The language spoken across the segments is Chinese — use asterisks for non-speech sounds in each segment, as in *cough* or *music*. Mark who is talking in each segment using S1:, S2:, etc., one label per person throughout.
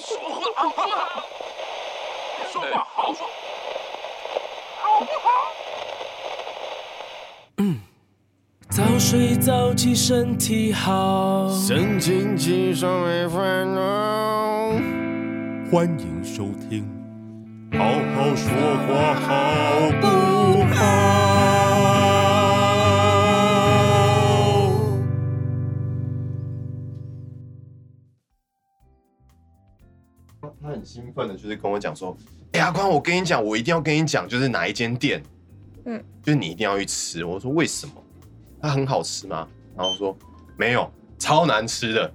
S1: 好不好？说话好说，好不好？
S2: 早睡早起身体好。
S3: 神清气爽没烦恼。欢迎收听，好好说话好不好？他很兴奋的，就是跟我讲说：“哎、阿光，我跟你讲，我一定要跟你讲，就是哪一间店，嗯
S4: 嗯，
S3: 就是你一定要去吃。”我说：“为什么？它很好吃吗？”然后说：“没有，超难吃的。”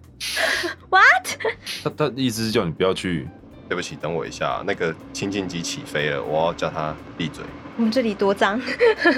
S5: 他他意思是叫你不要去，
S3: 对不起，等我一下，啊那个清净机起飞了，我要叫他闭
S4: *laughs*
S3: 嘴。
S4: 我们这里多脏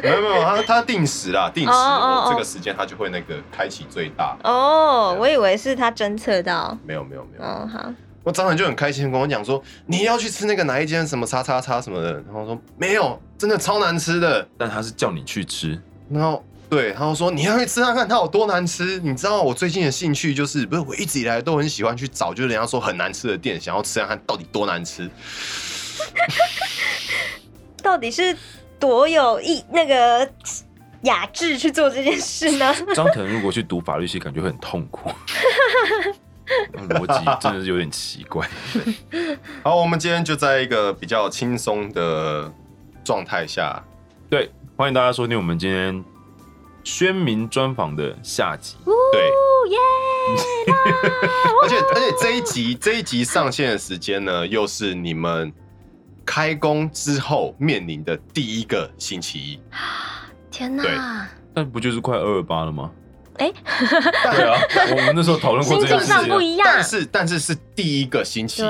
S3: 没有没有，他他定时啦，定时，
S4: 哦哦哦
S3: 我这个时间他就会那个开启最大。
S4: 哦，我以为是他侦测到。
S3: 没有没有没有，
S4: 哦，好，
S3: 我张晨就很开心地跟我讲说，你要去吃那个哪一间什么叉叉叉什么的，然后我说没有，真的超难吃的。
S5: 但他是叫你去吃。
S3: 然后对，然后说你要去吃啊看看它有多难吃。你知道我最近的兴趣就是，不是我一直以来都很喜欢去找，就是人家说很难吃的店，想要吃看看到底多难吃。
S4: 到底是多有意那个雅致去做这件事呢？
S5: 张腾如果去读法律系，感觉会很痛苦。 *laughs* 逻辑真的是有点奇怪。
S3: 好，我们今天就在一个比较轻松的状态下
S5: 对，欢迎大家收听我们今天宣明专访的下集。
S3: 对，
S4: 耶！
S3: *laughs* 而且而且这一集这一集上线的时间呢，又是你们开工之后面临的第一个星期一。
S4: *laughs* 天
S3: 对
S4: 哪！
S5: 但不就是快二二八了吗？
S4: 哎
S5: 对啊，我们那时候讨论过
S4: 心
S5: 这件
S4: 境
S5: 事
S4: 上不
S5: 情。
S4: 一样，
S3: 啊但是但是是第一个星期一，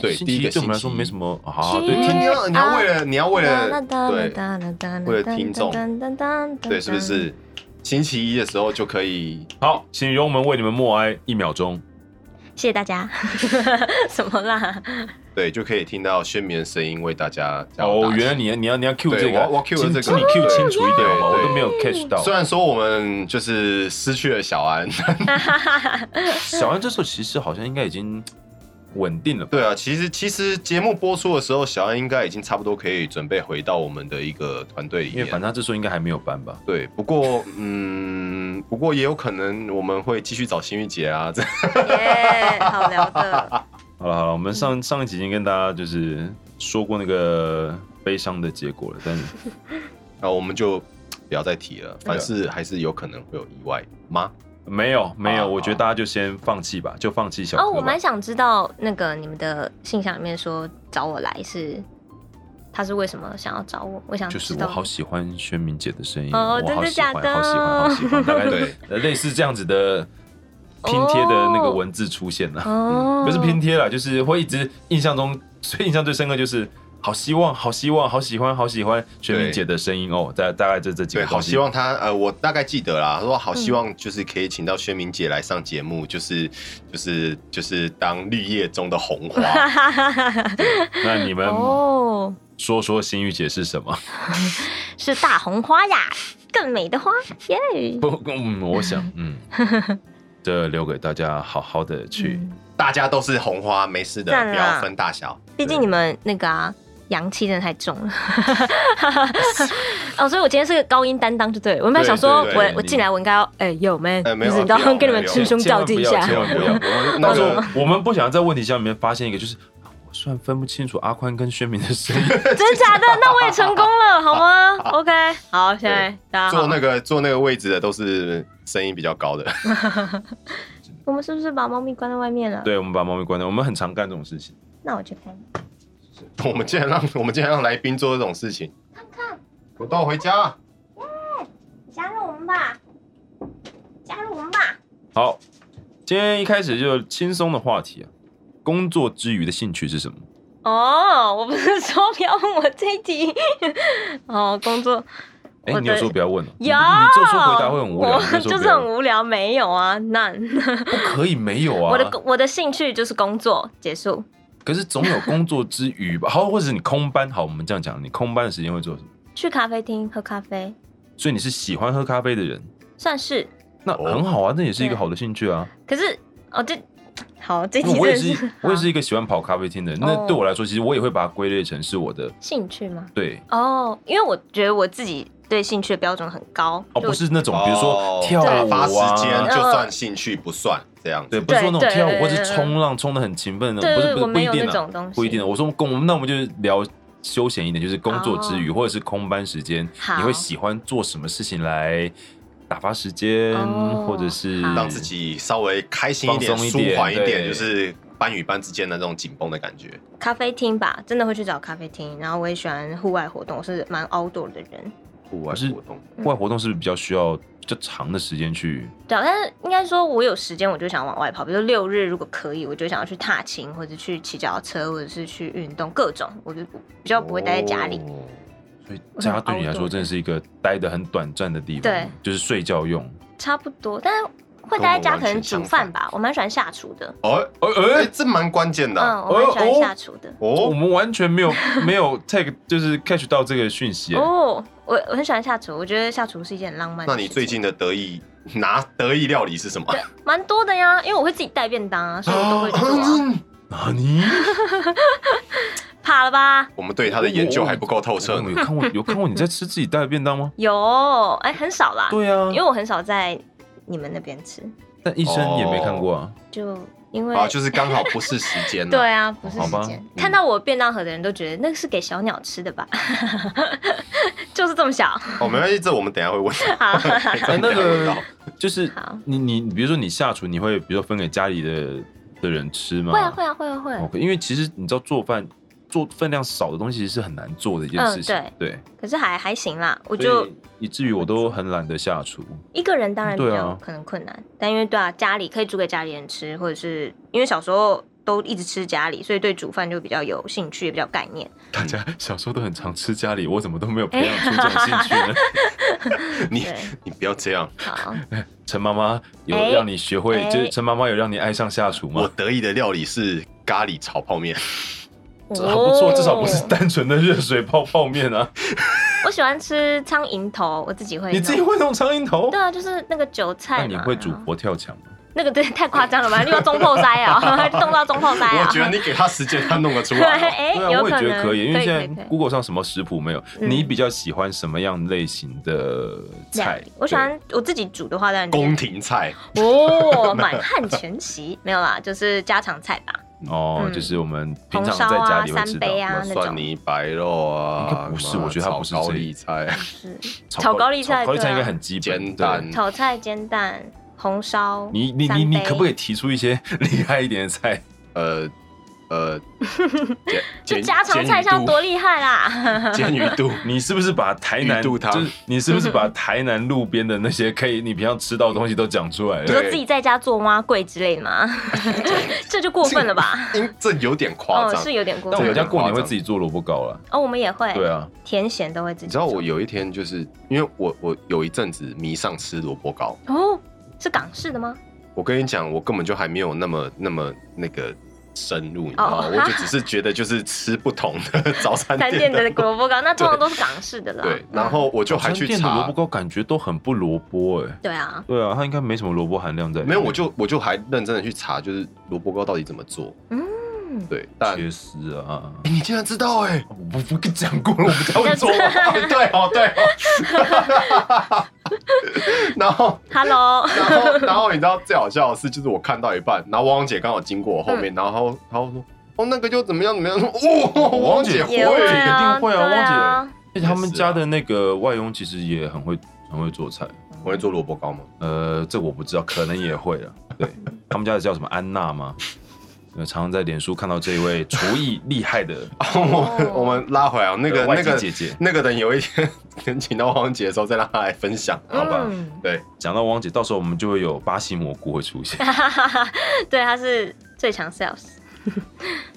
S4: 对。
S3: 对
S5: 星
S3: 第
S5: 期
S3: 一个
S5: 对我们来说
S3: 星期一
S5: 没什么啊，
S3: 对，
S5: 对，
S4: 嗯
S3: 听你要你要为了你要为了对
S4: 对
S3: 为了听众对，是不？是？星期一的时候就可以，
S5: 好，请容我们为你们默哀一秒钟。
S4: 谢谢大家。 *laughs* 什么啦？
S3: 对，就可以听到宣明的声音为大家加油打
S5: 哦，
S3: 气
S5: 原来你要你要你要 Q
S3: 对
S5: 这
S3: 我
S5: 个，
S3: 要我要 cue
S5: 请
S3: 这个
S5: 请你 Q 清楚一点
S3: 对对
S5: 好吗？我都
S4: 哦
S5: 没有 catch 到。
S3: 虽然说我们就是失去了小安，
S5: 小安这时候其实好像应该已经稳定了吧，
S3: 对啊，其实其实节目播出的时候，小安应该已经差不多可以准备回到我们的一个团队里
S5: 因为
S3: 面。
S5: 反正他这时候应该还没有搬吧。
S3: 对，不过 *laughs* 嗯，不过也有可能我们会继续找新玉姐啊， *laughs* 这
S4: *laughs* 耶，好聊的。
S5: 好了好了，我们
S4: 嗯
S5: 上上一集已经跟大家就是说过那个悲伤的结果了，
S4: *laughs*
S5: 但是
S3: 然后我们就不要再提了。凡事还是有可能会有意外吗？
S5: 没有没
S3: 好
S5: 有，
S3: 好
S5: 我觉得大家就先放弃吧，就放弃小
S4: 哦，
S5: 哥
S4: 我
S5: 吧
S4: 蛮。想知道那个你们的信箱里面说找我来是，他是为什么想要找我？我想
S5: 就是
S4: 知
S5: 我
S4: 道。
S5: 好喜欢宣明姐的声音，
S4: 哦
S5: 我好
S4: 真的
S5: 喜欢，
S4: 假的
S5: 好喜欢，好喜欢，大
S4: *laughs*
S5: 概
S3: 对
S5: 对呃类似这样子的拼贴的那个文字出现了、啊
S3: 嗯
S4: 哦，
S5: 不是拼贴啦，就是会一直印象中最印象最深刻就是好希望，好希望，好喜欢，好喜欢宣明姐的声音哦，大大概这这几
S3: 对，
S5: 个
S3: 好
S5: 东西
S3: 希望她呃，我大概记得啦，她说好希望就是可以请到宣明姐来上节目，就是就是就是当绿叶中的红 *laughs* 花。
S5: 那你们
S4: 哦，
S5: 说说心玉姐是什么？ *laughs*
S4: 是大红花呀，更美的花耶。
S5: 不，嗯，
S4: *laughs*
S5: 我想，嗯，这留给大家好好的去。
S4: 嗯
S3: 大家都是红花，没事的，
S4: 赞啊
S3: 不要分大小。
S4: 毕竟你们那个啊，阳气真的太重了。 *laughs* 哦，所以我今天是个高音担当，就对了。我本来想说
S3: 对
S4: 我，
S3: 对
S4: 我
S5: 对
S4: 进来我应该要，哎、有 man，
S3: 哎没有
S4: 就是你知道
S3: 不要
S4: 跟你们
S3: 不要
S4: 师兄
S5: 千
S4: 较
S5: 万
S4: 劲
S5: 不
S4: 一
S5: 要，
S4: 下。
S5: 千万不
S4: *laughs*
S5: 要。
S3: 我那
S5: 但是
S3: 个
S5: 我们不想要在问题下面发现一个，就是啊我虽然分不清楚阿宽跟宣明的声音，
S4: *laughs* 真假的？那我也成功了，好
S3: *laughs*
S4: 吗？OK，好，现在大家好
S3: 坐那个坐那个位置的都是声音比较高的。 *laughs*
S4: 我们是不是把猫咪关在外面了？，
S5: 对，我们把猫咪关掉，我们很常干这种事情。
S4: 那我去看。
S3: 我们竟然让我们竟然让来宾做这种事情，看看，我带我回家。
S4: 加入我们吧，加入我们吧。
S5: 好，今天一开始就轻松的话题啊，工作之余的兴趣是什么？
S4: 哦，我不是说不要问我这一题。 *laughs* 哦，工作
S5: 哎、
S4: 我
S5: 你有
S4: 的
S5: 说不要问哦、你
S4: 有，
S5: 你这说回答会很无聊，
S4: 啊我
S5: 你有说
S4: 就
S5: 不
S4: 是
S5: 要
S4: 很
S5: 问
S4: 无聊，没有啊，那。 *laughs*
S5: 不可以没有啊。
S4: 我的我的兴趣就是工作结束，
S5: 可是总有工作之余吧， *laughs* 好，或者是你空班，好，我们这样讲，你空班的时间会做什么？
S4: 去咖啡厅喝咖啡，
S5: 所以你是喜欢喝咖啡的人，
S4: 算是。
S5: 那
S3: 哦
S5: 很好啊，那也是一个
S4: 对
S5: 好的兴趣啊。
S4: 可是哦，这好，这题
S5: 我也
S4: 真的
S5: 是
S4: *laughs* 是，
S5: 我也是一个喜欢跑咖啡厅的人。那
S4: 哦
S5: 对我来说，其实我也会把它归类成是我的
S4: 兴趣吗？
S5: 对
S4: 哦，因为我觉得我自己对兴趣的标准很高，
S5: 哦，
S4: 就
S5: 不是那种比如说
S3: 哦
S5: 跳
S4: 打
S5: 舞
S3: 打发
S5: 啊
S3: 时间
S4: 嗯
S3: 就算兴趣不算这样
S5: 对，
S3: 子。
S5: 不是说那种
S4: 对
S5: 跳舞
S4: 对
S5: 或是
S4: 对对
S5: 冲浪冲的很勤奋的，
S4: 对
S5: 不是
S4: 对，
S5: 不
S4: 我
S5: 是不
S4: 没
S5: 一
S4: 有
S5: 定
S4: 那
S5: 啊，
S4: 种东西，
S5: 不一定的。我说工，那我们就是聊休闲一点，就是工作之
S4: 哦
S5: 余、或者是空班时间，
S4: 好
S5: 你会喜欢做什么事情来打发时间，
S4: 哦
S5: 或者是
S4: 好
S3: 让自己稍微开心一点、
S5: 放松一
S3: 舒
S5: 点
S3: 缓一点，
S5: 对
S3: 就是班与班之间的那种紧绷的感觉。
S4: 咖啡厅吧，真的会去找咖啡厅。然后我也喜欢户外活动，我是蛮 outdoor 的人，
S3: 户外
S5: 是
S3: 活动，
S5: 户外活动是不是比较需要比较长的时间去？
S4: 对啊。但是应该说，我有时间我就想往外跑，比如说六日如果可以，我就想要去踏青，或者去骑脚踏车，或者是去运动，各种，我就比较不会待在家里。
S3: 哦
S5: 所以
S4: 我很
S5: 家对你来说
S4: outdoor
S5: 真的是一个待的很短暂的地方，
S4: 对，
S5: 就是睡觉用。
S4: 差不多，但是会待在家，可能煮饭吧，我蛮喜欢下厨的。
S3: 哦，
S5: 哎
S3: 哎、
S5: 哎，
S3: 这蛮关键的
S4: 嗯，
S3: 啊、
S4: 我蛮喜欢下厨的。
S5: 我
S3: 哦。
S5: 们完全没有没有 take 就是 catch 到这个讯息。
S4: 哦，我我很喜欢下厨，我觉得下厨是一件很浪漫的
S3: 那
S4: 事情。
S3: 你最近的得意拿得意料理是什么？
S4: 蛮多的呀，因为我会自己带便当啊，所以我都会
S3: 哦
S4: 做、
S3: *laughs*
S4: 啊。
S5: 啊你
S4: 怕了吧？
S3: 我们对他的研究还不够透彻
S5: 我
S3: 呢
S5: 有。看过有看过你在吃自己带的便当吗？
S4: 有，哎、很少啦。
S5: 对啊
S4: 因为，我很少在你们那边吃，
S5: 但医生也没看过啊。
S3: 哦
S4: 就因为、
S3: 啊，就是刚好不是时间、啊。
S4: *laughs* 对，啊，不是
S5: 嗯哦好吧嗯
S4: 时间。看到我便当盒的人都觉得那是给小鸟吃的吧， *laughs* 就是这么小。
S3: 哦，没关系，这我们等一下
S4: *laughs*
S3: 会问。
S4: 好，
S5: *laughs* 哎，那个
S3: 好
S5: 就是
S4: 好
S5: 你你你比如说你下厨，你会比如说分给家里的的人吃吗？
S4: 会啊会啊会啊会啊
S5: OK，因为哦其实你知道做饭做分量少的东西是很难做的一件事情。
S4: 嗯
S5: 对
S4: 可是还还行啦，我
S5: 对，
S4: 就
S5: 所以以至于我都很懒得下厨。
S4: 一个人当然比
S5: 对
S4: 较
S5: 啊
S4: 可能困难，但因为对啊，家里可以煮给家里人吃，或者是因为小时候都一直吃家里，所以对煮饭就比较有兴趣，也比较有概念。
S5: 大家小时候都很常吃家里，我怎么都没有培养出这种兴
S4: *laughs*
S5: 趣呢？
S3: 你
S5: *laughs*
S4: 对，
S3: 你不要这样，
S4: 好，
S5: 陈妈妈有
S4: 哎
S5: 让你学会，
S4: 哎
S5: 就是陈妈妈有让你爱上下厨
S3: 我
S5: 吗？
S3: 得意的料理是咖喱炒泡面。
S5: *laughs* 这还不错，
S4: 哦
S5: 至少不是单纯的热水泡泡面啊！
S4: 我喜欢吃苍蝇头，我自己会。
S5: 你自己？会弄苍蝇头
S4: 对？啊，啊就是那个韭菜
S5: 那
S4: 嘛。
S5: 你会煮
S4: 然后
S5: 佛跳墙吗？
S4: 那个对，太夸张了吧？你要中破塞啊，冻到 *laughs* 中破塞啊！
S3: 我觉得你给他时间，他弄
S4: *laughs*
S3: 得出来哦。
S4: 哎，
S5: 对啊，
S4: 有
S5: 我也
S4: 可
S5: 觉
S4: 能
S5: 得可以，因为
S4: 可
S5: 现
S4: 以可
S5: 在
S4: 以
S5: Google 上什么食谱没有。
S4: 嗯
S5: 你比较喜欢什么样类型的
S4: 料
S5: 菜
S4: 理？我喜欢我自己煮的话，当然就是
S3: *laughs*
S5: *laughs*
S3: 宫廷菜，
S5: 啊
S4: 哦，满汉全席没有啦，就是家常菜吧。
S5: 对哦
S4: 嗯，
S5: 就是我们平
S4: 红
S5: 常
S4: 烧
S5: 在家
S4: 啊、
S5: 里会
S4: 三
S5: 吃到
S4: 杯
S3: 什
S4: 啊
S3: 么
S4: 那种
S3: 蒜，泥白肉啊，
S5: 应该不是
S3: 什么
S5: 我觉得它不是
S3: 炒高
S5: 这一
S3: 丽菜、
S4: 是
S5: 炒
S4: 炒高丽菜
S5: 炒高丽菜
S4: 对啊
S5: 应该很基本。
S3: 煎蛋
S5: 对。
S4: 嗯炒菜、煎蛋、红烧。
S5: 你你你
S4: 三杯
S5: 你可不可以提出一些 *laughs* 厉害一点的菜？
S3: 呃呃，煎
S4: *laughs* 就
S3: 煎
S4: 家常菜像多厉害
S5: *laughs*
S4: 啦！
S3: 煎鱼肚， *laughs*
S5: 你是不是把台南
S3: 鱼肚汤
S5: 就是你是不是把台南路边的那些可以你平常吃到的东西都讲出来
S4: 你
S5: 了？
S4: 说
S3: 对
S4: 自己在家做蛙柜之类的吗？这就过分了吧？
S3: 煎鱼肚，因这有点夸
S4: 哦，
S3: 张
S4: 是。有点过
S5: 但我
S4: 分
S5: 们家
S3: 这个
S5: 过年
S3: 夸
S5: 会
S3: 张
S5: 自己做萝卜糕了。
S4: 哦，我们也会，
S5: 对啊，
S4: 甜咸都会自己。
S3: 你知道我有一天就是因为我我有一阵子迷上吃萝卜糕，
S4: 哦，是港式的吗？
S3: 我跟你讲，我根本就还没有那么那么那个深入，你知道吗？
S4: 哦
S3: 我就只是觉得就是吃不同的早餐
S4: *laughs* 三
S3: 店
S4: 店的
S3: 的
S4: 萝卜糕，那通常都是港式的啦。
S3: 对
S4: 嗯，
S3: 然后我就还去
S5: 店的萝
S3: 查
S5: 卜，糕感觉都很不萝卜哎。
S4: 对啊，
S5: 对啊，它应该没什么萝卜含量在里面。
S3: 没有，我就我就还认真的去查，就是萝卜糕到底怎么做。
S4: 嗯，
S3: 对，但
S5: 切丝啊！
S3: 诶你竟然知道
S4: *laughs*
S3: 哎、
S5: 我不不跟你讲过了，我不 *laughs* 知道会做。
S3: 对哦，对哦。 *laughs* 然后，
S4: Hello，
S3: 然后，然后你知道最好笑的是，就是我看到一半，然后汪汪姐刚好经过我后
S4: 嗯
S3: 面，然后她她说：“哦，那个就怎么样怎么样。”哦，
S5: 汪
S3: 汪
S5: 姐
S3: 姐
S4: 也
S5: 我
S4: 会
S5: 也
S3: 会，
S4: 啊，
S5: 一定会啊
S4: 对啊，
S5: 而且他们家的那个外佣其实也很会很会做菜，
S3: 我会做萝卜糕吗？
S5: 呃，这我不知道，可能也会了。对
S4: 嗯
S5: 他们家的叫什么安娜吗？呃，常常在脸书看到这一位厨艺厉害的
S3: *laughs* 我们我们拉回来哦， *laughs* 那个
S5: 外
S3: 那
S5: 籍
S3: 个
S5: 姐姐。
S3: *laughs* 那个等有一天等请到汪姐的时候，再让她来分享，好吧？
S4: 嗯
S3: *laughs*
S4: *laughs*
S3: 对，
S5: 讲到汪姐，到时候我们就会有巴西蘑菇会出现
S4: 对，他是最强 sales。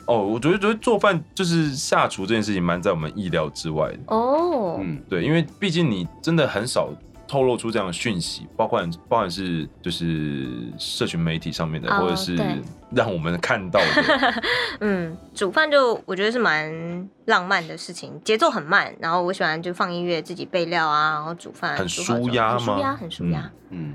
S5: 哦。我觉得觉得做饭就是下厨这件事情，蛮在我们意料之外的。
S4: 哦，
S3: 嗯，
S5: 对，因为毕竟你真的很少透露出这样的讯息，包括包含是就是社群媒体上面的，
S4: 哦
S5: 或者是
S4: 对
S5: 让我们看到的。
S4: 嗯，煮饭就我觉得是蛮浪漫的事情，节奏很慢，然后我喜欢就放音乐，自己备料啊，然后煮饭，
S5: 很
S4: 煮好之后
S5: 舒压
S4: 很舒
S5: 吗
S4: 压，很舒压。
S3: 嗯，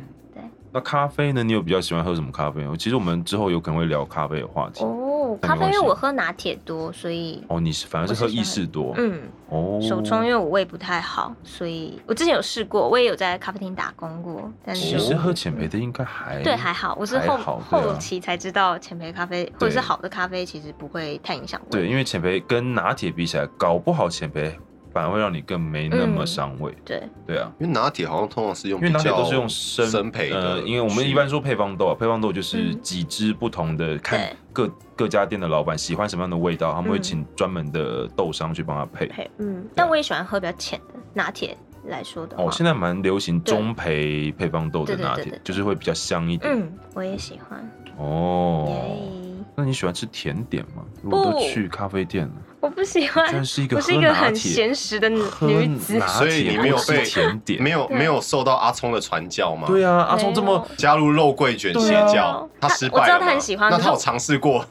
S5: 那咖啡呢？你有比较喜欢喝什么咖啡？其实我们之后有可能会聊咖啡的话题。
S4: 哦，
S5: 那没
S4: 咖啡因为
S5: 关系
S4: 我喝拿铁多，所以
S5: 哦，你是反而是喝意式多，
S4: 嗯，
S5: 哦，
S4: 手冲因为我胃不太好，所以我之前有试过，我也有在咖啡厅打工过，但
S5: 其
S4: 是
S5: 实
S4: 我
S5: 喝浅焙的应该还
S4: 对还好，我是
S5: 还
S4: 后
S5: 好对啊
S4: 后期才知道浅焙咖啡或者是好的咖啡其实不会太影响胃。
S5: 对，因为浅焙跟拿铁比起来，搞不好浅焙反而会让你更没那么
S4: 嗯
S5: 伤胃。
S4: 对，
S5: 对啊，
S3: 因为拿铁好像通常是用比
S5: 因为拿铁
S3: 较
S5: 都是用生
S3: 生培的
S5: 呃，
S3: 去，
S5: 因为我们一般说配方豆啊，配方豆就是
S4: 嗯
S5: 几支不同的，看
S4: 对
S5: 各各家店的老板喜欢什么样的味道，他们会
S4: 嗯
S5: 请专门的豆商去帮他配。
S4: 嘿嗯，但我也喜欢喝比较浅的拿铁来说的话，
S5: 哦，现在蛮流行
S4: 对
S5: 中培配方豆的
S4: 对对
S5: 拿
S4: 对
S5: 铁
S4: 对，
S5: 就是会比较香一点。
S4: 嗯，我也喜欢，
S5: 哦，
S4: 耶，
S5: 那你喜欢吃甜点吗？如果都
S4: 不
S5: 去咖啡
S4: *laughs*
S5: 店了，
S4: 我不喜
S5: 居然
S4: 欢，
S5: 是一个
S4: 我是一
S5: 喝
S4: 个
S5: 拿
S4: 很
S5: 铁，
S4: 闲时的
S5: 喝
S4: 女子，
S5: 拿
S3: 所以
S5: 铁
S3: 你没有
S5: 不吃
S3: 被
S5: 甜点，
S3: 没有
S4: 对
S3: 没有受到阿聪的传教吗？
S5: 对啊，阿
S4: 没
S5: 聪这么
S4: 有
S3: 加入肉桂卷邪
S5: 对
S3: 教
S4: 啊，
S3: 他
S4: 他
S3: 失败了吗。
S4: 我知道他很喜欢
S3: 那
S4: 可
S3: 他
S4: 是
S3: 有
S4: 我
S3: 尝试
S4: *laughs*
S3: 过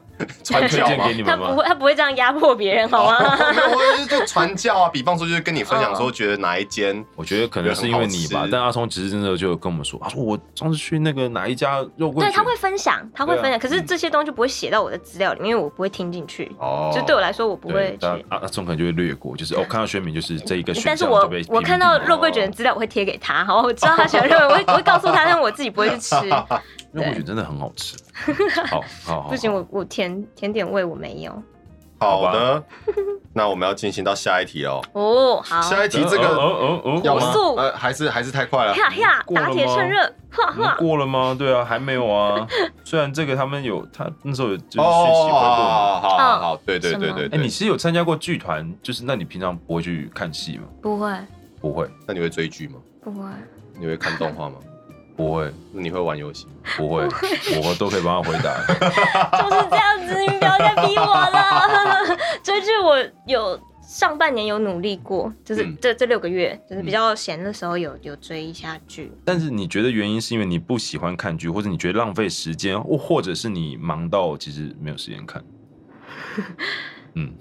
S3: 传
S5: *laughs* 推
S3: 教
S5: 荐
S3: 吗哦
S5: 给？你
S4: 他
S5: 们
S4: 不
S5: 吗？
S4: 会，他不会这样压迫别人，好啊
S3: *laughs*
S5: 哦
S4: *laughs* 吗？
S3: 没有，我就就传教啊。比方说，就是跟你分享
S4: 嗯
S3: 说，觉得哪一间
S5: 我觉得可能是因为你
S3: 很好
S5: 吧
S3: 吃，
S5: 但阿聪其实真的就跟我们说，他说我上次去那个哪一家肉桂
S4: 对，
S5: 卷，
S4: 他会分享，他会
S5: 对啊
S4: 分享，可是这些东西就不会写到我的资料里，因为我不会听进去。
S3: 哦
S4: 就对我来说，我不
S5: 对
S4: 会
S5: 但
S4: 去。
S5: 阿阿聪可能就会略过，就是哦，看到选品就是这一个选
S4: 但是
S5: 项
S4: 我
S5: 就被哦屏蔽
S4: 我看到
S5: 掉
S4: 肉桂卷的资料，我会贴给他，好吧，我知道他喜欢肉桂，我会我会告诉他，但我自己不会去
S5: *laughs*
S4: 吃。
S5: 肉桂卷真的很好
S4: *laughs*
S5: 吃，好好好，
S4: 不行，
S5: 好
S4: 我我甜甜点味我没有。
S3: 好
S5: 吧
S3: 的， *laughs* 那我们要进行到下一题哦。
S4: 哦，好，
S3: 下一题这个
S5: 哦哦哦，
S3: 要吗
S4: 火速？
S3: 呃，还是还是太
S4: *laughs*
S3: 快了。
S4: 呀呀，
S5: 过了吗
S4: 打铁趁热，哈
S5: 我们
S4: 哈。
S5: 过了吗？对啊，还没
S3: *laughs*
S5: 有啊。虽然这个他们有，他那时候有就是讯息
S3: 哦，
S5: 回过
S3: 好好好好，对对
S4: 什么
S3: 对对
S5: 你。哎，你
S3: 对。
S5: 是有参加过剧团，就是那你平常不会去看戏吗？
S4: 不会
S5: 不会，
S3: 那你会追剧吗？
S4: 不会，
S3: 你会看动画吗？
S5: 不会，
S3: 那你会玩游戏吗？
S5: 不会，我都可以帮他回答。 *laughs*
S4: 就是这样子，你不要再逼我
S5: *laughs*
S4: 了。 *laughs* 追剧我有上半年有努力过，就是
S3: 嗯
S4: 这这六个月，就是比
S5: 嗯
S4: 较闲的时候有有追一下剧。
S5: 但是你觉得原因是因为你不喜欢看剧，或者你觉得浪费时间，或或者是你忙到其实没有时间看。嗯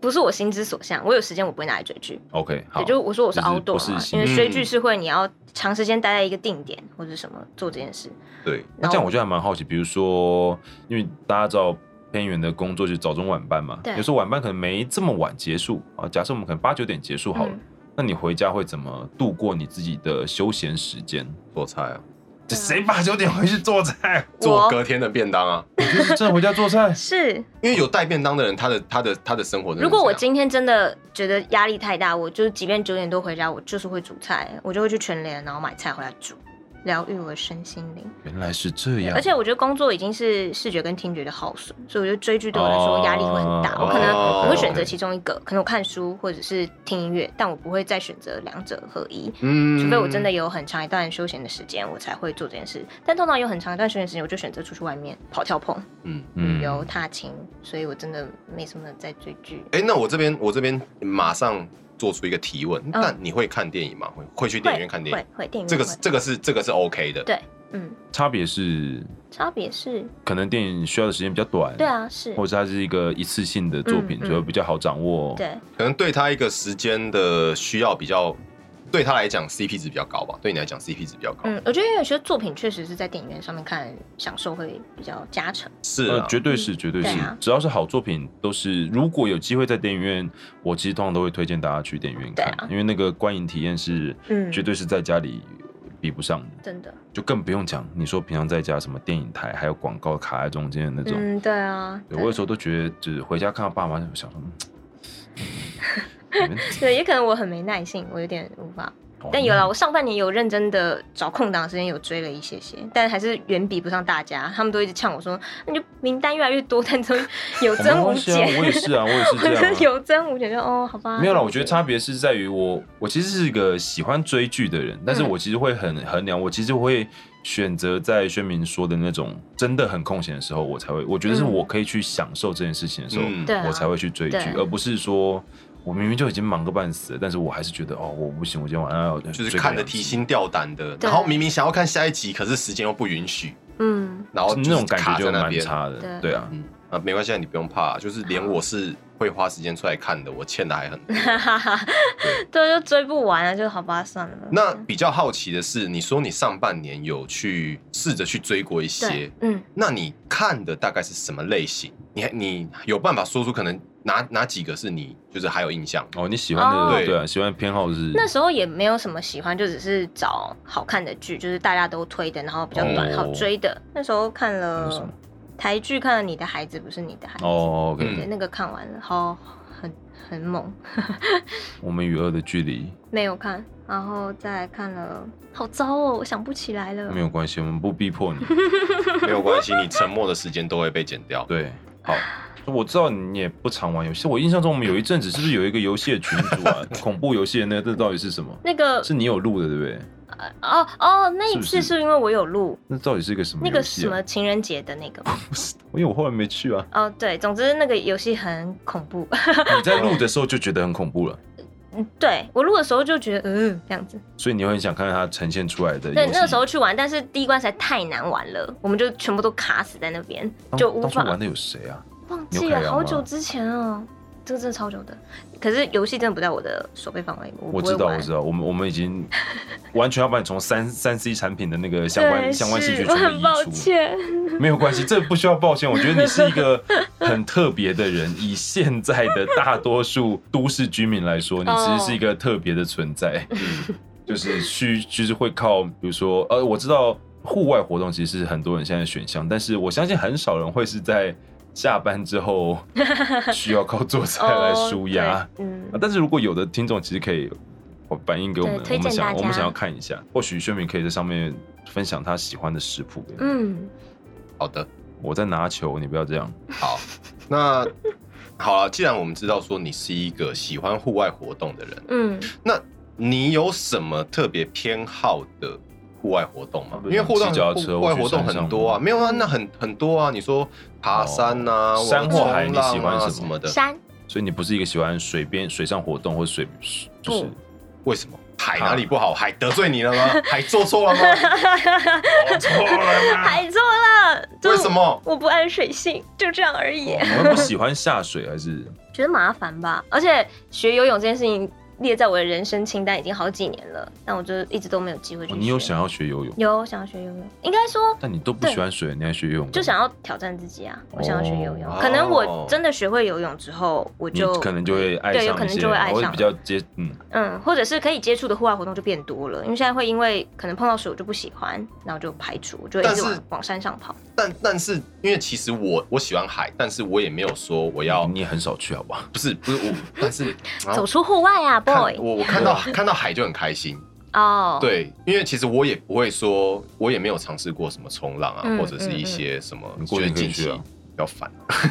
S4: 不是我心之所向，我有时间我不会拿来追剧。
S5: ，OK，好
S4: 也，就是我说我是
S5: 就是
S4: outdoor
S5: 不是
S4: 嘛，
S5: 心
S4: 因
S3: 嗯
S4: 为追剧是会你要长时间待在一个定点或者什么做这件事。
S3: 对，
S5: 那这样我
S4: 就
S5: 就还蛮好奇，比如说，因为大家知道偏远的工作就是早中晚班嘛，
S4: 对
S5: 有时候晚班可能没这么晚结束啊。假设我们可能八九点结束好了，
S4: 嗯？
S5: 那你回家会怎么度过你自己的休闲时间？
S3: 做菜啊，
S5: 这谁八九点回去做菜？ *laughs*
S3: 做隔天的便当啊。
S5: 你就是真的回家做菜
S4: 是，
S3: 因为有带便当的人，他的他的他的生活真的是这样，
S4: 如果我今天真的觉得压力太大，我就是即便九点多回家，我就是会煮菜，我就会去全联然后买菜回来煮，疗愈我的身心灵。
S5: 原来是这样
S4: 而。且我觉得工作已经是视觉跟听觉的耗损，所以我觉得追剧对我来说压力会很大。我
S5: 哦
S4: 可能
S3: 哦
S4: 我会选择其中一个，可能我看书或者是听音乐，但我不会再选择两者合一。
S3: 嗯，
S4: 除非我真的有很长一段休闲的时间，我才会做这件事。但通常有很长一段休闲时间，我就选择出去外面跑跳碰、
S3: 嗯。
S4: 旅游、踏青，所以我真的没什么在追剧。
S3: 哎、那我这边我这边马上做出一个提问，那你会看电影吗？会会去电影院看电
S4: 会
S3: 影？
S4: 会电影
S3: 这个
S4: 院
S3: 是
S4: 会
S3: 这个是这个是 OK 的。
S4: 对，嗯，
S5: 差别是，
S4: 差别是，
S5: 可能电影需要的时间比较短，
S4: 对，啊，是
S5: 或者它是一个一次性的作品，
S4: 嗯嗯
S5: 所以比较好掌握。
S4: 对，
S3: 可能对他一个时间的需要比较，对他来讲 CP 值比较高吧，对你来讲 CP 值比较高。
S4: 嗯，我觉得有些作品确实是在电影院上面看，享受会比较加成。
S3: 是
S5: 呃
S3: 啊，，
S5: 绝对是，
S4: 嗯
S5: 绝对
S4: 对
S5: 是，
S4: 啊
S5: 只要是好作品，都是如果有机会在电影院，我其实通常都会推荐大家去电影院
S4: 对
S5: 看，
S4: 啊
S5: 因为那个观影体验是、
S4: 嗯
S5: 绝对是在家里比不上的，
S4: 真的，
S5: 就更不用讲你说平常在家什么电影台还有广告卡在中间的那种，
S4: 嗯，对啊，
S5: 哦对我有时候都觉得，就是回家看到爸妈，就想说，嗯你们
S4: 对，也可能我很没耐性，我有点无法
S5: 哦
S4: 但有了，我上半年有认真的找空档时间有追了一些些，但还是远比不上大家，他们都一直呛我说，那你就名单越来越多，但
S5: *laughs*
S4: 都有
S5: 我没
S4: 增无
S5: 关系啊，
S4: 减。
S5: 我也是啊，我也是
S4: 我 *laughs*
S5: 这样、啊
S4: 就。有增无减，就哦，好吧。
S5: 没有啦，我觉得差别是在于我，我其实是一个喜欢追剧的人，但是
S4: 嗯
S5: 我其实会很衡量，我其实会选择在宣明说的那种真的很空闲的时候，我才会，我觉得是
S4: 嗯
S5: 我可以去享受这件事情的时候，
S3: 嗯
S4: 对啊
S5: 我才会去追剧
S4: 对，
S5: 而不是说我明明就已经忙个半死了，但是我还是觉得哦，我不行，我今天晚上要
S3: 就
S5: 追
S3: 是
S5: 个
S3: 看得
S5: 两集
S3: 提心吊胆的，
S4: 对
S3: 然后明明想要看下一集，可是时间又不允许，
S4: 嗯，
S3: 然后
S5: 就
S3: 就
S5: 是
S3: 是
S5: 那种感
S3: 卡
S5: 觉
S3: 在
S5: 就
S3: 那
S5: 蛮
S3: 边。
S5: 差的，
S4: 对
S5: 对啊，
S3: 嗯啊，没关系，你不用怕，就是连我是会花时间出来看的，我欠的还很多。
S4: 对，就追不完啊，就好吧，算了。
S3: 那比较好奇的是，你说你上半年有去试着去追过一些
S4: 对，，嗯，
S3: 那你看的大概是什么类型？你还你有办法说出可能哪哪几个是你就是还有印象？
S5: 哦，你喜欢的
S3: 哦
S5: 对啊，喜欢的偏好是
S4: 那时候也没有什么喜欢，就只是找好看的剧，就是大家都推的，然后比较短、
S5: 哦
S4: 好追的。那时候看
S5: 有什么
S4: 了台剧，看了《你的孩子不是你的孩子》，
S5: 哦，OK，、
S4: 对，那个看完了，好很很猛， *laughs*
S5: 我们与恶的距离
S4: 没有看，然后再看了，好糟哦，我想不起来了
S5: 没。有关系，我们不逼迫你。
S3: 没有关系，你沉默的时间都会被剪掉。
S5: 对，好，我知道你也不常玩游戏。我印象中我们有一阵子是不是有一个游戏的群组啊？恐怖游戏的那个，这到底是什么？
S4: 那个
S5: 是你有录的对不对？
S4: 哦哦，那一
S5: 是
S4: 次
S5: 不是
S4: 是因为我有录
S5: 那到底是一个什么
S4: 那个
S5: 游戏、
S4: 什
S5: 啊？
S4: 么情人节的那个吗，
S5: 因为我后来没
S4: *laughs*
S5: 去啊。
S4: 哦对，总之那个游戏很恐怖。 *laughs*
S5: 你在录的时候就觉得很恐怖了，
S4: 嗯，对我录的时候就觉得，嗯，这样子。
S5: 所以你会很想看看它呈现出来的游戏。
S4: 对，那个时候去玩，但是第一关实在太难玩了，我们就全部都卡死在那边，
S5: 当
S4: 就无
S5: 当初
S4: 法
S5: 哦玩的有谁啊？
S4: 忘
S5: 你
S4: 记
S5: 有看
S4: 了，
S5: 了
S4: 好
S5: 吗
S4: 久之前哦，这个真的超久的。可是游戏真的不在我的手背范围，我
S5: 我
S4: 不会
S5: 知道，
S4: 玩
S5: 我知道，我们我们已经
S4: *laughs*
S5: 完全要把你从三三 C 产品的那个相
S4: 对
S5: 关相关
S4: 是
S5: 兴趣全
S4: 我
S5: 部
S4: 很
S5: 移
S4: 抱
S5: 除。
S4: 歉。
S5: 没有
S4: *laughs*
S5: 关系，这不需要抱歉。我觉得你是一个很特别的人，以现在的大多数都市居民来说，你
S4: 哦
S5: 其实是一个特别的
S4: *laughs*
S5: 存在，就是需就是会靠，比如说，呃，我知道户外活动其实是很多人现在的选项，但是我相信很少人会是在下班之后需要靠做菜来
S4: 哦
S5: 舒压。啊
S4: 对嗯，
S5: 但是如果有的听众其实可以哦反映给我们，
S4: 对
S5: 我
S4: 推
S5: 们
S4: 荐大
S5: 想
S4: 家
S5: 我们想要看一下，或许轩明可以在上面分享他喜欢的食谱给我们。
S4: 嗯，
S3: 好的，
S5: 我在拿球，你不要这样。
S3: 好，那好了，既然我们知道说你是一个喜欢户外活动的人，
S4: 嗯，
S3: 那你有什么特别偏好的户外活动吗
S5: 啊？不
S3: 因
S5: 是
S3: 为户外
S5: 骑脚踏车
S3: 户外
S5: 或去
S3: 活动
S5: 山上
S3: 很多啊，
S5: 吗
S3: 没有啊，那很很多啊。你说爬山呐、
S5: 哦山或海
S3: 冲
S5: 你
S3: 浪啊
S5: 喜欢什么
S3: 什么的？
S4: 山
S5: 所以你不是一个喜欢水边水上活动或水，就是
S3: 为什么？海
S5: 啊
S3: 哪里不好？海得罪你了
S5: *laughs*
S3: 吗？海做错了
S4: *laughs*
S3: 吗？
S5: 错
S4: 啊
S5: 了吗？
S4: 海错了，就
S3: 为什么？
S4: 我不爱水性，就这样而已。
S5: *laughs* 你们不喜欢下水
S4: *laughs*
S5: 还是？
S4: 觉得麻烦吧，而且学游泳这件事情列在我的人生清单已经好几年了，但我就一直都没有机会去
S5: 哦
S4: 学。
S5: 你有想要学游泳，
S4: 有想要学游泳，应该说
S5: 但你都不喜欢水，你还学游泳干嘛？
S4: 就想要挑战自己啊！我想要学游泳，
S3: 哦
S4: 可能我真的学会游泳之后，我
S5: 你
S4: 就嗯
S5: 可能就会爱
S4: 对，有
S5: 上
S4: 可
S5: 一
S4: 能
S5: 些，
S4: 就会爱
S5: 我会
S4: 上
S5: 比。较接嗯。
S4: 嗯，或者是可以接触的户外活动就变多了，因为现在会因为可能碰到水我就不喜欢，然后就排除，就会一直
S3: 但是
S4: 往往山上跑。
S3: 但但是因为其实我我喜欢海，但是我也没有说我要
S5: 你也很少去，好不好？
S3: 不是不是我，但是然后
S4: 走出户外啊
S3: 啊看
S4: ，boy！
S3: 我我看到看到海就很开心。
S4: 哦，，
S3: 对，因为其实我也不会说，我也没有尝试过什么冲浪啊，
S4: 嗯
S3: 或者是一些什么
S5: 嗯嗯，
S3: 觉得
S5: 你过年可以
S3: 近期
S5: 去啊
S3: 比较烦。
S4: *laughs*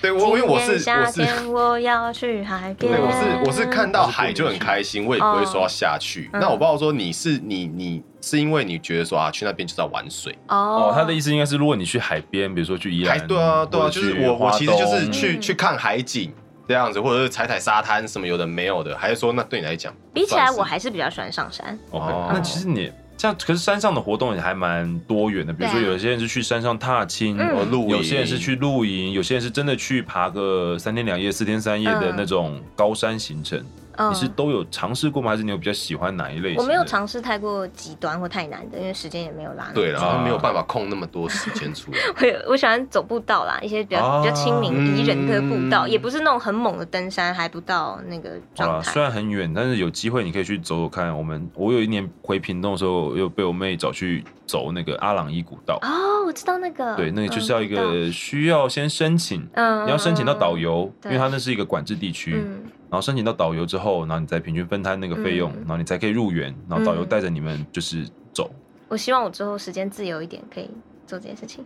S3: 对，我因为我是我
S4: 夏
S3: 是。
S4: 天我要去海边。
S3: 对，我是我是看到海就很开心，我也不会说要下去。
S4: 嗯
S3: 那我不知道说你是你你是因为你觉得说啊，去那边就是要玩水，
S4: 哦
S5: 哦，，他的意思应该是，如果你去海边，比如说去宜
S3: 还
S5: 兰，
S3: 对啊对
S5: 或
S3: 啊，
S5: 者
S3: 就是
S5: 去
S3: 我我
S5: 花
S3: 其实就是
S5: 东
S3: 去
S4: 嗯
S3: 去看海景这样子，或者是踩踩沙滩什么有的没有的，还是说那对你来讲，
S4: 比起来
S3: 算是
S4: 我还是比较喜欢上山。
S5: OK，、
S3: 哦
S5: 那其实你像，可是山上的活动也还蛮多元的，比如说
S4: 对啊
S5: 有些人是去山上踏青，
S4: 嗯
S3: 哦露营
S5: 有些人是去露营，有些人是真的去爬个三天两夜、四天三夜的
S4: 嗯
S5: 那种高山行程。
S4: 嗯
S5: 你是都有尝试过吗？还是你有比较喜欢哪一类型的？
S4: 我没有尝试太过极端或太难的，因为时间也没有拉。
S3: 对了，
S5: 啊
S3: 没有办法空那么多时间出来。
S4: 我有我喜欢走步道啦，一些比较、
S5: 啊
S4: 比较亲民、宜人的步道，
S3: 嗯
S4: 也不是那种很猛的登山，还不到那个
S5: 好
S4: 状
S5: 啦，
S4: 态
S5: 虽。然很远，但是有机会你可以去走走看。我们我有一年回屏东的时候，又被我妹找去走那个阿朗伊古道，
S4: 哦，我知道那个，
S5: 对，那个就是要一
S4: 嗯，
S5: 个需要先申请，
S4: 嗯
S5: 你要申请到导，游，因
S4: 对
S5: 为它那是一个管制地区。
S4: 嗯
S5: 然后申请到导游之后，然后你再平均分摊那个费用，
S4: 嗯
S5: 然后你才可以入园，然后导游
S4: 嗯
S5: 带着你们就是走。
S4: 我希望我之后时间自由一点，可以做这件事情。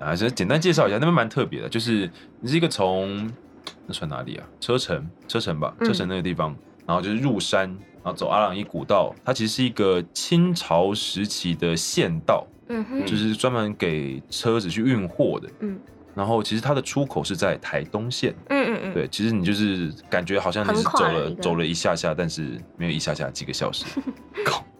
S5: 啊，先简单介绍一下，那边蛮特别的，就是你是一个从那算哪里啊？车城，车城吧，
S4: 嗯
S5: 车城那个地方，然后就是入山，然后走阿朗伊古道，它其实是一个清朝时期的县道，
S4: 嗯哼，
S5: 就是专门给车子去运货的。
S4: 嗯
S5: 然后其实它的出口是在台东县，
S4: 嗯嗯嗯，
S5: 对，其实你就是感觉好像你是
S4: 横跨
S5: 走
S4: 了
S5: 了
S4: 一个 *laughs*
S5: 走了一下下，但是没有一下下几个小时，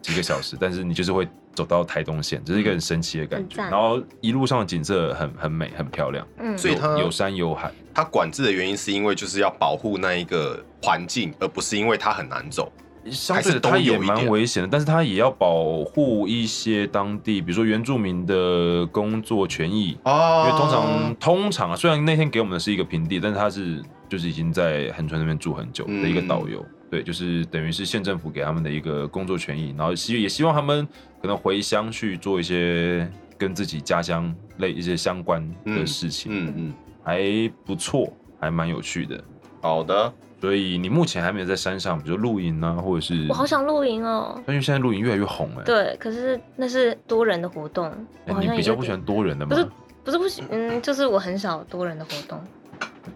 S5: 几个小时，但是你就是会走到台东县，这是一个很神奇的感觉。
S4: 嗯很赞
S5: 然后一路上的景色很很美，很漂亮，
S4: 嗯，
S3: 所以它
S5: 有有山有海。
S3: 它管制的原因是因为就是要保护那一个环境，而不是因为它很难走。
S5: 相对的，它
S3: 还是都有
S5: 也
S3: 一点
S5: 蛮危险的，但是它也要保护一些当地，比如说原住民的工作权益，
S3: 哦
S5: 因为通常通常啊，虽然那天给我们的是一个平地，但是他是就是已经在横村那边住很久的一个导游，对，就是等于是县政府给他们的一个工作权益，然后希也希望他们可能回乡去做一些跟自己家乡类一些相关的事情，
S3: 嗯嗯，
S5: 还不错，还蛮有趣的。
S3: 好的，
S5: 所以你目前还没有在山上，比如说露营啊，或者是
S4: 我好想露营哦。
S5: 但因为现在露营越来越红哎、欸
S4: 对，可是那是多人的活动，我好
S5: 哎你
S4: 像
S5: 比
S4: 也
S5: 较
S4: 有
S5: 不喜
S4: 点
S5: 欢多人的
S4: 不
S5: 吗？
S4: 是不是不喜，嗯，就是我很少多人的活动。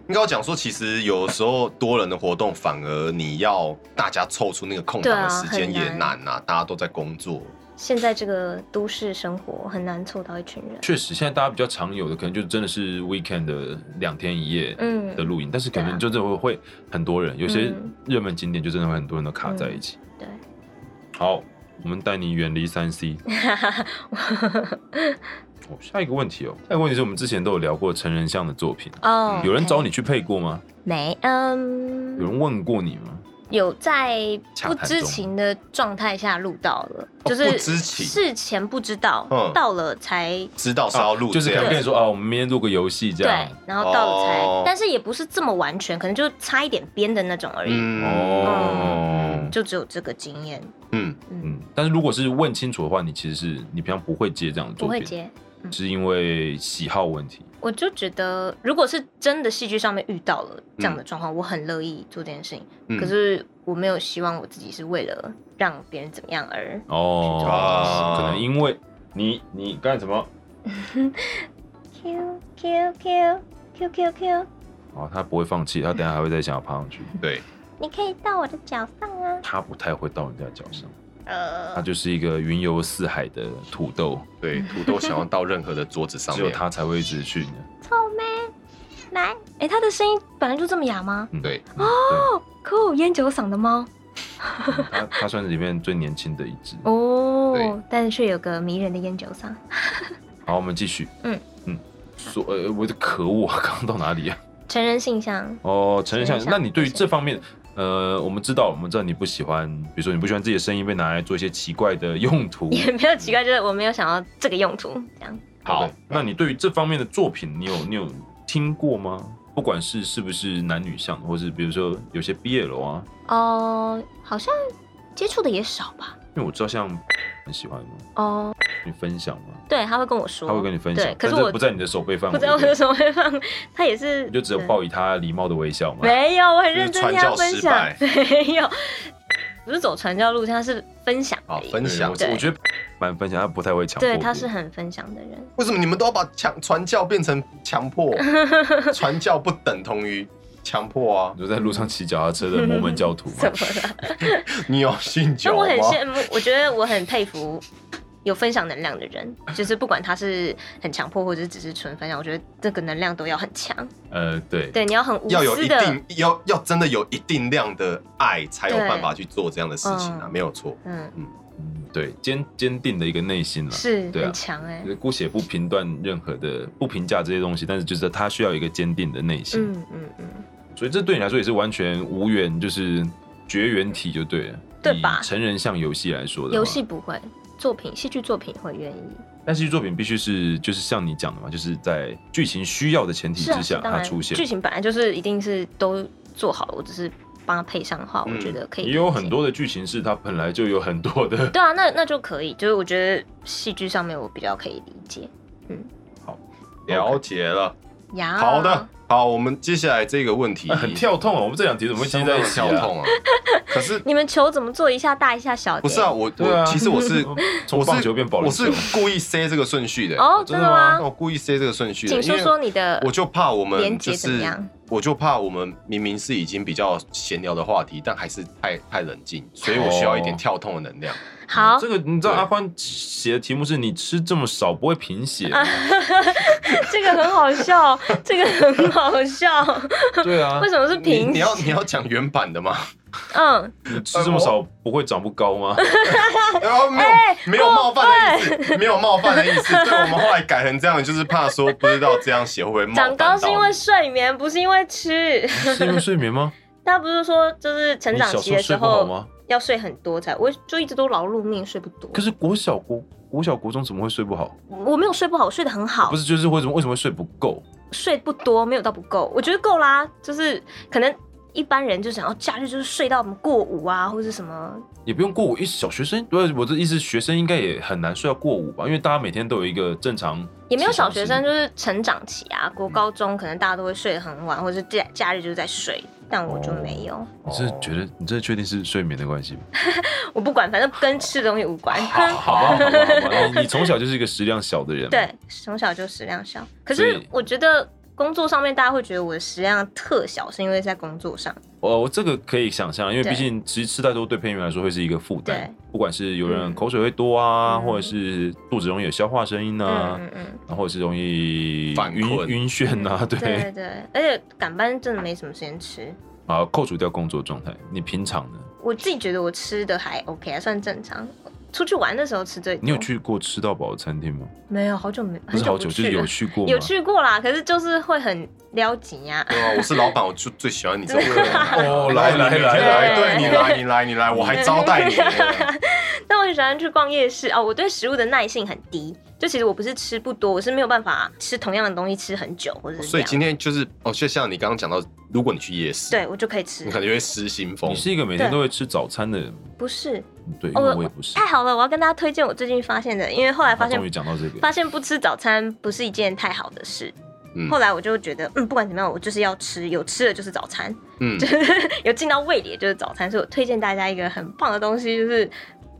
S3: 应该要讲说，其实有时候多人的活动，反而你要大家凑出那个空档的时间
S4: 对啊
S3: 也
S4: 很
S3: 难
S4: 难
S3: 啊，大家都在工作。
S4: 现在这个都市生活很难凑到一群人。
S5: 确实，现在大家比较常有的可能就真的是 weekend 的两天一夜
S4: 嗯
S5: 的露营，但是可
S4: 对
S5: 能
S4: 啊
S5: 就真的会很多人，有些
S4: 嗯
S5: 热门景点就真的会很多人都卡在一起。
S4: 对，
S5: 好，我们带你远离三 C。哦，下一个问题哦，下一个问题是我们之前都有聊过成人像的作 *laughs* 品，
S4: 哦，
S5: 嗯有人
S4: OK
S5: 找你去配过吗？
S4: 没？嗯，
S5: 有人问过你吗？
S4: 有在
S5: 洽
S4: 不
S5: 谈
S4: 知
S5: 中
S4: 情的状态下录到了，
S3: 哦
S4: 就
S3: 不
S4: 是
S3: 知情
S4: 事前不知道，
S3: 嗯
S4: 到了才
S3: 知道是要录
S5: 就
S3: 这
S5: 是可
S3: 样
S5: 能
S3: 子，
S5: 跟你说啊，我们明天录个游戏这
S4: 对
S5: 样。，
S4: 然后到了才，
S3: 哦
S4: 但是也不是这么完全，可能就差一点边的那种而已，
S3: 嗯
S5: 哦，
S4: 就只有这个经验，
S3: 嗯，
S5: 嗯，但是如果是问清楚的话，你其实是你平常不会接这样的
S4: 不
S5: 作
S4: 会
S5: 品，
S4: 接。
S5: 是因为喜好问题。
S4: 我就觉得，如果是真的戏剧上面遇到了这样的状况，我很乐意做这件事情。
S3: 嗯
S4: 可是我没有希望我自己是为了让别人怎么样而
S5: 哦
S3: 啊，
S5: 可能因为你你干什么？
S4: Q Q Q Q Q Q，
S5: 哦，他不会放弃，他等下还会再想要爬上去。
S3: 对，
S4: 你可以到我的脚上啊。
S5: 他不太会到人家脚上，
S4: 呃
S5: 他，就是一个云游四海的土豆，
S3: 对，土豆想要到任何的桌子上
S5: 只有
S3: 面，
S5: 他才会一直去。
S4: 臭妹，来，哎，他的声音本来就这么哑吗？
S5: 嗯，
S3: 对
S5: 嗯 *laughs* 对
S4: 哦，酷，烟酒嗓的猫
S5: 嗯他他算是里面最年轻的一只。
S4: 哦
S3: 对，
S4: 但是却有个迷人的烟酒嗓。
S5: 好，我们继续。
S4: 嗯
S5: 嗯，所呃，我的可恶啊，刚刚到哪里 *laughs* 啊？
S4: 成人性向，
S5: 哦，陈
S4: 陈
S5: 想
S4: 仁，祥
S5: 那你对于这方面，呃，我们知道，我们知道你不喜欢，比如说你不喜欢自己的声音被拿来做一些奇怪的用 *laughs* 途。
S4: 也没有奇怪，就是我没有想要这个用途，这样。
S3: 好
S5: 对，那你对于这方面的作品，你有你有听过吗？不管是是不是男女向，或是比如说有些毕业楼啊，
S4: 哦，好像接触的也少吧。
S5: 因为我知道像很喜欢吗？
S4: 哦，
S5: 你分享吗？
S4: 对，他会跟我说，
S5: 他会跟你分享
S4: 对，，可
S5: 但
S4: 是
S5: 是
S4: 我
S5: 不在你的手背范围
S4: 不
S5: 内，
S4: 知道为什么会放，他也是
S5: 你就只有
S4: 对
S5: 报以他礼貌的微笑嘛。
S4: 没有，我很认真
S3: 就是
S4: 听
S3: 传
S4: 他
S3: 教
S4: 分
S3: 失
S4: 享
S3: 败，
S4: *laughs* 没有，不是走传教路线，他是分享
S3: 好
S4: 而已。
S3: 分
S5: 对，
S3: 享
S5: 我。
S4: 对
S5: 我觉得蛮分享，他不太会强迫别
S4: 对，
S5: 人。
S4: 他是很分享的 *laughs* 人，
S3: 为什么你们都要把强传教变成强
S4: *laughs*
S3: 迫？传教不等同于强迫啊
S5: 你！说在路上骑脚踏车的摩门教徒嘛。
S4: 怎么了？
S3: 你有信
S4: 但
S3: 教
S4: 我
S3: 吗
S4: 很？羡慕，我觉得我很佩服 *laughs* 有分享能量的人，就是不管他是很强迫，或者是只是纯分享，我觉得这个能量都要很强。
S5: 呃，对，
S4: 对，你要很无
S3: 要有一
S4: 私的，
S3: 定要要真的有一定量的爱，才有
S4: 对
S3: 办法去做这样的事情啊，
S4: 嗯
S3: 没有错。
S4: 嗯，
S5: 嗯对，坚坚定的一个内心了。
S4: 是
S5: 对啊
S4: 很强哎
S5: 就，是姑且不评断任何的，不评价这些东西，但是就是他需要有一个坚定的内心，
S4: 嗯嗯嗯，
S5: 所以这对你来说也是完全无缘，就是绝缘体就对了，
S4: 对吧
S5: 以成人向游戏来说的话
S4: 游戏，不会，作品戏剧作品会愿意，
S5: 但戏剧作品必须是就是像你讲的嘛，就是在剧情需要的前提
S4: 是啊，
S5: 之
S4: 是
S5: 下
S4: 当
S5: 它
S4: 然，
S5: 出现
S4: 剧。情本来就是一定是都做好了，我只是帮他配上话，我觉得可以。
S5: 嗯也有很。多的剧情是它本来就有很多的。 *laughs*
S4: 对啊，那那就可以，就是我觉得戏剧上面我比较可以理解。
S3: 了解了，
S4: 呀，
S3: 好的，好，我们接下来这个问题
S5: 很跳痛哦，我们这两题怎么会接在一起
S3: 相
S5: 啊？
S3: 当的跳痛啊？可是
S4: 你们球怎么做一下大一下小？
S3: 不是啊？？我
S5: 对啊
S3: 我其实我
S5: *laughs*
S3: 是
S5: 从棒球变保龄
S3: 我
S5: 球
S3: 是故意塞这个顺序的。
S4: 哦，
S5: 真
S4: 真
S5: 的
S4: 的
S5: 吗
S3: 那
S4: 吗？
S3: 我故意塞这个顺序的，
S4: 请说
S3: 因为
S4: 说你的，
S3: 我就怕我们
S4: 连
S3: 就
S4: 结怎
S3: 是
S4: 么样，
S3: 我就怕我们明明是已经比较闲聊的话题，但还是太太冷静，所以我需要一点
S5: 哦
S3: 跳痛的能 *laughs* 量。
S4: 好
S5: 这，个你知道
S3: 对
S5: 阿欢写的题目是你吃这么少不会贫血吗，
S4: *laughs* 啊这个很好
S5: *laughs*
S4: 笑，这个很好笑。
S5: 对啊
S4: 为，什么是
S3: 你
S4: 平？
S3: *laughs* 你要你要讲原版的吗？
S4: 嗯，
S5: 你吃这么少不会长不高
S4: *laughs*
S5: 吗？
S3: 然后没有
S4: 哎
S3: 没有冒犯的意思，没有冒犯的意 *laughs* 思。所以我们后来改成这样，就是怕说不知道这样写会不会冒
S4: 长
S3: 犯到
S4: 高
S3: 你
S4: 是因为睡眠，不是因为吃。 *laughs*
S5: 是因为睡眠吗？
S4: 他不是说就是成
S5: 你
S4: 长
S5: 小
S4: 期
S5: 时候
S4: 的
S5: 睡
S4: 时
S5: 不好
S4: 候
S5: 吗？
S4: 要睡很多才，我就一直都劳碌命，睡不多。
S5: 可是国小国国小国中怎么会睡不好？
S4: 我没有睡不好，我睡得很好
S5: 不，是，就是为什么为什么会睡不够？
S4: 睡不多，没有到不够，我觉得够啦。就是可能一般人就想要假日就是睡到我们过午啊，或者什么
S5: 也不用过午，一小学生，不是我的意思，学生应该也很难睡到过午吧？因为大家每天都有一个正常，
S4: 也没有小学生，就是成长期啊，
S5: 嗯
S4: 国高中可能大家都会睡得很晚，或者是假假日就是在睡，但我就没有，
S5: 你真的觉得你真的确定是睡眠的关系吗？
S4: 我不管，反正跟吃东西无关。
S5: 好吧，好吧，好吧，你你从小就是一个食量小的人，，
S4: 对，从小就食量小，可
S5: 所
S4: 是
S5: 以
S4: 我觉得工作上面大家会觉得我的食量特小，是因为在工作上。
S5: 哦，我这个可以想象，因为
S4: 对
S5: 毕竟其实吃太多对配音员来说会是一个负担
S4: 对，
S5: 不管是有人口水会多啊，
S4: 嗯
S5: 或者是肚子容易有消化声音啊，
S4: 嗯嗯嗯，
S5: 然后或者是容易
S3: 犯
S5: 晕
S3: 困
S5: 晕眩 *laughs* 啊，对，
S4: 对对对，而且赶班真的没什么时间吃。
S5: 啊，扣除掉工作状态，你平常呢？
S4: 我自己觉得我吃的还 OK，还算正常。出去玩的时候吃最多。
S5: 你有？去过吃到饱的餐厅吗？
S4: 没有，好久没，
S5: 不
S4: 很
S5: 是好
S4: 不
S5: 久，就
S4: 去
S5: 是有
S4: 了
S5: 去过吗？
S4: 有去过啦，可是就是会很撩急呀、
S3: 对啊，我是老板，我就最喜欢你这种人。 *laughs*
S5: 哦来来
S3: 你每
S5: 来
S3: 天来，
S4: 来
S3: 对你来，你来，你来，我还招待 *laughs* 你。
S4: *laughs* 但我很喜欢去逛夜市哦，我对食物的耐性很低，就其实我不是吃不多，我是没有办法吃同样的东西吃很久，或者是
S3: 所以
S4: 这样
S3: 今天就是哦，就像你刚刚讲到，如果你去夜市，
S4: 对我就可以吃
S3: 你。可能会失心疯
S5: 你。是一个每天都会吃早餐的人吗，
S4: 不是，
S5: 对，因
S4: 哦
S5: 为
S4: 我
S5: 我也不是。
S4: 太好了，我要跟大家推荐我最近发现的，因为后来发
S5: 他
S4: 现
S5: 终于讲到这个，
S4: 发现不吃早餐不是一件太好的事。
S3: 嗯
S4: 后来我就觉得，嗯，不管怎么样，我就是要吃，有吃的就是早餐，
S3: 嗯，
S4: 有进到胃里的就是早餐。所以我推荐大家一个很棒的东西，就是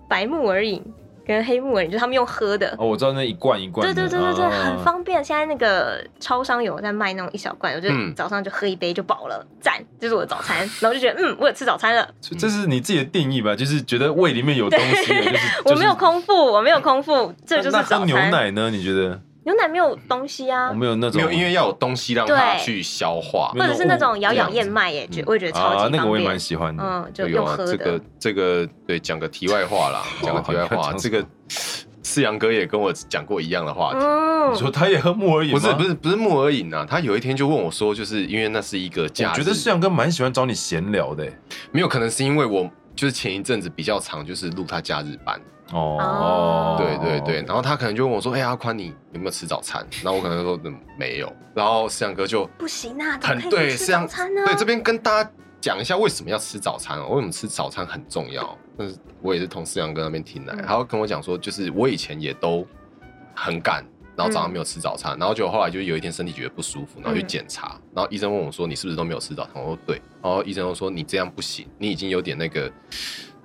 S4: 白木耳饮跟黑木耳饮，就是他们用喝的。
S5: 哦，我知道那一罐一罐
S4: 对
S5: 的，
S4: 对对对对，
S5: 啊
S4: 很方便。现在那个超商有在卖那种一小罐，我就
S3: 嗯
S4: 早上就喝一杯就饱了，赞，这是我的早餐。然后就觉得，嗯，我有吃早餐了，
S5: 这这是你自己的定义吧？就是觉得胃里面有东西了，就是
S4: 我没有。
S5: 就是
S4: 空腹，我没有空腹，这就是
S5: 那
S4: 早
S5: 喝
S4: 餐。
S5: 牛奶呢？你觉得？
S4: 牛奶没有东西啊
S5: 我，没有那种，
S3: 没有，因为要有东西让他
S4: 对
S3: 去消化。
S4: 或者是那种咬咬
S5: 哦这样子
S4: 燕麦耶，觉
S5: 嗯
S4: 我也觉得超级
S5: 啊
S4: 方，便。
S5: 那个我也蛮喜欢的。
S4: 嗯，就
S3: 哎呦
S4: 用
S3: 啊
S4: 喝的。
S3: 这个这个，对，讲个题外话啦，讲个题外
S5: 好
S3: 话，
S5: 你要讲
S3: 这个四阳哥也跟我讲过一样的话题。
S4: 嗯
S5: 你说他也喝木耳饮
S3: 不
S5: 吗？
S3: 是不是不是木耳饮啊，他有一天就问我说，就是因为那是一个假
S5: 我
S3: 日，
S5: 觉得世阳哥蛮喜欢找你闲聊的。
S3: 没有可能是因为我就是前一阵子比较长，就是录他假日班，
S5: 哦，
S3: 对对对，，然后他可能就问我说，哎、阿宽你有没有吃早餐？然后我可能就说嗯没有，然后思阳哥就
S4: 不行啊，怎
S3: 很
S4: 么可以
S3: 对，
S4: 不吃
S3: 思阳
S4: 早餐啊呢、
S3: 对这边跟大家讲一下为什么要吃早餐哦，为什么吃早餐很重要？但是我也是从思阳哥那边听来，
S4: 嗯
S3: 他会跟我讲说，就是我以前也都很赶。然后早上没有吃早餐，然后就后来就有一天身体觉得不舒服，然后去
S4: 嗯
S3: 检查，然后医生问我说：“你是不是都没有吃早餐？”我说：“对。”然后医生又说：“你这样不行，你已经有点那个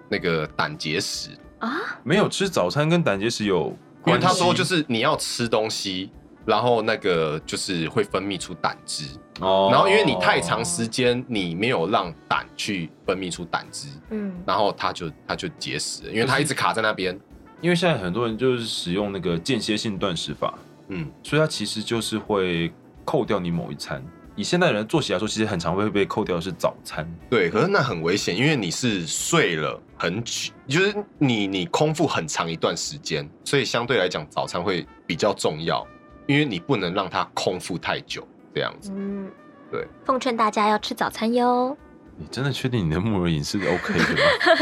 S3: 那个胆结石。”
S4: 啊，
S5: 没有吃早餐跟胆结石有
S3: 因为
S5: 关系。
S3: 他说就是你要吃东西，然后那个就是会分泌出胆汁，
S5: 哦，
S3: 然后因为你太长时间你没有让胆去分泌出胆汁，
S4: 嗯，
S3: 然后它就它就结石了，因为它一直卡在那边。
S5: 因为现在很多人就是使用那个间歇性断食法，
S3: 嗯，
S5: 所以它其实就是会扣掉你某一餐。以现代人的作息来说，其实很常会被扣掉的是早餐。
S3: 对，可是那很危险，因为你是睡了很久，就是你你空腹很长一段时间，所以相对来讲早餐会比较重要，因为你不能让它空腹太久这样子。
S4: 嗯，
S3: 对，
S4: 奉劝大家要吃早餐哟。
S5: 你真的确定你的木耳饮是 OK
S4: *laughs*
S5: 的吗？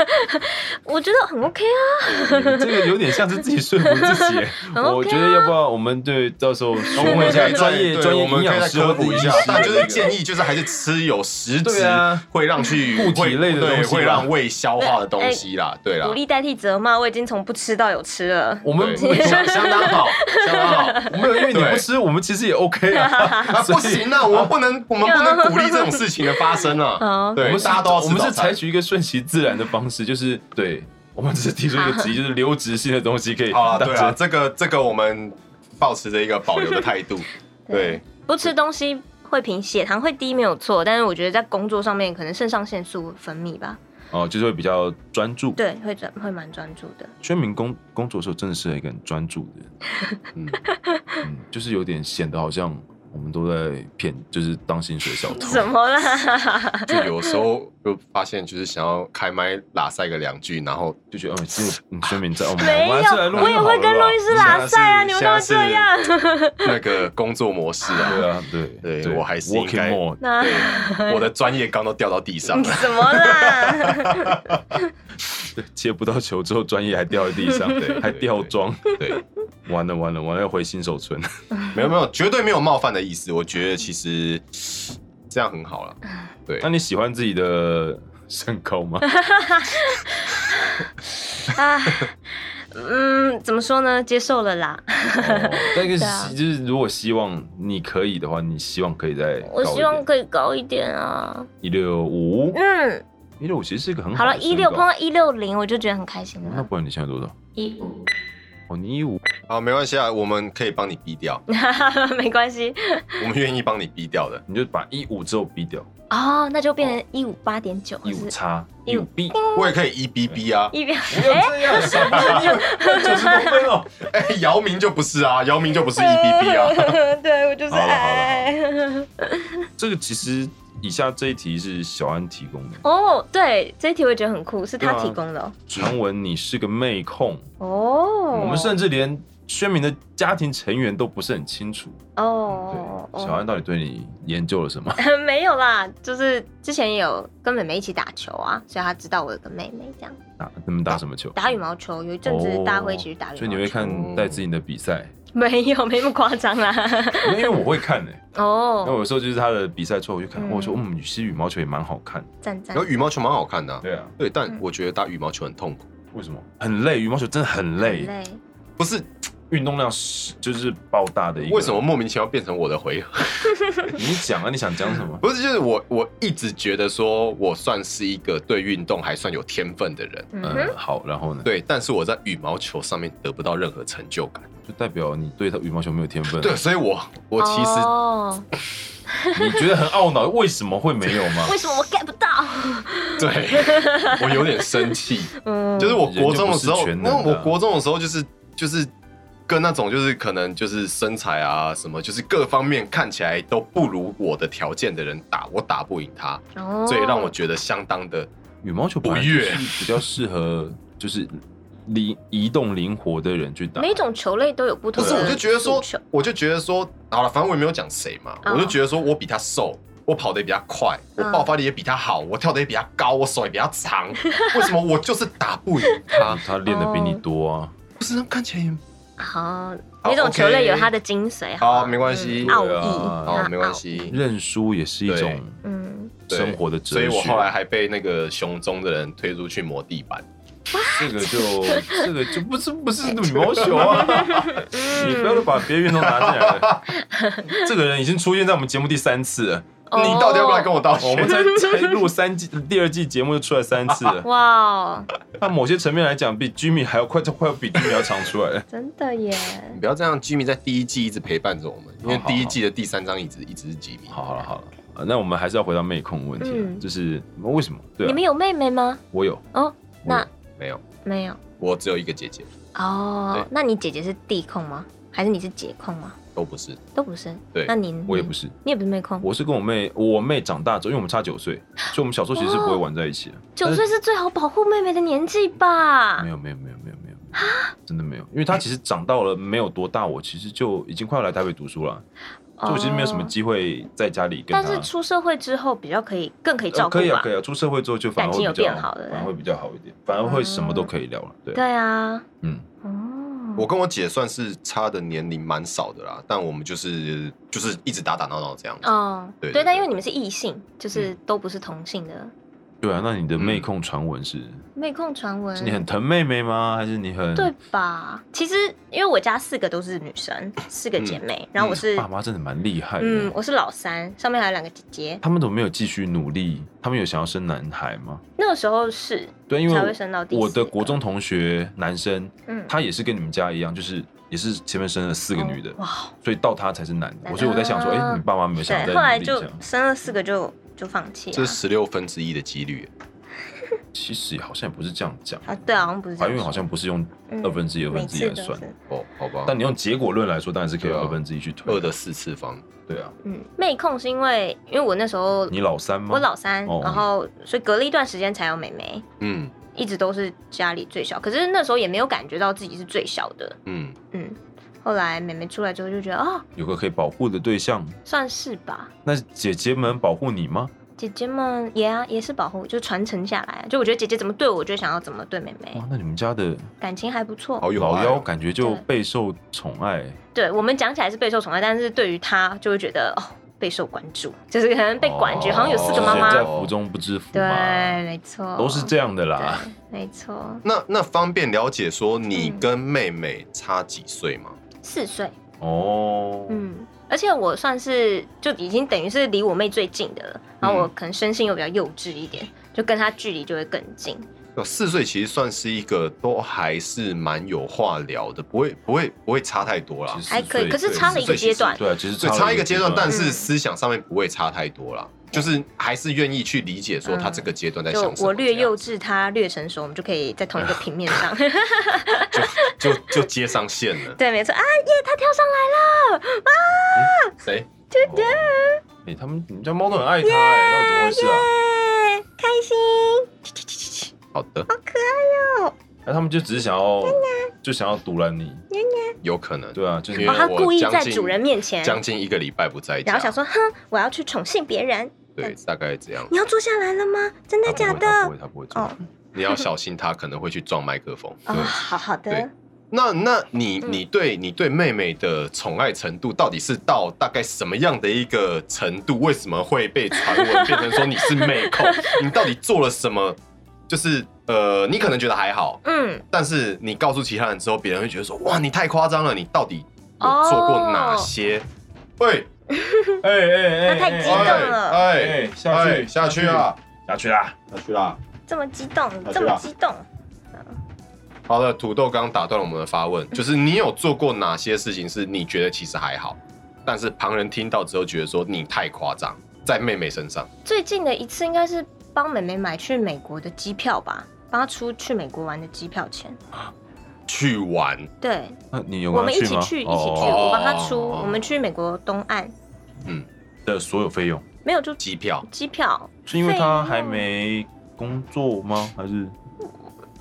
S4: 我觉得很 OK 啊，
S5: 你这个有点像是自己说服自己耶。
S4: 很 OK 啊
S5: 我觉得要不要我们对到时候询问一下
S3: 对
S5: 专业
S3: 对
S5: 专业
S3: 我们
S5: 营
S3: 可以
S5: 养
S3: 再
S5: 师
S3: 科
S5: 或者
S3: 普一
S5: 医
S3: 下
S5: 师，
S3: 但就是
S5: 这个
S3: 建议就是还是吃有实质
S5: 对啊，
S3: 会让去
S5: 固体
S3: 会
S5: 类的
S3: 对
S5: 东西吧
S3: 会让胃消化的东西啦，对啦
S4: 鼓，励代替责骂，我已经从不吃到有吃了。
S5: 我们
S3: 对，相相当好，相当好。
S5: 没有，因为你
S3: 对
S5: 不吃，我们其实也 OK 啊。
S3: 啊，不行啊，我们不
S5: *laughs*
S3: 能，我们不能鼓励这种事情的发生啊
S4: 哦。
S3: 对，
S5: 我们是
S3: 大家都要吃
S5: 我们
S3: 早
S5: 是
S3: 餐
S5: 采取一个顺其自然的方式，就是对，我们只是提出一个质疑，就是流质性的东西可以
S3: 好
S5: 当
S3: 了，对啊，
S5: 成
S3: 这个这个我们保持着一个保留的态
S5: *laughs*
S3: 度。对，
S4: 不吃东西会贫血糖会低没有错，但是我觉得在工作上面可能肾上腺素分泌吧，
S5: 哦，就是会比较专注。
S4: 对，会专会蛮专注的。
S5: 宣明工
S4: *laughs*
S5: 工作的时候，真的是一个很专注的人，
S3: 嗯，
S5: 嗯，就是有点显得好像我们都在骗，就是当薪水小偷。
S4: 怎么啦？
S3: 就有时候就发现，就是想要开麦拉塞个两句，然后
S5: 就觉得，哦，这个嗯，孙明在澳门，
S4: 没
S5: 我们还是来录
S4: 有，我也
S5: 音好
S4: 会
S5: 了
S4: 跟
S5: 吧
S4: 路易斯拉塞啊，
S3: 你
S4: 你们
S3: 下
S4: 都
S3: 次
S4: 这样。
S3: 那个工作模式啊，
S5: *laughs* 对啊，对
S3: *laughs* 对我还是应
S5: working
S3: 该
S5: more。
S4: *laughs* 那
S3: 对，我的专业刚都掉到地上了。
S4: 怎么啦？
S5: 对接不到球之后，专业还掉在地上，
S3: *laughs* 对
S5: 还
S3: 对
S5: 掉妆，
S3: 对，
S5: 完了完了完了，要回新手村。
S3: 没有没有，绝对没有冒犯的意思。我觉得其实这样很好了。对
S5: 那，你喜欢自己的身
S4: *laughs*
S5: 高吗？
S4: 啊，嗯，怎么说呢？接受了啦。
S5: 哦，但是
S4: 对啊
S5: 希就是如果希望你可以的话，你希望可以再
S4: 我希望
S5: 高
S4: 可以高一点啊。
S5: 一六五，
S4: 嗯，
S5: 一六五其实是一个很
S4: 好了，
S5: 的
S4: 一
S5: 身
S4: 六
S5: 高
S4: 碰到一六零，我就觉得很开心
S5: 那
S4: 了。
S5: 不然你现在多少？
S4: 一五， *laughs*
S5: 哦，你一五，
S3: 好，没关系啊，我们可以帮你逼掉，
S4: 没关系。
S3: 我们愿意帮你逼掉的。
S5: 你就把一五之后逼掉，
S4: 哦，那就变成一五八点九，
S5: 一五叉，一
S4: 一
S5: 五
S4: 五
S5: B，
S3: 我也可以一逼逼啊。 *laughs*
S4: 一哎边
S5: 不要这样，什么
S4: *laughs*
S5: 九十公分哦。
S3: 哎、姚明就不是啊，姚明就不是一逼逼啊。
S4: *laughs* 对我就是哎
S5: 好了好了
S4: 矮。
S5: 这个其实以下这一题是小安提供的，
S4: 哦，对，这一题我也觉得很酷，是他
S5: 对啊
S4: 提供的哦
S5: 传闻你是个妹控，
S4: 哦。
S5: 我们甚至连宣明的家庭成员都不是很清楚。
S4: 哦，
S5: 对，
S4: 哦
S5: 小安到底对你研究了什么？
S4: *laughs*
S5: *laughs*
S4: 没有啦，就是之前也有跟妹妹一起打球啊，所以她知道我有个妹妹，这样
S5: 打他们打什么球？
S4: 打羽毛球，有一阵子
S5: 哦
S4: 大家会一起去打羽毛球，
S5: 所以你会看戴资颖的比赛？
S4: *laughs*
S5: *laughs*
S4: 没有没那么夸张啦。 *laughs*
S5: 因为我会看诶、欸那我
S4: 哦，
S5: 有时候就是他的比赛之后，我就看，
S4: 嗯
S5: 我说嗯，其实羽毛球也蛮好看。
S4: 赞赞
S3: 然后，羽毛球蛮好看的啊、
S5: 对啊，
S3: 对，但
S4: 嗯
S3: 我觉得打羽毛球很痛苦，
S5: 为什么？很累，羽毛球真的很
S3: 嗯
S5: 累，
S4: 累，
S3: 不是
S5: 运动量是就是爆大的一个。
S3: 为什么？莫名其妙变成我的回合？ *laughs*
S5: 你讲啊，你想讲什么？
S3: 不是，就是我我一直觉得说我算是一个对运动还算有天分的人，
S4: 嗯哼，
S5: 嗯，好，然后呢？，
S3: 对，但是我在羽毛球上面得不到任何成就感，
S5: 就代表你对他羽毛球没有天分。
S3: 对，，所以我我其实、
S4: 哦，
S5: 你觉得很懊恼，为什么会没有吗？
S4: *laughs* 为什么我 get 不到？ *laughs*
S3: 对我有点生气，
S4: 嗯，
S3: 就是我国中的时候，
S5: 人就不是全
S3: 那
S5: 能的
S3: 我
S5: 啊
S3: 国中的时候就是就是跟那种就是可能就是身材啊什么，就是各方面看起来都不如我的条件的人打，我打不赢他，
S4: 哦
S3: 所以让我觉得相当的
S5: 羽毛球本来就是比较适合就是灵移动灵活的人去打。
S4: 每种球类都有
S3: 不
S4: 不同的
S3: 是，
S4: 诉求。
S3: 啊我就觉得说，我就觉得说，好了，反正我也没有讲谁嘛，
S4: 嗯
S3: 我就觉得说我比他瘦，我跑得也比他快，我
S4: 嗯
S3: 爆发力也比他好，我跳得也比他高，我手也比他长，为什么我就是打不赢他？ *laughs*
S5: 他练的比你多啊，
S3: 不是，那看起来也
S4: 好，
S3: 好
S4: 每种球类
S3: OK
S4: 有它的精髓，好
S3: 好，
S4: 吧
S3: 没关系呃
S4: 嗯，奥
S5: 对啊
S4: 义，
S3: 好，
S4: 它
S3: 没
S4: 奥
S3: 关
S4: 义，
S3: 系。
S5: 认输也是一种
S4: 嗯，
S3: 对
S5: 生活的哲
S3: 所
S5: 学。
S3: 以我后来还被那个熊中的人推出去磨地板。
S5: 这个就这个就不是
S4: *laughs*
S5: 不是羽毛球啊！你不要把别的运动拿
S4: *laughs*
S5: 进来了。这个人已经出现在我们节目第三次了，
S4: 哦
S3: 你到底要不要跟我道歉？
S4: *laughs*
S5: 我们才才录三季，第二季节目就出来三次了。
S4: 哇哦，
S5: 那某些层面来讲，比 Jimmy 还要快，快要比 Jimmy 要长出来了。
S4: 真的耶，
S3: 你不要这样，Jimmy 在第一季一直陪伴着我们，因为
S5: 好好
S3: 第一季的第三章一直一直是 Jimmy。
S5: 好好了好了、呃那我们还是要回到妹控的问题了，
S4: 嗯
S5: 就是你们为什么？对、
S4: 你
S5: 啊
S4: 们，有妹妹吗？
S5: 我有，
S4: 哦，那
S3: 没有，
S4: 没有
S3: 我只有一个姐姐，
S4: 哦
S3: 对。
S4: 那你姐姐是地控吗？还是你是姐控吗？
S3: 都不是。
S4: 都不是。
S3: 对
S4: 那你
S5: 我也不，是，
S4: 你也不是妹控。
S3: 呃
S5: 我是跟我妹，我妹长大之后，因为我们差九岁，所以我们小时候其实是不会玩在一起的。
S4: 哦九岁啊是最好保护妹妹的年纪吧
S5: 没？有没有没有没有没有，真的没有，因为他其实长到了没有多大，我其实就已经快要来台北读书了，所以我其实没有什么
S4: 哦。
S5: 机会在家里跟
S4: 但
S5: 他。
S4: 是出社会之后比较可以，更可以照
S5: 呃
S4: 顾吧？
S5: 可以啊可以啊，出社会之后就反而
S4: 感
S5: 会
S4: 情有
S5: 比较
S4: 变好了嗯
S5: 反而会比较好一点，反而会什么都可以聊了。对，
S4: 对啊，
S5: 嗯，
S4: 哦，
S3: 我跟我姐算是差的年龄蛮少的啦，但我们就是就是一直打打闹闹这样子。
S4: 哦，
S3: 对对
S4: 对，但
S3: 对
S4: 因为你们是异性，
S5: 嗯
S4: 就是都不是同性的。
S5: 对啊，那你的妹
S3: 嗯
S5: 控传闻是
S4: 妹控传闻，
S5: 是你很疼妹妹吗？还是你很
S4: 对吧？其实因为我家四个都是女生，四个姐妹，然后我是
S5: 嗯爸妈真的蛮厉害
S4: 嗯，
S5: 的。
S4: 我是老三，上面还有两个姐姐。
S5: 他们怎么没有继续努力？他们有想要生男孩吗？
S4: 那个时候是
S5: 对，因为
S4: 才会生到第
S5: 我
S4: 四
S5: 的
S4: 个
S5: 国中同学男生，
S4: 嗯，
S5: 他也是跟你们家一样，就是也是前面生了四个女的
S4: 哦，哇，
S5: 所以到他才是男的。
S4: 男的啊
S5: 我所以我在想说，哎、你爸妈没有想
S4: 对，后
S5: 再
S4: 来
S5: 努力
S4: 就
S5: 这样？
S4: 生了四个就就放弃啊
S3: 这
S4: 了
S3: 是。十六分之一的几率，
S5: 其实好像也不是这样讲，
S4: 啊，对啊，好像不是这
S5: 怀
S4: 样
S5: 孕
S4: 说
S5: 好像不是用
S4: 嗯
S5: 二分之一、二分之一来
S4: 每次都
S5: 算，
S4: 是
S3: 哦，好吧，
S5: 但你用结果论来说，当然是可以
S3: 对啊
S5: 二分之一去推
S3: 二的，四次方，
S5: 对啊。
S4: 嗯，妹控是因为因为我那时候
S5: 你老三吗？
S4: 我老三，
S5: 哦
S4: 然后所以隔了一段时间才有妹妹，
S3: 嗯
S4: 一直都是家里最小，可是那时候也没有感觉到自己是最小的，
S3: 嗯，
S4: 嗯。后来妹妹出来之后就觉得哦，
S5: 有个可以保护的对象，
S4: 算是吧。
S5: 那姐姐们保护你吗？
S4: 姐姐们也啊也是保护，就传承下来啊。就我觉得姐姐怎么对我，我就想要怎么对妹妹
S5: 哇，，那你们家的
S4: 感情还不错。
S3: 好有
S5: 老
S3: 爱
S5: 幺
S3: 哦
S5: 感觉就
S4: 对
S5: 备受宠爱，
S4: 对我们讲起来是备受宠爱，但是对于她就会觉得哦备受关注，就是可能被管觉，
S5: 哦
S4: 好像有四个妈妈。
S5: 就是
S3: 哦
S5: 人在福中不知福
S4: 对，哦
S5: 嘛，
S4: 没错，
S5: 都是这样啊的啦。
S4: 对，没错，
S3: 那那方便了解说你
S4: 嗯
S3: 跟妹妹差几岁吗？
S4: 四岁，
S5: 哦，
S4: 嗯，而且我算是就已经等于是离我妹最近的了，然后我可能生性又比较幼稚一点，
S3: 嗯
S4: 就跟她距离就会更近。
S3: 有四岁其实算是一个都还是蛮有话聊的，不会不会不会差太多啦
S5: 其。实
S4: 还可以
S5: 对
S4: 可是
S5: 对
S4: 差了一个阶段
S5: 对啊，其实
S3: 对，差一个阶段，但
S4: 嗯
S3: 是思想上面不会差太多啦，就是还是愿意去理解说他这个阶段在想
S4: 嗯就
S3: 什么。
S4: 我略
S3: 这样
S4: *laughs* 幼稚，她略成熟，我们就可以
S3: *laughs*
S4: 在同一个平面上。。
S3: 就就接上线了
S4: *laughs* 对，没错啊，耶，她跳上来了，
S3: 谁？
S5: 姐姐，哎，他们你们家猫都很爱它，哎，那怎么回事啊？
S4: 耶，开心，
S3: 好的，
S4: 好可爱哟、
S5: 那哎他们就只是想要，就想要独揽你，
S3: 有可能。
S5: 对啊，就是
S3: 因
S4: 哦，
S3: 为
S4: 她故意
S3: 我将
S4: 在
S3: 近
S4: 主人面前，
S3: 将近一个礼拜不在家，
S4: 然后想说，哼，嗯我要去宠幸别人。
S3: 对，大概这样。
S4: 你要坐下来了吗？真的假
S5: 他不
S4: 的
S5: 会，？他不会，他不
S4: 哦
S5: 会做。
S3: 你要小心，他可能会去撞麦克风。
S4: *laughs* 哦，好好的
S3: 对。那那你
S4: 嗯
S3: 你对你对妹妹的宠爱程度到底是到大概什么样的一个程度？为什么会被传闻变成说你是妹控？你到底做了什么？就是呃，你可能觉得还好，
S4: 嗯，
S3: 但是你告诉其他人之后，别人会觉得说哇，你太夸张了，你到底有做
S4: 哦
S3: 过哪些？喂，
S5: 哎哎哎，
S4: 他太激动
S5: 哎
S4: 了
S3: 哎
S5: 哎下去
S3: 哎下去啊，
S5: 下去啦！
S3: 下去啦！
S4: 这么激动，
S3: 啊
S4: 这
S3: 对
S4: 么
S3: 啊
S4: 激动，
S3: 好的，土豆刚刚打断了我们的发问，就是你有做过哪些事情是你觉得其实还好，但是旁人听到之后觉得说你太夸张，在妹妹身上，
S4: 最近的一次应该是帮妹妹买去美国的机票吧，帮她出去美国玩的机票钱。
S3: 去玩
S4: 对，
S5: 那你有
S4: 我
S5: 跟他
S4: 们一起
S5: 吗？
S4: 去，一起去，我
S5: 哦
S4: 帮她出，
S3: 哦
S4: 我们去美国东岸，
S5: 的所有费用，
S4: 没有就
S3: 机票，
S4: 机票，
S5: 是因为他还没工作吗？还是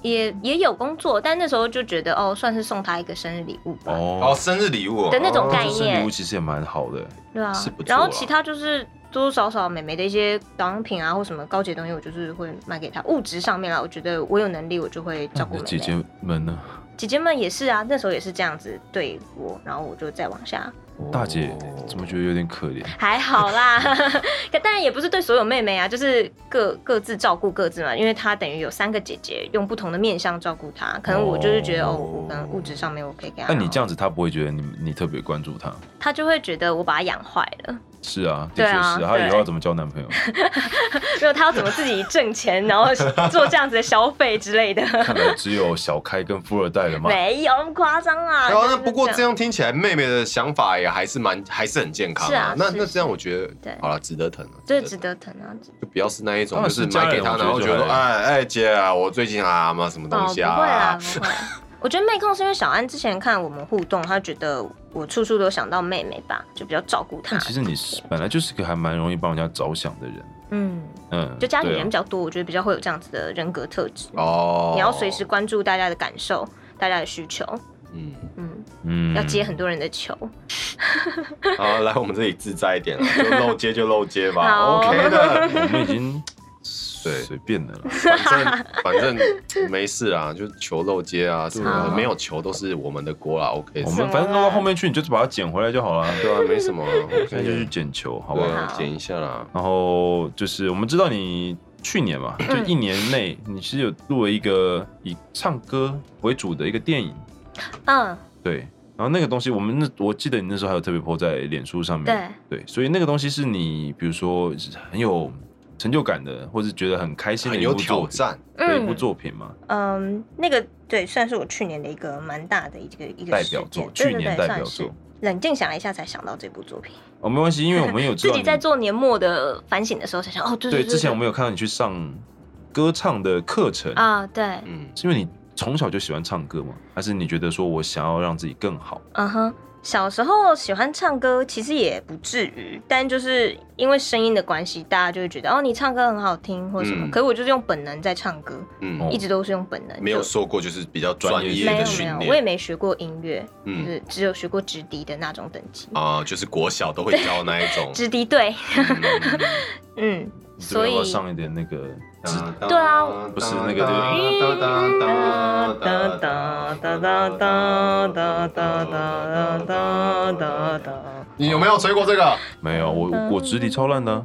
S4: 也也有工作，但那时候就觉得哦，算是送她一个生日礼物吧，
S3: 哦，
S5: 哦？
S3: 生日礼物、
S4: 的
S3: 哦，
S4: 那种啊
S5: 哦
S4: 概
S5: 这生日礼
S4: 念
S5: 物，其实也蛮好的，
S4: 对啊
S3: 是不。错
S4: 然后
S3: 啦
S4: 其他就是。多多少少美眉的一些保养品啊，或什么高级的东西，我就是会卖给她。物质上面啦，我觉得我有能力，我就会照
S5: 那
S4: 顾
S5: 你
S4: 妹妹。
S5: 的姐姐们呢？
S4: 姐姐们也是啊，那时候也是这样子对我，然后我就再往下，
S5: 大姐怎么觉得有点可怜？
S4: 还好啦。 *laughs* 可当然也不是对所有妹妹啊，就是各各自照顾各自嘛，因为她等于有三个姐姐，用不同的面向照顾她。可能我就是觉得哦
S5: 哦
S4: 我可能物质上面我可以给她。
S5: 那你这样子，他不会觉得你你特别关注他？
S4: 她就会觉得我把她养坏了。
S5: 是啊，的
S4: 对
S5: 确
S4: 啊
S5: 是。他以后要
S4: 对
S5: 怎么交男朋
S4: *laughs*
S5: 友？
S4: 如果她要怎么自己挣钱， *laughs* 然后做这样子的消费之类的，
S5: 看来只有小开跟富二代了嘛。
S4: 没有那么夸张啊。
S3: 然后
S4: 就是
S3: 那不过这
S4: 样，
S3: 样听起来，妹妹的想法也还是蛮还是很健康
S4: 是啊
S3: 那
S4: 是
S3: 那这样我觉
S4: 对
S3: 得好了，值得疼了，
S4: 这
S3: 得
S4: 值得疼啊。
S3: 就不要是那一种，
S5: 当
S3: 就
S5: 然
S3: 是
S5: 是
S3: 买给
S5: 家人
S3: 她，然
S5: 我觉得
S3: 后觉得
S5: 就还
S3: 哎哎姐啊，我最近啊嘛什么东
S4: 哦，
S3: 西
S4: 不
S3: 啊
S4: 会啦，，不会。我觉得妹控是因为小安之前看我们互动，她觉得我处处都想到妹妹吧，就比较照顾她
S5: 但。其实你是本来就是个还蛮容易帮人家着想的人，
S4: 嗯，
S5: 嗯，
S4: 就家里
S5: 对啊
S4: 人比较多，我觉得比较会有这样子的人格特质。
S3: 哦，
S4: 你要随时关注大家的感受、大家的需求，
S3: 嗯，
S4: 嗯，
S5: 嗯
S4: 要接很多人的球。
S3: 好，来我们这里自在一点了，就漏接就漏接吧
S4: *laughs* 好
S3: ，OK 的。
S5: 我们已经
S3: 对
S5: 随便的了啦。
S3: 反正反正没事啊，就是球漏接啊什么的，
S4: 好
S3: 没有球都是我们的锅啦。OK，*laughs*
S5: 我
S3: 是
S5: 们反正弄到后面去，你就把它捡回来就好了。
S3: 对啊，没什么啊，
S5: 现在就去捡球，好
S3: 好
S5: 不好？
S3: 吧，剪一下啦。
S5: 然后就是我们知道你去年嘛，就一年内你其实有录了一个以唱歌为主的一个电影，
S4: 嗯，
S5: 对。然后那个东西，我们那我记得你那时候还有特别 po 在脸书上面，对所以那个东西是你比如说是很有成就感的，或是觉得很 *laughs* 开心的
S3: 很
S5: 一
S3: 有
S5: 部作
S3: 挑
S5: 品
S3: 战，
S5: 的一部
S4: 嗯
S5: 作品嘛。
S4: 嗯，那个对，算是我去年的一个蛮大的一个一个
S5: 代表
S4: 事
S5: 作
S4: 件对
S5: 去
S4: 对
S5: 年
S4: 对
S5: 代表
S4: 算是
S5: 作
S4: 冷静想了一下，才想到这部作品。
S5: 哦，没关系，因为我们有知
S4: 自
S5: 道
S4: 己在
S5: 你
S4: 做年末的反省的时候，才想哦，对
S5: 对，
S4: 对，
S5: 之前我们有看到你去上歌唱的课程，
S4: 啊，对，
S3: 嗯，
S5: 是因为你从小就喜欢唱歌吗？还是你觉得说我想要让自己更好？
S4: 嗯哼，小时候喜欢唱歌，其实也不至于，但就是因为声音的关系，大家就会觉得哦，你唱歌很好听或什么。
S3: 嗯
S4: 可是我就是用本能在唱歌，
S3: 嗯，
S5: 哦
S4: 一直都是用本能，
S3: 没有
S4: 就
S3: 受过就是比较专业
S4: 没
S3: 的
S4: 有
S3: 训
S4: 没有，我也
S3: 练，
S4: 没学过音乐，就
S3: 嗯
S4: 是只有学过直笛的那种等级，
S3: 啊、就是国小都会教那一
S4: *laughs*
S3: 种。
S4: 直笛队，
S3: 嗯
S4: 嗯，
S5: 你这个
S4: 所
S5: 要不要
S4: 以
S5: 上一点那个指
S4: 对啊
S5: 不是那个
S4: 哒哒哒哒哒哒哒哒哒哒哒。
S3: 你有没有吹过这个？
S5: 没有，我
S4: 嗯
S5: 我直笛超烂的啊，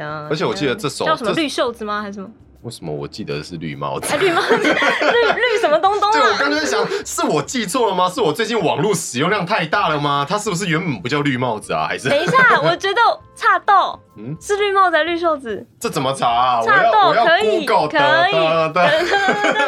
S4: 而
S3: 而且我记得这首
S4: 叫什么
S3: 这
S4: 绿袖子吗？还是什么？
S3: 为什么我记得是绿帽子
S4: 哎，？绿帽子， *laughs* 绿绿什么东东
S3: 对，我
S4: 啊？
S3: 刚刚在想，是我记错了吗？是我最近网络使用量太大了吗？它是不是原本不叫绿帽子啊？还是
S4: 等一下，我觉得差豆
S3: 嗯
S4: 是绿帽子还是绿袖子？
S3: 这怎么查啊？我
S4: 差
S3: 要
S4: 豆
S3: 我要
S4: 可以
S3: Google
S4: 可
S3: 的
S4: 以
S3: 的的。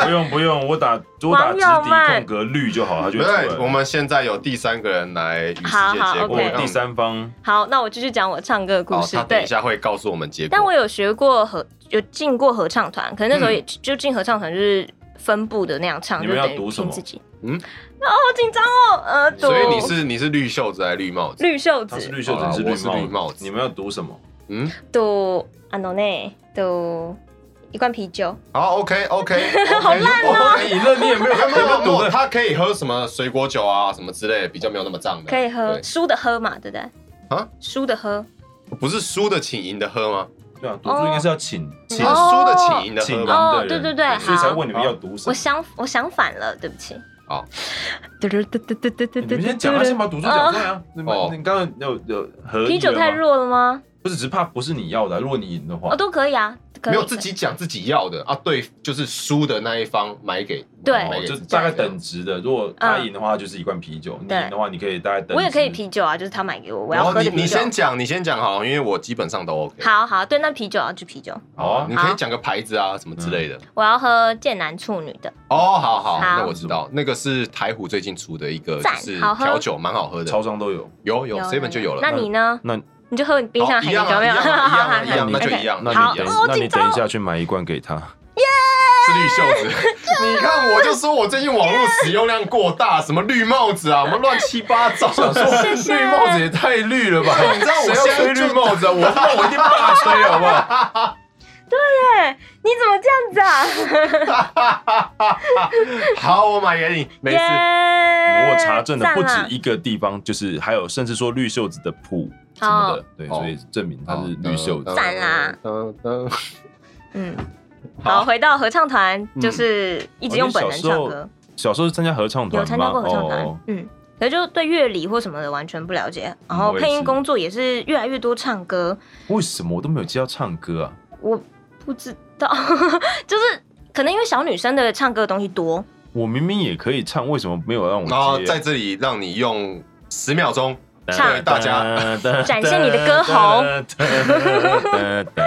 S5: 不用不用，我打我打直
S4: 王耀
S5: 笛
S4: 曼
S5: 空格绿就好，它就会出来
S3: 对，我
S5: 了。
S3: 们现在有第三个人来与世
S4: 好
S3: 界
S4: 好
S3: 结果
S4: OK
S5: 我，第三方
S4: 好，那我继续讲我唱歌的故
S3: 好，
S4: 事
S3: 他。等
S4: 对
S3: 一，下会告诉我们结果。
S4: 但我有学过合，有进过合唱团，可能那时候也就进合唱团就是分部的那样唱，
S5: 嗯你
S4: 就
S5: 们要
S4: 等于
S5: 读什
S4: 凭
S5: 么
S4: 自己。
S3: 嗯
S4: 嗯，哦，好紧张哦，呃，读
S3: 所以你是你是绿袖子还是绿帽子？
S4: 绿袖
S5: 他是
S4: 子，
S5: 绿袖
S3: 好啦
S5: 子，你
S3: 我
S5: 绿
S3: 是绿帽子
S5: 你们要读什么？
S3: 嗯，
S4: 读安诺内，读一罐啤酒。
S3: 好，OK
S4: *laughs*
S3: OK，好
S4: 啊
S3: 烂
S5: *laughs* 哦，你那你也没有
S3: 没有没
S5: 没有
S3: 有没
S5: 读
S3: 有，
S5: 的。
S3: 他可以喝什么水果酒啊，什么之类的，比较没有那么胀的。
S4: 可以喝
S3: 对，
S4: 输的喝嘛，对不对？
S3: 啊，
S4: 输的喝，
S3: 不是输的请赢的喝吗？
S5: *laughs* 对啊，读书应该是要请
S3: 是
S5: 请
S3: 输
S4: 哦
S3: 的请赢的
S5: 请
S3: 喝
S5: 赢
S3: 吗？
S5: 的
S4: 哦
S5: 人，
S4: 对对对
S5: 所以才
S4: 好哦
S5: 问你们要读什
S4: 我
S5: 么。
S4: 想我想反了，对不起。
S3: 好，
S4: 嘟嘟嘟嘟嘟嘟嘟
S5: 你
S4: 嘟
S5: 们先讲啊，先把读书讲出来啊。你们
S3: 哦
S5: 你刚刚有有合
S4: 啤酒
S5: 意了吗
S4: 太，弱了吗？
S5: 不是只是怕不是你要的啊，如果你赢的话
S4: 哦，，都可以啊，可以
S3: 没有自己讲自己要的啊，对，就是输的那一方买给
S4: 对
S3: 买
S5: 哦
S3: 给
S5: 就
S3: 自己
S5: 大概等值的。如果他赢的话，就是一罐啤酒；你
S4: 对
S5: 赢的话，你可以大概等值。
S4: 嗯我也可以啤酒啊，就是他买给我，我
S3: 然
S4: 要
S3: 后
S4: 喝
S3: 你
S4: 的啤
S3: 你
S4: 酒。
S3: 先讲，你先讲好了，因为我基本上都 OK。
S4: 好好，对，那啤酒啊，就啤酒，
S5: 好啊
S3: 你。可以讲个牌子啊，什么
S5: 嗯
S3: 之类的。
S4: 我要喝剑南处女的，
S3: 哦，好好，
S4: 好
S3: 那我知道，那个是台虎最近出的一个，就
S4: 赞
S3: 是
S4: 好喝
S3: 调酒，蛮好喝的
S5: 超。商都有，
S3: 有有
S4: 有
S3: seven 就有了。
S4: 那你呢？
S5: 那
S4: 你就喝你冰
S3: 好
S4: 箱海
S3: 一
S4: 的
S3: 样啊
S4: 酒没有？
S3: 一
S4: 好
S3: 样啊
S4: 好 *laughs*
S3: 一样啊
S4: 好
S3: 一样那就
S4: OK
S3: 一样
S5: 那
S4: 好
S5: 你等
S4: 哦，
S5: 那
S4: 紧
S5: 你
S4: 张
S5: 等一
S4: 哦
S5: 下去买一
S3: *laughs*
S5: 罐给他。
S3: 是绿袖 *laughs* 子。你看，我就说我最近网络使用量过大，什么绿帽子啊，我们乱七八糟。想说
S4: 谢谢
S5: 绿帽子也太绿了吧！你
S3: 知道我
S5: 要
S3: 现在
S5: 吹
S3: 就
S5: 绿帽子啊？我
S3: *laughs*
S5: 那我一定大吹，好不好？
S4: 对，你怎么这样子啊？
S3: 好，我买给你，没事。
S4: 耶
S5: *laughs* 我查证的不
S4: 赞
S5: 止
S4: 啦
S5: 一个地方，就是还有甚至说绿袖子的谱什么的，对，
S3: 哦
S5: 所以证明它是绿袖子。
S4: 赞啦
S3: 嗯。嗯嗯
S4: 嗯，
S3: 好
S4: 好，回到合唱团，就是一直用本
S5: 哦
S4: 能
S5: 你小时
S4: 唱
S5: 候
S4: 歌，
S5: 小时候是参加合唱团
S4: 有
S5: 吗？
S4: 参加过合唱团，
S5: 哦
S4: 嗯。可是就对乐理或什么的完全不了解，然
S5: 嗯
S4: 后
S5: 我也是
S4: 配音工作也是越来越多唱歌，
S5: 为什么我都没有接到唱歌啊？
S4: 我不知道， *laughs* 就是可能因为小女生的唱歌的东西多，
S5: 我明明也可以唱，为什么没有让我接？
S3: 然后哦在这里让你用十秒钟，
S4: 唱
S3: 对大家。
S4: 展现你的歌喉。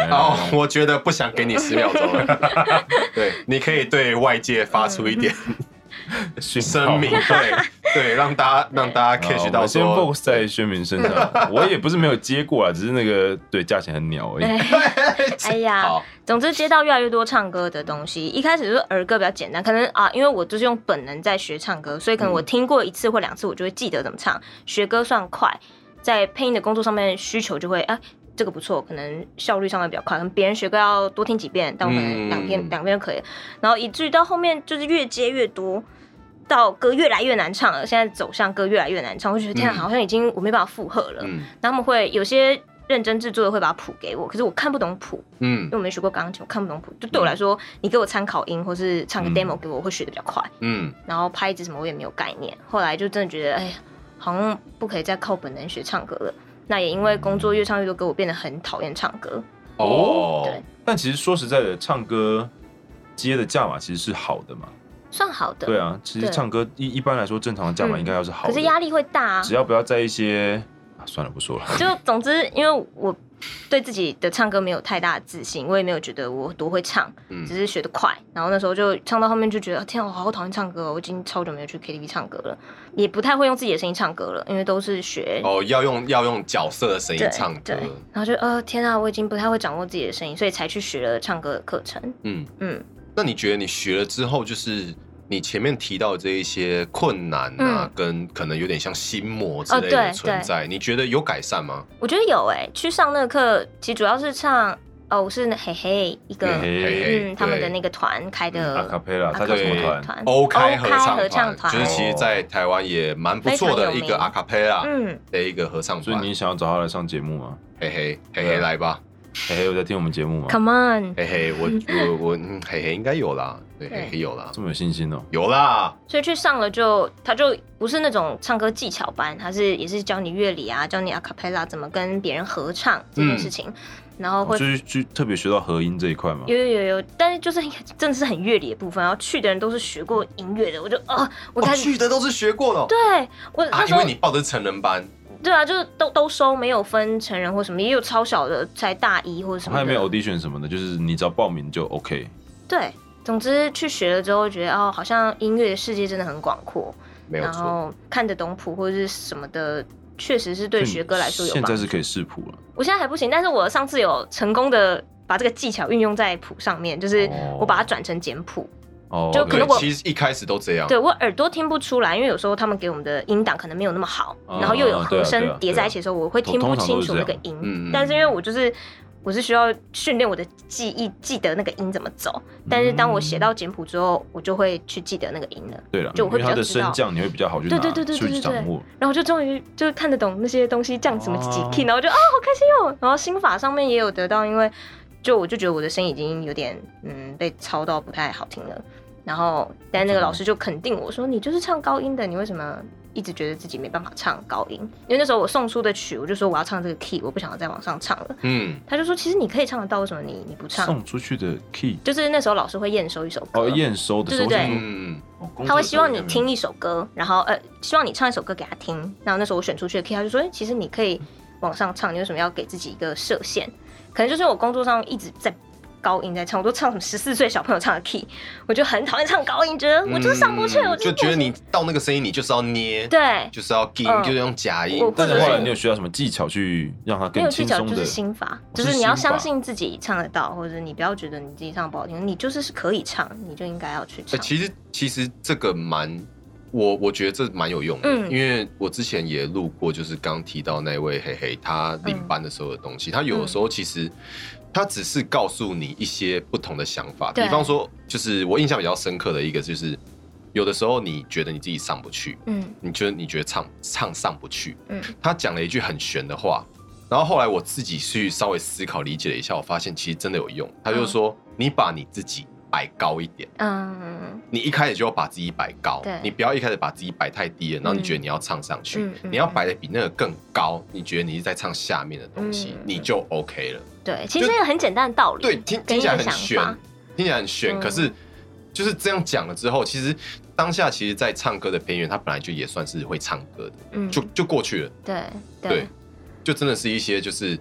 S3: 哦，我觉得不想给你十秒钟了。 *laughs* 对，你可以对外界发出一点声明，对对，让大家让大家 catch 到
S5: 我先 f o
S3: 说
S5: c，在宣明身上。我也不是没有接过啊，只是那个对价钱很鸟而已。
S4: 哎
S3: *laughs*
S4: 呀，
S3: 好，
S4: 总之，接到越来越多唱歌的东西。一开始就是儿歌比较简单，可能啊，因为我就是用本能在学唱歌，所以可能我听过一次或两次，我就会记得怎么唱。学歌算快，在配音的工作上面需求就会啊，这个不错，可能效率上面比较快。可能别人学歌要多听几遍，但我可能两遍、
S3: 嗯
S4: 两遍就可以了。然后以至于到后面就是越接越多。到歌越来越难唱了，现在走向歌越来越难唱，我就觉得天啊，
S3: 嗯
S4: 好像已经我没办法负荷了。
S3: 嗯
S4: 然后他们会有些认真制作的会把谱给我，可是我看不懂谱，
S3: 嗯
S4: 因为我没学过钢琴，我看不懂谱。就对我来说，你给我参考音或是唱个
S5: 嗯
S4: demo 给我，我会学的比较快。
S3: 嗯，
S4: 然后拍子什么我也没有概念。后来就真的觉得，哎呀，好像不可以再靠本能学唱歌了。那也因为工作越唱越多歌，我变得很讨厌唱歌。
S3: 哦，
S4: 对，
S5: 但其实说实在的，唱歌接的价码其实是好的嘛。
S4: 算好的，
S5: 对啊，其实
S4: 对
S5: 唱歌一一般来说正常的价码应该要是好的，
S4: 可是压力会大啊
S5: 只。要不要在一些啊算了不说了。
S4: 就总之，因为我对自己的唱歌没有太大的自信，我也没有觉得我多会唱，
S3: 嗯
S4: 只是学得快。然后那时候就唱到后面就觉得，天啊，我好讨厌唱歌、哦，我已经超久没有去 KTV 唱歌了，也不太会用自己的声音唱歌了，因为都是学。
S3: 哦，要用要用角色的声音
S4: 对
S3: 唱歌
S4: 对，，然后就呃天啊，我已经不太会掌握自己的声音，所以才去学了唱歌的课程。
S3: 嗯。
S4: 嗯，
S3: 那你觉得你学了之后，就是你前面提到的这一些困难啊，
S4: 嗯
S3: 跟可能有点像心魔之
S4: 哦
S3: 类
S4: 对
S3: 的存在，你觉得有改善吗？
S4: 我觉得有哎、去上那个课，其实主要是唱哦，我是嘿嘿一个
S5: 嘿
S3: 嘿嗯
S4: 嗯他们的
S3: 对
S4: 那个团开
S5: 阿呃啊卡
S4: 的
S5: 贝拉，他叫什么
S3: 对
S5: 团？
S3: 欧开合
S4: 合
S3: 唱
S4: 嗯
S3: 团，
S4: 合唱团，
S3: 就是其实，在台湾也蛮不错的一个阿卡贝拉
S4: 嗯，
S3: 的一个合唱
S5: 所以
S3: 团。
S5: 你想要找他来上节目吗？
S3: 嘿嘿嘿
S5: 对
S3: 嘿，
S5: 啊
S3: 来吧，
S5: 嘿嘿，有在听我们节目吗？
S4: Come on！
S3: 嘿
S4: *laughs*
S3: 嘿，我我我，嗯嘿嘿，应该有啦，对，
S4: 对
S3: 嘿嘿有啦，
S5: 这么有信心哦！
S3: 有啦，
S4: 所以去上了就，他就不是那种唱歌技巧班，他是也是教你乐理啊，教你 a cappella 怎么跟别人合唱这
S3: 嗯
S4: 件事情，然后会
S5: 就是就特别学到合音这一块嘛。
S4: 有有有有，但是就是真的是很乐理的部分，然后去的人都是学过音乐的，我就啊、
S3: 我
S4: 我开始、
S3: 哦去的都是学过的哦
S4: 对我
S3: 啊
S4: 那，时
S3: 因
S4: 候、
S3: 为你报的是成人班，
S4: 对啊，就是都都收，没有分成人或什么，也有超小的才大一或者什么
S5: 他
S4: 的，
S5: 也没有 audition 什么的，就是你只要报名就 OK。
S4: 对。总之去学了之后，觉得哦，好像音乐的世界真的很广阔，
S3: 没有
S4: 然
S3: 错。
S4: 后看得懂谱或者是什么的，确实是
S5: 所
S4: 对
S5: 以你
S4: 学歌来说有
S5: 现
S4: 帮
S5: 在
S4: 助
S5: 是。可以视谱了。
S4: 我现在还不行，但是我上次有成功的把这个技巧运用在谱上面，就是
S5: 哦
S4: 我把它转成简谱。
S5: 哦，
S4: 就可能
S3: 对
S4: 我
S3: 其实一开始都这样，
S4: 对我耳朵听不出来，因为有时候他们给我们的音档可能没有那么好，
S5: 哦
S4: 然后又有和
S5: 对啊对
S4: 声
S5: 啊
S4: 叠在一起的时候，我会听不清楚那个音。
S3: 嗯嗯
S4: 但是因为我就是我是需要训练我的记忆，记得那个音怎么走。但是当我写到简谱之后，我就会去记得那个音了。
S5: 对了，
S4: 就我会
S5: 因为它
S4: 比较
S5: 的
S4: 知道
S5: 升降你会比较好去拿
S4: 对对对对对
S5: 去
S4: 对
S5: 掌握。
S4: 然后我就终于就是看得懂那些东西，降什么几 key，、然后我就啊、好开心哦。然后心法上面也有得到，因为就我就觉得我的声音已经有点嗯被抄到不太好听了。然后但那个老师就肯定我说你就是唱高音的，你为什么一直觉得自己没办法唱高音？因为那时候我送出的曲，我就说我要唱这个 key，我不想要再往上唱了。
S3: 嗯，
S4: 他就说其实你可以唱得到，为什么你你不唱？
S5: 送出去的 key
S4: 就是那时候老师会验收一首歌，
S5: 哦，验收哦的时候，
S4: 对对对
S3: 嗯，
S5: 对
S4: 他会希望你听一首歌，然后呃，希望你唱一首歌给他听。然后那时候我选出去的 key，他就说：“哎、其实你可以往上唱，你为什么要给自己一个设限？可能就是我工作上一直在高音在唱，我都唱什么十四岁小朋友唱的 key，我就很讨厌唱高音，觉得我 *laughs* 就是上不去，
S3: 嗯
S4: 我
S3: 就是觉得你到那个声音，你就是要捏，
S4: 对
S3: 就是要硬，
S4: 嗯
S3: 就是用假音
S4: 我。
S5: 但是
S4: 或者
S5: 后
S4: 是
S5: 来你有学到什么技巧去让它
S4: 没
S5: 更
S4: 有技
S5: 轻
S4: 巧
S5: 松
S4: 就
S5: 的
S4: 是？心法，
S5: 不
S4: 就是是你要
S5: 心法
S4: 相信自己唱得到，或者你不要觉得你自己唱得不好听，你就是是可以唱，你就应该要去
S3: 呃
S4: 唱。
S3: 其实其实这个蛮，我我觉得这蛮有用的，
S4: 嗯
S3: 因为我之前也录过，就是刚提到那位嘿嘿，他
S4: 嗯
S3: 领班的时候的东西，他有的时候其实。他只是告诉你一些不同的想法，比
S4: 对
S3: 方说，就是我印象比较深刻的一个，就是有的时候你觉得你自己上不去，
S4: 嗯
S3: 你觉得你觉得唱唱上不去，
S4: 嗯
S3: 他讲了一句很玄的话，然后后来我自己去稍微思考理解了一下，我发现其实真的有用。他就说，你把你自己摆高一点，
S4: 嗯
S3: 你一开始就要把自己摆高
S4: 对，
S3: 你不要一开始把自己摆太低了，然后你觉得你要唱上去，
S4: 嗯嗯
S3: 你要摆的比那个更高，你觉得你是在唱下面的东西，
S4: 嗯
S3: 你就 OK 了。
S4: 对，其实那个很简单的道理，
S3: 对，听
S4: 跟
S3: 听
S4: 一
S3: 起来
S4: 个
S3: 很
S4: 想
S3: 玄
S4: 法，，
S3: 听起来很玄，
S4: 嗯
S3: 可是就是这样讲了之后，其实当下其实，在唱歌的边缘，他本来就也算是会唱歌的，
S4: 嗯，
S3: 就就过去了。
S4: 对
S3: 对，就真的是一些就是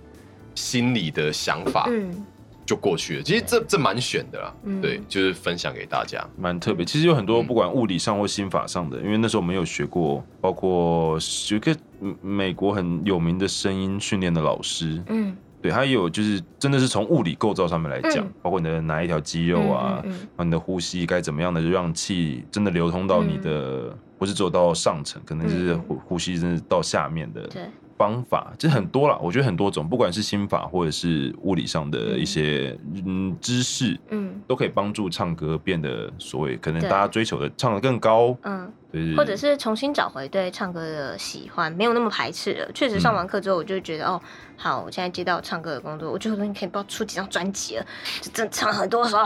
S3: 心理的想法
S4: 嗯。
S3: 就过去了。其实这这蛮选的啦，
S4: 嗯
S3: 对，就是分享给大家。
S5: 蛮特别，其实有很多不管物理上或心法上的，因为那时候我们有学过，包括有一个嗯美国很有名的声音训练的老师，
S4: 嗯，
S5: 对他也有就是真的是从物理构造上面来讲，
S4: 嗯
S5: 包括你的哪一条肌肉啊，
S4: 嗯嗯嗯
S5: 然后你的呼吸该怎么样的，就让气真的流通到你的，不是只有到上层，可能就
S4: 嗯嗯
S5: 是
S4: 嗯
S5: 呼呼吸真的到下面的
S4: 对，
S5: 方法，这很多啦，我觉得很多种，不管是心法或者是物理上的一些嗯知识，
S4: 嗯
S5: 都可以帮助唱歌变得所谓可能
S4: 对
S5: 大家追求的唱得更高，
S4: 嗯，
S5: 就是
S4: 或者是重新找回对唱歌的喜欢，没有那么排斥了。确实上完课之后，我就觉得、哦，好，我现在接到唱歌的工作，我觉得你可以不知道出几张专辑了，就真的唱很多首。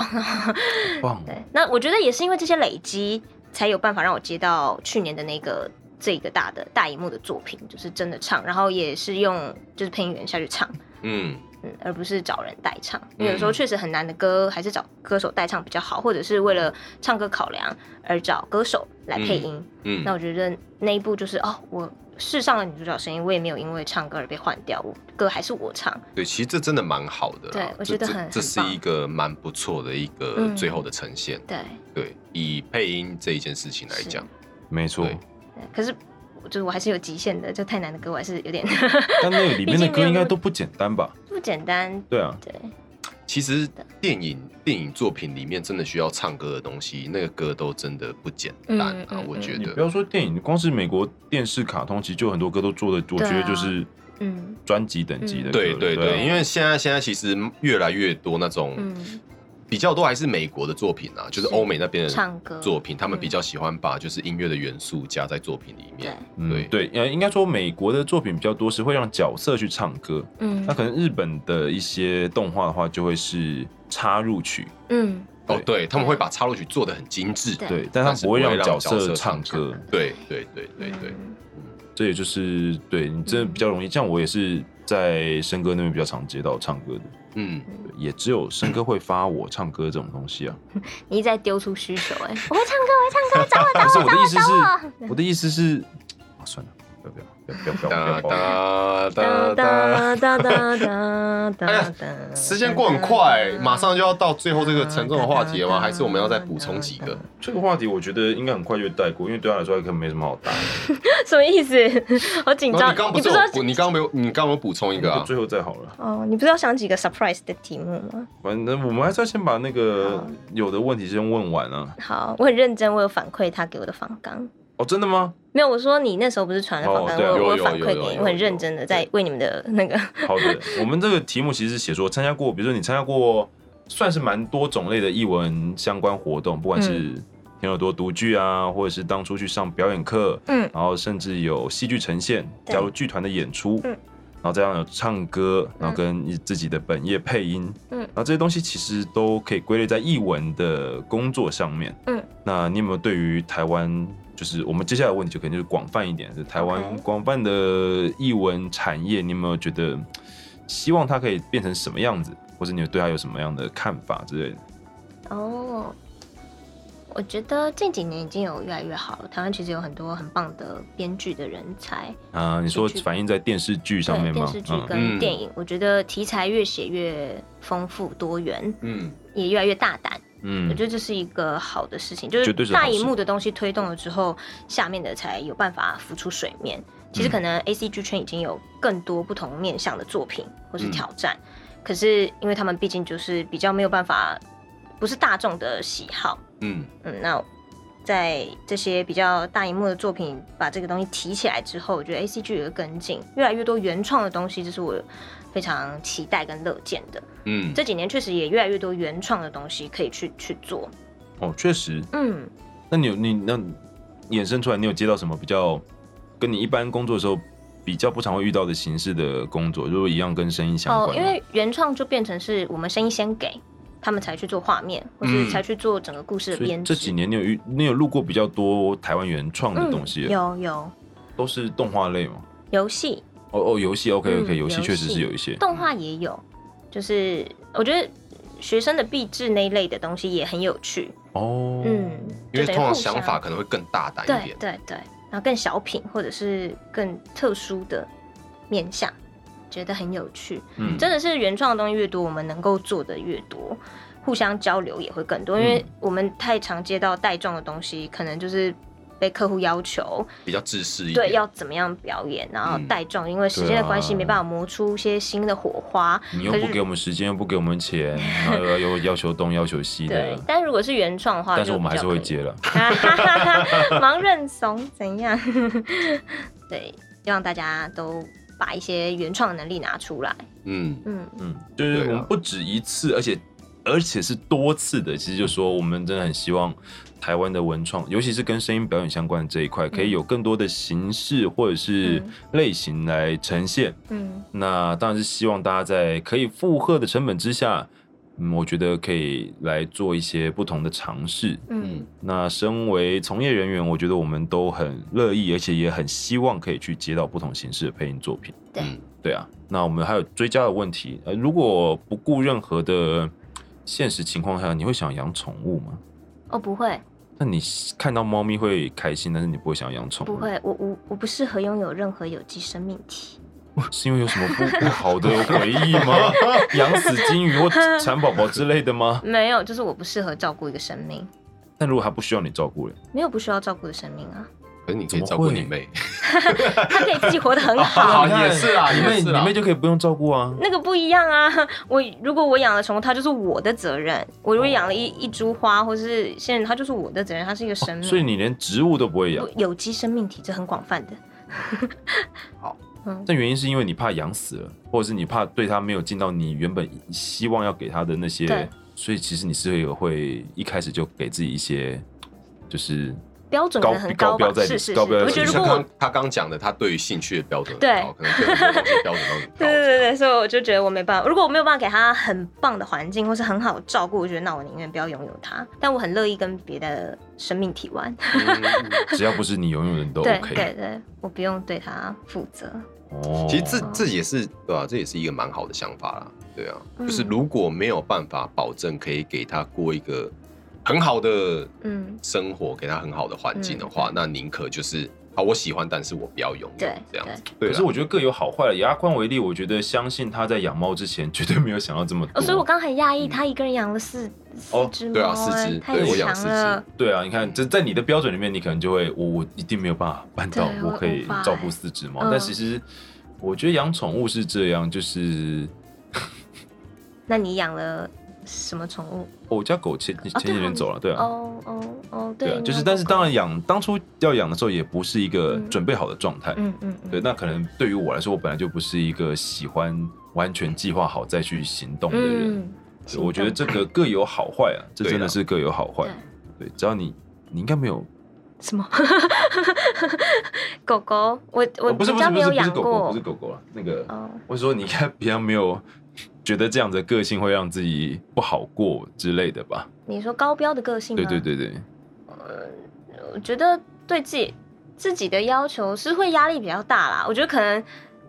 S4: *laughs*
S5: 棒
S4: 对，那我觉得也是因为这些累积，才有办法让我接到去年的那个这个大的大荧幕的作品，就是真的唱，然后也是用就是配音员下去唱。
S3: 嗯，
S4: 嗯，而不是找人代唱，因为有
S3: 嗯
S4: 时候确实很难的歌，还是找歌手代唱比较好，或者是为了唱歌考量而找歌手来配音。
S3: 嗯
S4: 那我觉得那一步就是哦，我世上的女主角声音，我也没有因为唱歌而被换掉，我歌还是我唱。
S3: 对，其实这真的蛮好的啦。
S4: 对我觉
S3: 这
S4: 得
S3: 这
S4: 很
S3: 这
S4: 很
S3: 是一个蛮不错的一个
S4: 嗯
S3: 最后的呈现。
S4: 对，
S3: 对，以配音这一件事情来
S4: 是
S3: 讲，
S5: 没错。
S3: 对
S4: 对可是我就是我还是有极限的，这太难的歌我还是有点 *laughs*
S5: 但那个里
S4: 毕
S5: 面的
S4: 竟没
S5: 歌
S4: 有
S5: 应该都不简单吧？
S4: 不简单。
S5: 对啊，
S4: 对，
S3: 其实电影电影作品里面真的需要唱歌的东西，那个歌都真的不简单啊，
S4: 嗯嗯
S3: 我觉
S5: 你不
S3: 得。
S5: 要说电影，光是美国电视卡通，其实就很多歌都做的，我觉
S4: 对
S5: 得
S4: 啊
S5: 就是
S4: 嗯
S5: 专辑等级的歌
S3: 对
S5: 了。
S3: 对
S5: 啊
S3: 对，因为现在现在其实越来越多那种
S4: 嗯，
S3: 比较多还是美国的作品啊，就是
S4: 是
S3: 欧美那边的
S4: 唱歌
S3: 作品，他们
S4: 嗯
S3: 比较喜欢把就是音乐的元素加在作品里面
S4: 对。
S5: 嗯
S3: 对
S5: 对，呃，应该说美国的作品比较多是会让角色去唱歌，
S4: 嗯
S5: 那可能日本的一些动画的话，就会是插入曲，
S4: 嗯
S3: 哦，对，他们会把插入曲做的很精致。
S4: 对
S5: 对，但它
S3: 但是
S5: 不会
S3: 不会
S5: 让
S3: 让
S5: 角
S3: 角色
S5: 色唱
S3: 唱
S5: 歌，
S3: 对对对对对，
S4: 嗯
S5: 这也就是对你真的比较容易。像我也是在生哥那边比较常接到唱歌的，
S3: 嗯，
S5: 对也只有生哥会发我唱歌这种东西啊。
S4: 你一直在丢出需求
S3: *laughs*
S4: 哎、我会唱歌，我会唱歌，找我 *laughs*
S5: 但是我的意思是
S4: 找，
S5: 我的意思是，啊，算了，不要不要不要不要不
S3: 哒
S5: 要不要不
S3: 哒哒
S5: 要。
S3: 哒。
S4: 哒哒哒哒哒
S3: 哎
S4: 哒
S3: 呀
S4: 哒。
S3: 时间过很快、
S4: 嗯
S3: 马上就要到最后这个沉重的话题了吗？还是我们要再补充几个？
S4: 嗯
S5: 这个话题我觉得应该很快就带过，因为对他来说可能没什么好答的。
S4: 什么意思？ *laughs* 好紧
S3: 然后你刚，
S4: 张
S3: 刚不
S4: 你
S3: 是
S4: 不是要
S3: 有，你刚刚没有，你刚刚有补充一个
S5: 那
S3: 啊
S5: 就？最后再好了，
S4: 哦？你不是要想几个 surprise 的题目吗？
S5: 反正我们还是要先把那个有的问题先问完啊。
S4: 好，我很认真，我有反馈他给我的访纲。
S5: 哦，真的吗？
S4: 没有，我说你那时候不是传了访
S5: 哦
S4: 纲，
S5: 对啊
S4: 我
S3: 有
S4: 我
S3: 有
S4: 反
S3: 有
S4: 馈
S3: 有
S4: 给你，
S3: 有
S4: 我很
S3: 有
S4: 认真的在为你们的那 *laughs* 个，
S5: 好 *laughs* 的，我们这个题目其实写说参加过，比如说你参加过算是蛮多种类的译文相关活动，不管是挺有多读剧啊，或者是当初去上表演课，
S4: 嗯
S5: 然后甚至有戏剧呈现，
S4: 对
S5: 加入剧团的演出，
S4: 嗯
S5: 然后再让有唱歌，然后跟你自己的本业配音，
S4: 嗯
S5: 然后这些东西其实都可以归类在译文的工作上面，
S4: 嗯，
S5: 那你有没有对于台湾？就是我们接下来的问题就可能就是广泛一点，就是台湾
S4: OK
S5: 广泛的译文产业，你有没有觉得希望它可以变成什么样子，或者你对它有什么样的看法之类的？
S4: 哦，我觉得近几年已经有越来越好了。台湾其实有很多很棒的编剧的人才，
S5: 啊，你说
S4: 电视剧
S5: 反映在电视剧上
S4: 对
S5: 面吗？
S4: 电视剧
S5: 嗯
S3: 嗯
S4: 跟电影，我觉得题材越写越丰富多元，
S3: 嗯，
S4: 也越来越大胆。
S5: 嗯，
S4: 我觉得这是一个好的事情，就
S5: 绝对
S4: 是
S5: 是好
S4: 大
S5: 事
S4: 荧幕的东西推动了之后，下面的才有办法浮出水面。其
S5: 嗯
S4: 实可能 A C G 圈已经有更多不同面向的作品或
S5: 嗯
S4: 是挑战，可是因为他们毕竟就是比较没有办法，不是大众的喜好，
S3: 嗯
S4: 嗯，那在这些比较大荧幕的作品把这个东西提起来之后，我觉得 A C G 有个跟进，越来越多原创的东西，这是我非常期待跟乐见的。
S3: 嗯，
S4: 这几年确实也越来越多原创的东西可以去去做，
S5: 哦，确实。
S4: 嗯，
S5: 那你有你那衍生出来，你有接到什么比较跟你一般工作的时候比较不常会遇到的形式的工作？如果一样跟声音相
S4: 哦，
S5: 关
S4: 因
S5: 吗，
S4: 为原创就变成是我们声音先给他们才去做画面，或是
S3: 嗯
S4: 才去做整个故事的
S5: 所以
S4: 编
S5: 这
S4: 辑。
S5: 几年你有遇你有录过比较多台湾原创的东西
S4: 嗯、
S5: 了，
S4: 有有
S5: 都是动画类吗？
S4: 游戏，
S5: 哦哦，游戏 OK OK，
S4: 嗯
S5: 游戏确实是有一些。
S4: 动画也有，就是我觉得学生的壁纸那一类的东西也很有趣，
S5: 哦，
S4: 嗯，
S3: 因为
S4: 就等
S3: 通
S4: 于
S3: 常
S4: 互相
S3: 想法可能会更大胆一
S4: 对
S3: 点。
S4: 对对，然后更小品或者是更特殊的面向，觉得很有趣。
S5: 嗯
S4: 真的是原创的东西越多，我们能够做的越多，互相交流也会更多，因为
S5: 嗯
S4: 我们太常接到带状的东西，可能就是。被客户要求
S3: 比较自私一点。
S4: 对要怎么样表演，然后
S3: 嗯
S4: 带状，因为时间的关系
S5: 对啊
S4: 没办法磨出一些新的火花。
S5: 你又
S4: 可
S5: 不
S4: 是
S5: 给我们时间，又不给我们钱，然后又要又要求东要求西
S4: 对
S5: 的，，
S4: 但如果是原创的话，
S5: 啊但是
S4: 就
S5: 我们
S4: 比较
S5: 还是会
S4: 可以
S5: 接了。
S4: 哈哈哈哈， *laughs* 盲认怂怎样？ *laughs* 对，希望大家都把一些原创的能力拿出来。
S3: 嗯，
S4: 嗯，
S5: 嗯，就是
S3: 对啊
S5: 我们不止一次，而且而且是多次的。其实就说我们真的很希望台湾的文创，尤其是跟声音表演相关的这一块，可以有更多的形式或者是
S4: 嗯
S5: 类型来呈现。
S4: 嗯，
S5: 那当然是希望大家在可以负荷的成本之下。嗯，我觉得可以来做一些不同的尝试。
S4: 嗯，
S5: 那身为从业人员，我觉得我们都很乐意，而且也很希望可以去接到不同形式的配音作品。
S4: 对
S3: 嗯
S5: 对啊，那我们还有追加的问题，呃，如果不顾任何的现实情况下，你会想养宠物吗？
S4: 哦，不会，
S5: 那你看到猫咪会开心，但是你不会想要养宠物，
S4: 不会，我我我不适合拥有任何有机生命体。
S5: 是因为有什么
S4: *laughs*
S5: 不不好的回忆吗？养死金鱼或蚕宝宝之类的吗？
S4: 没有，就是我不适合照顾一个生命，
S5: 但如果它不需要你照顾了，
S4: 没有不需要照顾的生命啊，
S3: 可是你可以
S5: 怎么
S3: 照顾
S5: 会
S3: 你妹，
S4: 它可以自己活得很
S3: 啊
S4: 好
S5: 你。看
S3: 也是啊
S5: 你妹
S3: 也是啊
S5: 你妹就可以不用照顾啊。
S4: *laughs* 那个不一样啊！我如果我养了宠物，它就是我的责任。我如果养了一一株花，或是仙人，它就是我的责任，它是一个生命。
S5: 哦所以你连植物都不会养
S4: 不，有机生命体这很广泛的，
S5: 但原因是因为你怕养死了，或者是你怕对它没有尽到你原本希望要给它的那
S4: 对
S5: 些，所以其实你是会会一开始就给自己一些，
S4: *laughs*
S5: 就是
S4: 标准可能
S5: 高
S4: 很
S5: 高
S4: 吧
S5: 标？在
S4: 是是是，
S5: 高标在
S3: *laughs*
S4: 我觉得如
S5: 就是
S4: 果
S3: 像
S4: 我
S3: 刚他刚讲的，他对于兴趣的标准很
S4: 对
S3: 高，可能对很多东西标准都很高。
S4: *laughs* 对对对对，所以我就觉得我没办法。如果我没有办法给它很棒的环境，或是很好的照顾，我觉得那我宁愿不要拥有它。但我很乐意跟别的生命体玩。
S5: *laughs*
S3: 嗯
S5: 只要不是你拥有的，你都
S4: 对
S5: 哦 OK。
S4: 对对，我不用对它负责。
S5: 哦
S3: 其实这这也是对啊，这也是一个蛮好的想法啦。对啊，
S4: 嗯
S3: 就是如果没有办法保证可以给他过一个很好的
S4: 嗯，
S3: 生活，给他很好的环境的话，那宁可就是啊，我喜欢，但是我不要拥有
S4: 对
S3: 这样子。对
S5: 可
S3: 啊，
S5: 是我觉得各有好坏了。以阿宽为例，我觉得相信他在养猫之前绝对没有想到这么多。
S4: 哦，所以我刚很讶异，它一个人养了四四
S5: 嗯哦
S4: 只
S3: 对
S4: 猫
S3: 啊四
S4: 哎
S3: 只
S4: 太
S3: 对我养
S4: 强
S3: 四只
S4: 了。
S5: 对啊，你看，这在你的标准里面，你可能就会，我我一定没有办法办到
S4: 对，
S5: 我
S4: 我
S5: 可以
S4: 无法
S5: 照
S4: 欸
S5: 顾四只猫。
S4: 嗯
S5: 但其实我觉得养宠物是这样，就是
S4: 那你养了什么宠物？
S5: 哦我家狗前
S4: 啊
S5: 前几
S4: 对哦
S5: 年走了，对啊，
S4: 哦哦哦，
S5: 对
S4: 对
S5: 啊，，
S4: 你
S5: 就是
S4: 养
S5: 但是
S4: 狗狗
S5: 当，然养当初要养的时候也不是一个
S4: 嗯
S5: 准备好的状态，
S4: 嗯嗯，嗯
S5: 对，那可能对于我来说，我本来就不是一个喜欢完全计划好再去行动的人，
S4: 嗯，
S5: 对我觉得
S4: 行
S5: 这个各有好坏啊，这
S3: 对啊
S5: 真的是各有好坏，对，只要你你应该没有，
S4: 动什么 *laughs* 狗狗，我我
S5: 哦不是
S4: 比
S5: 不是
S4: 较
S5: 不
S4: 没
S5: 是
S4: 有
S5: 不是
S4: 养
S5: 狗狗，
S4: 过
S5: 不是，狗狗啊，那个
S4: 哦，
S5: 我说你应该比较没有觉得这样子的个性会让自己不好过之类的吧？
S4: 你说高标的个性，
S5: 对对，对对，
S4: 我觉得对自己自己的要求是会压力比较大啦，我觉得可能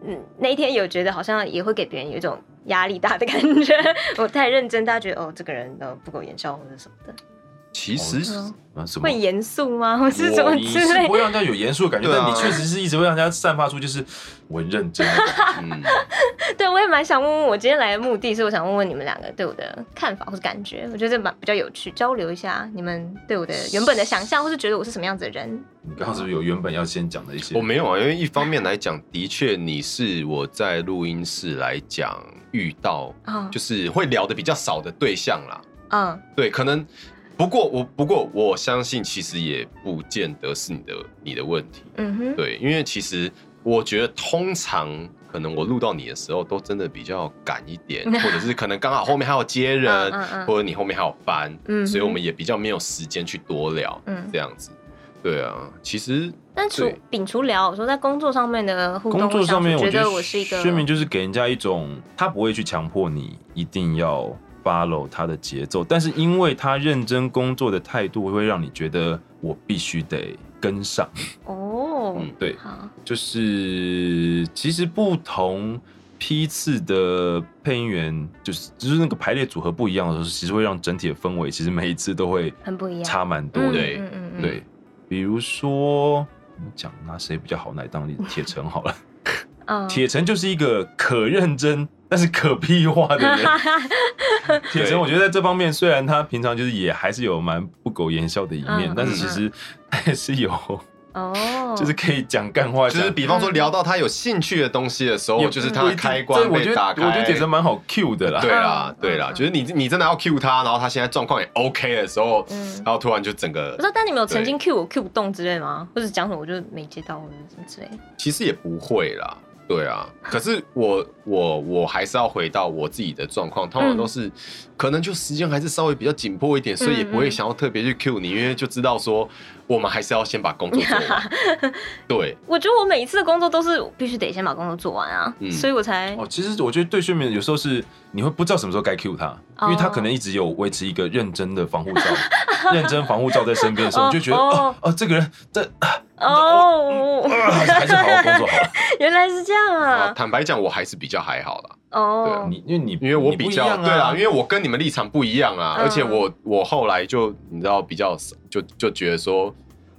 S4: 嗯那一天有觉得好像也会给别人有一种。压力大的感觉， *laughs* 我太认真，大家觉得哦，这个人呃不够严肃或者什么的，
S3: 其实
S4: 嗯
S5: 啊什么
S4: 会？严肃吗？或是什
S5: 我
S4: 么
S5: 你
S4: 之
S5: 是
S4: 类
S5: 不会让人家有严肃的感觉，
S3: 对啊
S5: 但你确实是一直会让人家散发出就是我很认真的感觉。
S3: 嗯，
S4: 对，我也蛮想问问我今天来的目的是，我想问问你们两个对我的看法或是感觉，我觉得这蛮比较有趣，交流一下你们对我的原本的想象，或是觉得我是什么样子的人。
S5: 你刚刚是不是有原本要先讲的一些？
S3: 我没有啊，因为一方面来讲，的确你是我在录音室来讲遇到
S4: 啊
S3: 就是会聊的比较少的对象啦。
S4: 嗯
S3: 对，可能不过我不过我相信，其实也不见得是你的你的问题。
S4: 嗯哼，
S3: 对，因为其实我觉得通常可能我录到你的时候，都真的比较赶一
S4: *laughs*
S3: 点，或者是可能刚好后面还有接人，
S4: 嗯嗯嗯
S3: 或者你后面还有班，
S4: 嗯
S3: 所以
S4: 哼
S3: 我们也比较没有时间去多聊，
S4: 嗯
S3: 这样子。对啊，其实
S4: 但除
S3: 对
S4: 摒除聊，我说在工作上面的互动
S5: 工
S4: 或
S5: 作
S4: 相处，
S5: 上面，
S4: 觉
S5: 觉
S4: 得
S5: 得
S4: 我是一个
S5: 薛明就是给人家一种他不会去强迫你一定要 follow 他的节奏，但是因为他认真工作的态度，会让你觉得我必须得跟上。
S4: 哦，
S3: 嗯
S5: 对，
S4: 好，
S5: 就是其实不同批次的配音员，就是就是那个排列组合不一样的时候，其实会让整体的氛围，其实每一次都会
S4: 很不一样
S5: 差蛮多
S4: 嗯
S5: 的。
S3: 对
S4: 嗯嗯嗯，
S5: 对，比如说我们讲拿谁比较好来当例子，铁城好了，
S4: 嗯，
S5: 铁城就是一个可认真。但是可屁话
S4: *laughs*
S5: 的人，铁城，我觉得在这方面，虽然他平常就是也还是有蛮不苟言笑的一面，
S4: 嗯
S5: 但是其实他也是有，
S4: 哦，
S5: 就是可以讲干话，
S3: 就是
S5: 讲
S3: 比
S4: 嗯
S3: 方说聊到他有兴趣的东西的时候，
S5: 哎也
S3: 就是
S5: 不
S3: 他的
S5: 一定
S3: 开
S5: 这
S3: 关
S5: 我觉
S3: 被
S5: 得
S3: 打
S5: 我
S3: 开。
S5: 觉得铁城蛮好 Q 的啦。
S3: 对啦
S4: 嗯，
S3: 对啦，
S4: 嗯
S3: 就是你你真的要 cue 他，然后他现在状况也 OK 的时候，
S4: 嗯
S3: 然后突然就整个
S4: 不知道，但你们有曾经 Q 我 Q 不动之类吗？或者讲什么我就没接到，或者什么之类的？
S3: 其实也不会啦，对啊。可是我我我还是要回到我自己的状况，通
S4: 嗯
S3: 常都是、可能就时间还是稍微比较紧迫一点，所以也不
S4: 嗯
S3: 会想要特别去 cue 你，因为就知道说我们还是要先把工作做完。
S4: *laughs*
S3: 对，
S4: 我觉得我每一次的工作都是必须得先把工作做完啊，
S3: 嗯
S4: 所以我才
S5: 哦，其实我觉得对睡眠有时候是你会不知道什么时候该 Q 他，
S4: 哦
S5: 因为他可能一直有维持
S4: *laughs*
S5: 一个认真的防护罩，认真防护罩在身边的时候，
S4: 哦
S5: 你就觉得
S4: 哦
S5: 哦哦，这个人在啊
S4: 哦，
S5: 啊还是好好工作好了。
S4: *laughs* 原来是这样
S3: 啊
S4: 啊！
S3: 坦白讲，我还是比较还好啦，
S4: 哦，
S5: 啊你因为你
S3: 因为我
S5: 你
S3: 比
S5: 不一
S3: 较
S5: 样
S3: 对啊，因
S5: 为
S3: 为我跟你们立场不一样啊，
S4: 嗯
S3: 而且我我后来就你知道比较就就觉得说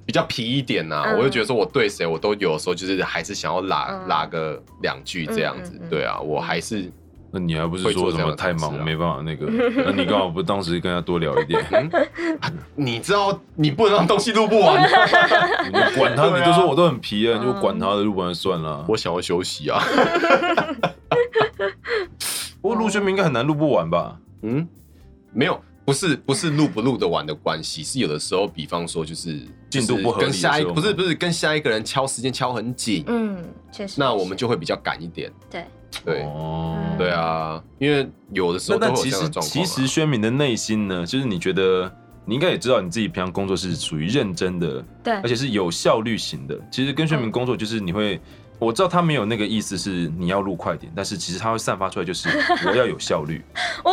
S3: 比较皮一点呐、
S4: 嗯
S3: 我就觉得说我对谁我都有时候就是还是想要拉、
S4: 嗯
S3: 拉个两句这样子，
S4: 嗯嗯嗯
S3: 对啊，我还是
S5: 那你还不是
S3: 会做
S5: 说
S3: 这
S5: 什
S3: 样的
S5: 么太忙
S3: 事啊
S5: 没办法
S4: *laughs*
S5: 那个？那你干嘛不当时跟他多聊一点？
S3: 嗯你知道你不能让东西录不完，
S4: *laughs*
S5: 你管他，
S3: 对啊
S5: 你就说我都很皮啊，你就
S4: 嗯
S5: 管他的，录完就算了。
S3: 我想要休息啊，
S5: 不过陆轩明应该很难录不完吧？
S3: 嗯，没有。不是不是录不录得完的关系，是有的时候，比方说就是
S5: 进度不合理
S3: 就是跟下一
S5: 的时候吗嗯
S3: 不是不是跟下一个人敲时间敲很紧，
S4: 嗯，确实。
S3: 那我们就会比较赶一点。
S4: 对，
S3: 对、
S5: 哦
S4: 嗯
S3: 对啊，因为有的时
S5: 那
S3: 候都
S5: 那
S3: 会
S5: 其
S3: 有这样
S5: 实
S3: 的状况、
S5: 其
S3: 啊。
S5: 实宣明的内心呢，就是你觉得你应该也知道你自己平常工作是属于认真的，
S4: 对，
S5: 而且是有效率型的。其实跟宣明工作就是你会，我知道他没有那个意思是你要录快点，但是其实他会散发出来就是
S4: *laughs*
S5: 我要有效率，
S4: 哦，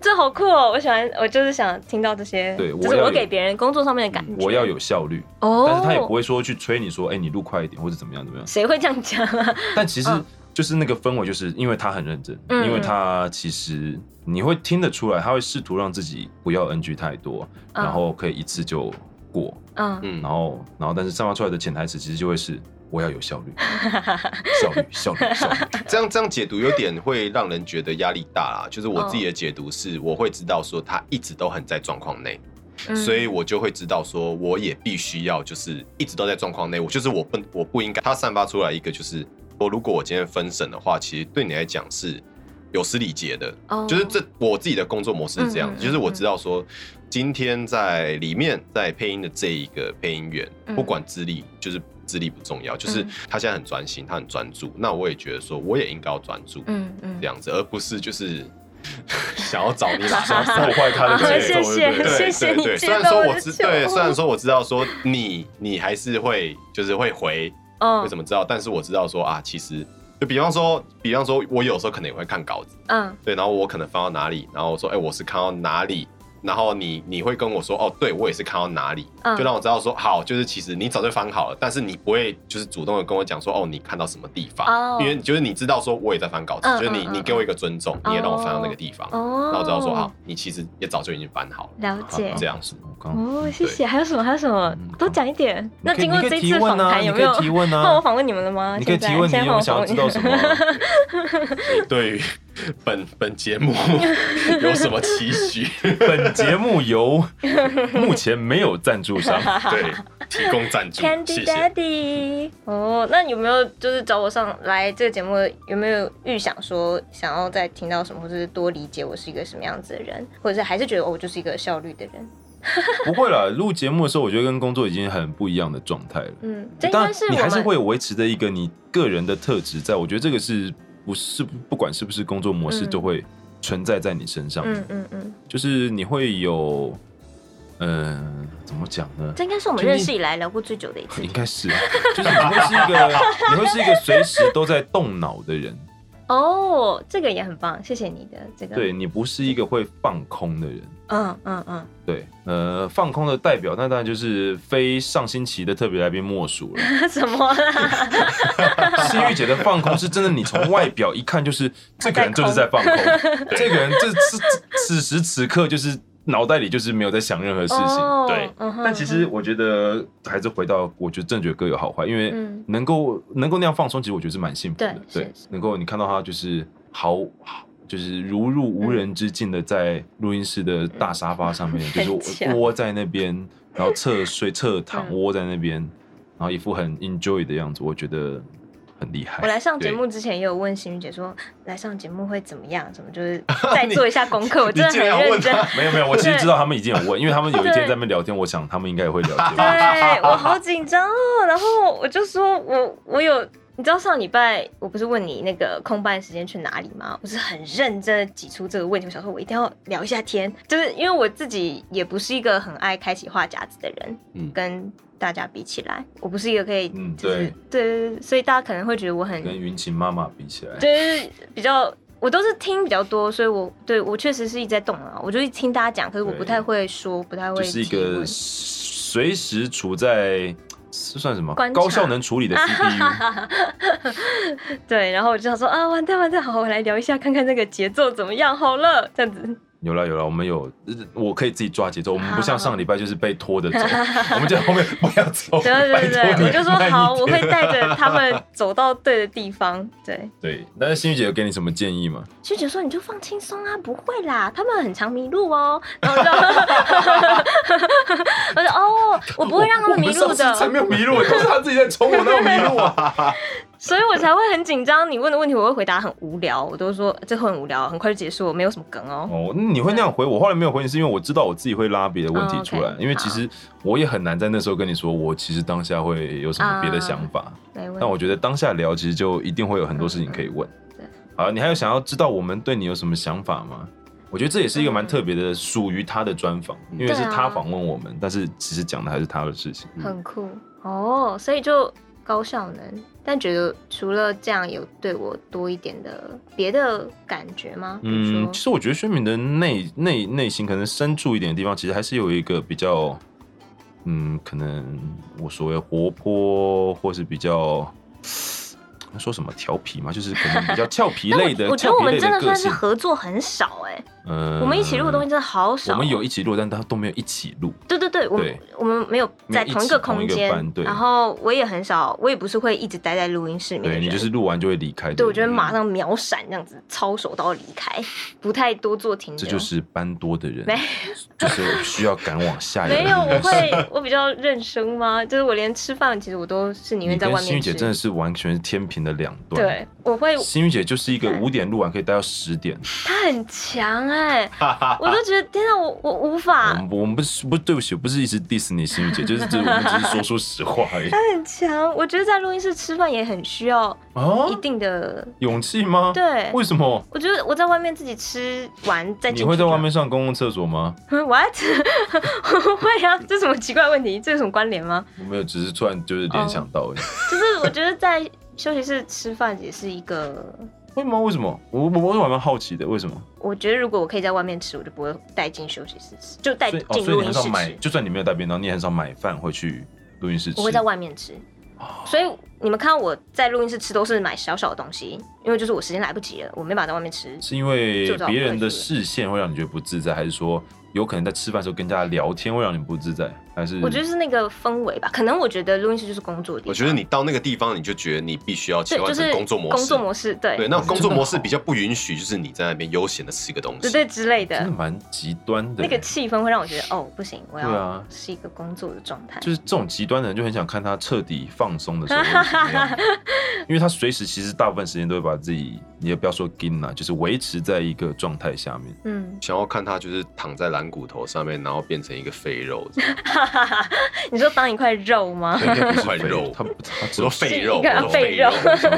S4: 这好酷哦！我喜欢，我就是想听到这些，
S5: 对
S4: 就
S5: 我
S4: 是
S5: 要
S4: 我
S5: 有
S4: 给别人工作上面的感觉。
S5: 我要有效率，
S4: 哦，嗯
S5: 但是他也不会说去催你说，哎，你录快一点或者怎么样怎么样。
S4: 谁会这样
S3: *laughs*
S4: 讲啊？
S5: 但其实
S4: 嗯
S5: 就是那个氛围，就是因为他很认真，
S4: 嗯
S5: 因为他其实你会听得出来，他会试图让自己不要 NG 太多，
S4: 嗯
S5: 然后可以一次就过，
S4: 嗯，
S3: 嗯
S5: 然后然后但是散发出来的潜台词其实就会是我要有
S4: *laughs*
S5: 效率，效率效率效率，
S3: 这样这样解读有点会让人觉得压力大啦。就是我自己的解读是，我会知道说他一直都很在状况内，
S4: 嗯
S3: 所以我就会知道说我也必须要就是一直都在状况内。我就是我不我不应该，他散发出来一个就是我如果我今天分神的话，其实对你来讲是有失礼节的。
S4: 哦
S3: 就是这我自己的工作模式是这样
S4: 嗯嗯
S3: 子，就是我知道说，今天在里面在配音的这一个配音员，
S4: 嗯
S3: 不管资历，就是资历不重要，就是
S4: 嗯
S3: 他现在很专心，他很专注，那我也觉得说，我也应该要专注
S4: 嗯嗯
S3: 这，样子，而不是就是 *laughs* 想要找
S4: *laughs*
S3: 你打
S5: 想要破坏他
S4: 啊
S5: 的
S4: 谢谢
S5: 节奏，对不对？
S4: 谢
S3: 对
S4: 谢
S3: 对
S4: 你
S3: 对，
S4: 接
S3: 虽然
S4: 到
S3: 说
S4: 我
S3: 我
S4: 的
S3: 知
S4: 球
S3: 对，虽然说我知道说你你还是会就是会回，
S4: 嗯
S3: 为什么知道？但是我知道说啊，其实就比方说，比方说我有时候可能也会看稿子。
S4: 嗯
S3: 对，然后我可能翻到哪里，然后我说，哎、我是看到哪里，然后你你会跟我说，哦，对我也是看到哪里，
S4: 嗯
S3: 就让我知道说，好，就是其实你早就翻好了，但是你不会就是主动的跟我讲说，哦，你看到什么地方，
S4: 哦
S3: 因为就是你知道说我也在翻稿子，
S4: 嗯
S3: 就是你
S4: 嗯嗯
S3: 你给我一个尊重，你也让我翻到那个地方，
S4: 哦，
S3: 然后我知道说，好，你其实也早就已经翻好了，
S4: 了解
S5: 好
S3: 这样
S5: 子，我刚
S4: 哦，谢谢。还有什么？还有什么
S5: 嗯？
S4: 多讲一点。
S5: 你
S4: 那
S5: 可以
S4: 经过
S5: 你可
S4: 这
S5: 以
S4: 一次
S5: 提
S4: 访
S5: 问啊
S4: 谈，
S5: 你
S4: 有
S5: 可
S4: 没
S5: 以
S4: 有
S5: 提问啊
S4: 换我访问你们了吗？
S5: 你可以
S4: 现在
S5: 提问，你
S4: 现在
S5: 有没
S4: 换
S5: 有
S4: 我
S5: 想
S4: 访
S5: 要
S4: 问
S5: 知
S4: 你
S5: 道什么？
S4: *laughs*
S3: 你对于本本节目有什么期
S4: *laughs*
S3: 许？
S5: 本节目由目前没有赞
S4: *laughs*
S5: 助商，
S3: 对，提供赞助，谢 *laughs* 谢。
S4: Candy Daddy。哦，那有没有就是找我上来这个节目，有没有预想说想要再听到什么，或者是多理解我是一个什么样子的人，或者是还是觉得、哦、我就是一个效率的人？
S5: 不会啦。录节目的时候，我觉得跟工作已经很不一样的状态了。
S4: 嗯，这应
S5: 当
S4: 该
S5: 然
S4: 是
S5: 你
S4: 我
S5: 还
S4: 们
S5: 是会维持的一个你个人的特质在，我觉得这个是不是不管是不是工作模式
S4: 嗯
S5: 都会存在在你身上，
S4: 嗯嗯嗯，
S5: 就是你会有，嗯，怎么讲呢？
S4: 这应该是我们认识以来聊过最久的一次。
S5: 应该是啊，就是你会是一个，你会是一个随时都在动脑的人，
S4: 哦，这个也很棒，谢谢你的这个。
S5: 对，你不是一个会放空的人。
S4: 嗯嗯嗯， *laughs*
S5: 对，呃，放空的代表，那当然就是非上星期的特别来宾莫属了。
S4: 那什么啦？
S5: 西域姐的放空是真的，你从外表一看就是这个人就是在放空，这个人这是此时此刻就是脑袋里就是没有在想任何事情。
S4: 哦
S3: 对，
S4: 嗯哼
S5: 但其实我觉得还是回到，我觉得正觉各有好坏，因为
S4: 嗯
S5: 能够能够那样放松，其实我觉得是蛮幸福的
S4: 对。
S5: 对
S4: 是是，
S5: 能够你看到他就是毫就是如入无
S4: 嗯
S5: 人之境的在录音室的大沙发上面，
S4: 很
S5: 就是
S4: 强
S5: 窝在那边，然后侧睡侧躺
S4: 嗯
S5: 窝在那边，然后一副很 enjoy 的样子，我觉得很厉害。
S4: 我来上节
S3: 对
S4: 目之前也有问心雨姐说，来上节目会怎么样？怎么就是
S3: *laughs*
S4: 再做一下功课，我真的
S3: 你竟然
S4: 很认
S3: 问
S4: 真。
S3: 他
S5: 没有没有，我其实
S4: 对
S5: 知道他们已经有问，因为他们有一天
S4: 对啊
S5: 在那边聊天，我想他们应该也会聊这个。
S4: *laughs* 对我好紧张哦，然后我就说我我有，你知道上礼拜我不是问你那个空班时间去哪里吗？我是很认真的挤出这个问题，我想说我一定要聊一下天，就是因为我自己也不是一个很爱开启话匣子的人，
S3: 嗯
S4: 跟大家比起来，我不是一个可以，
S5: 嗯
S4: 就是
S5: 对
S4: 对对对，所以大家可能会觉得我很
S5: 跟云晴妈妈比起来，
S4: 就是比较，我都是听比较多，所以我对我确实是一直在动啊，我就一直听大家讲，可是我
S5: 对
S4: 不太会说，不太会
S5: 就是一
S4: 提
S5: 个
S4: 问
S5: 随时处在是算什么
S4: 观察
S5: 高效能处 *laughs* 理的 CPU，
S4: 对，然后我就想说啊，完蛋完蛋，好，我来聊一下，看看那个节奏怎么样好了，这样子。
S5: 有了有了，我们有，呃我可以自己抓节奏，我们不像
S4: 好
S5: 上个礼拜就是被拖 *laughs* 着走，我们就在后面不要走，
S4: 对对对
S5: 拜托
S4: 对，
S5: 你
S4: 我就说
S5: 慢一
S4: 好，我会
S5: 点
S4: 带着他们走到对的地方。对，
S5: 对。但是心宇姐有给你什么建议吗？
S4: 学姐说你就放轻松啊，不会啦，他们很常迷路哦。然 *laughs* 后我就，我说哦，我不会让他
S5: *laughs* 我
S4: 们迷路
S5: 上次才
S4: 的，
S5: 没有
S4: *laughs*
S5: 迷路，都是他自己在冲我，那我迷路啊。
S4: 所以我才会很紧张。你问的问题我会回答很无聊，我都说这会很无聊，很快就结束，我没有什么梗哦。
S5: 哦，那你会那样回我？后来没有回你，是因为我知道我自己会拉别的问题出来，
S4: 哦，OK，
S5: 因为其实我也很难在那时候跟你说，我其实当下会有什么别的想法。
S4: 没问
S5: 但我
S4: 题。
S5: 觉得当下聊，其实就一定会有很多事情可以问。
S4: 对
S5: 好，你还有想要知道我们对你有什么想法吗？我觉得这也是一个蛮特别的，属于他的专访，因为是
S4: 对啊
S5: 他访问我们，但是其实讲的还是他的事情。
S4: 很酷哦，所以就高效能，但觉得除了这样有对我多一点的别的感觉吗？比如
S5: 嗯，
S4: 说
S5: 其实我觉得薛敏的内内内心可能深处一点的地方，其实还是有一个比较，嗯，可能我所谓活泼，或是比较说什么调皮嘛，就是可能比较俏
S4: *laughs*
S5: 皮
S4: 但我
S5: 类的，
S4: 我觉得
S5: 俏
S4: 我
S5: 皮
S4: 们
S5: 类
S4: 真的
S5: 个
S4: 算是
S5: 性。
S4: 合作很少哎、
S5: 嗯
S4: 我们一起录的东西真的好少。哦
S5: 我们有一起录，但他都没有一起录。
S4: 对对对，我们
S5: 对
S4: 我们没有在同一个空
S5: 没有一起同一
S4: 间
S5: 个班对，
S4: 然后我也很少，我也不是会一直待在录音室里面的
S5: 对
S4: 人。
S5: 你就是嗯录完就会离开的人。
S4: 对，我觉得马上秒闪这样子，操手刀离开，不太多做停留。啊
S5: 这就是班多的人
S4: 没，
S5: 就是需要赶往下一个
S4: 没有，
S5: 录
S4: 我
S5: 音室 *laughs*
S4: 会我比较认生吗？就是我连吃饭其实我都是宁
S5: 你
S4: 愿在
S5: 跟
S4: 外
S5: 心
S4: 面
S5: 玉姐
S4: 吃。
S5: 真的是完全是天平的两端。
S4: 对，我会
S5: 心雨姐就是一个
S4: 对
S5: 五点录完可以待到十点，
S4: 他很强
S5: *laughs*
S4: 哎、我都觉得天啊，我我无法
S5: 我，们不我们不是不对不起，我不是一直 diss 你心雨姐，就是只我们只是说说实话
S4: *laughs*
S5: 而已。
S4: 他很强。我觉得在录音室吃饭也很需要
S5: 啊
S4: 一，定的，
S5: 勇气吗？，
S4: 对。
S5: 为什么？
S4: 我觉得我在外面自己吃完再进去
S5: 你
S4: 就
S5: 会在外面上公共厕所吗？
S4: *laughs* ？What？我会啊，这什么奇怪问题？这有什么关联吗？
S5: 我没有，只是突然就是
S4: 嗯
S5: 联想到而已。
S4: 就是我觉得在休息室吃饭也是一个，
S5: 会吗？为什么？我我我还蛮好奇的，为什么？
S4: 我觉得如果我可以在外面吃，我就不会带进休息室吃，就带
S5: 所以哦，
S4: 进
S5: 所以
S4: 录
S5: 你
S4: 音
S5: 很
S4: 室
S5: 少买，
S4: 吃。
S5: 就算你没有带便当，你也很少买饭回去录音室吃。
S4: 我会在外面吃，所以你们看到我在录音室吃都是买小小的东西，因为就是我时间来不及了，我没办法在外面吃。
S3: 嗯
S5: 是因为
S4: 就找
S5: 别人的
S4: 快速的
S5: 视线会让你觉得不自在，还是说有可能在吃饭的时候跟大家聊天会让你不自在？还是
S4: 我觉得是那个氛围吧，可能我觉得录音室就是工作的地方。
S3: 我觉得你到那个地方，你就觉得你必须要切
S4: 对，
S3: 换
S4: 就
S3: 成
S4: 是
S3: 工作模式。
S4: 工作模式，对
S5: *laughs*
S3: 对，那工作模式比较不允许，就是你在那边悠闲的吃个东
S4: 对
S3: 西。
S4: 对之类的。
S5: 真的蛮极端的。
S4: 那个气氛会让我觉得哦，不行，我
S5: 对
S4: 要
S5: 啊
S4: 是一个工作的状态。
S5: 就是这种极端的人，就很想看他彻底放松的时候会是怎么 *laughs* 样，因为他随时其实大部分时间都会把自己，你也不要说盯啦，就是维持在一个状态下面。
S4: 嗯， *laughs*
S3: 想要看他就是躺在蓝骨头上面，然后变成一个肥
S5: *laughs*
S3: 肉这样，
S4: 你说当一块肉吗？
S3: 对，变成一块
S5: 很
S3: 肉，
S5: 他他只
S3: 说
S5: *laughs* 有
S3: 废
S4: 是
S3: 肉，
S4: 一个
S3: 我说
S4: 废肉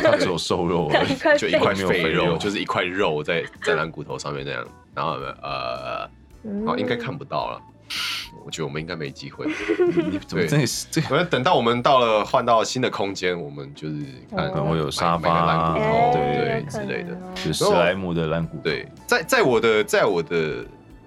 S5: 他只有瘦肉而
S4: 当
S5: 已
S4: 一。
S5: *laughs*
S4: 块
S3: *laughs* 就
S4: 废
S3: 一块
S5: 没有
S3: 肥
S5: 肥
S3: 肉，
S5: 肉
S3: 就是一块肉在在蓝骨头上面那样，然后呃，
S4: 嗯
S3: 哦，应该看不到了，我觉得我们应该没机会。
S5: 你怎么真的是这个？
S3: 我觉得等到我们到了换到新的空间，我们就是看
S5: 可能嗯会有
S3: 买
S5: 沙发
S3: 买个蓝骨
S4: 哎
S3: 头，
S5: 对
S3: 对
S4: 有
S3: 对之
S4: 可
S3: 类的
S4: 能。哦
S5: 就是史莱姆的蓝骨头。
S3: 对，在在我的在我的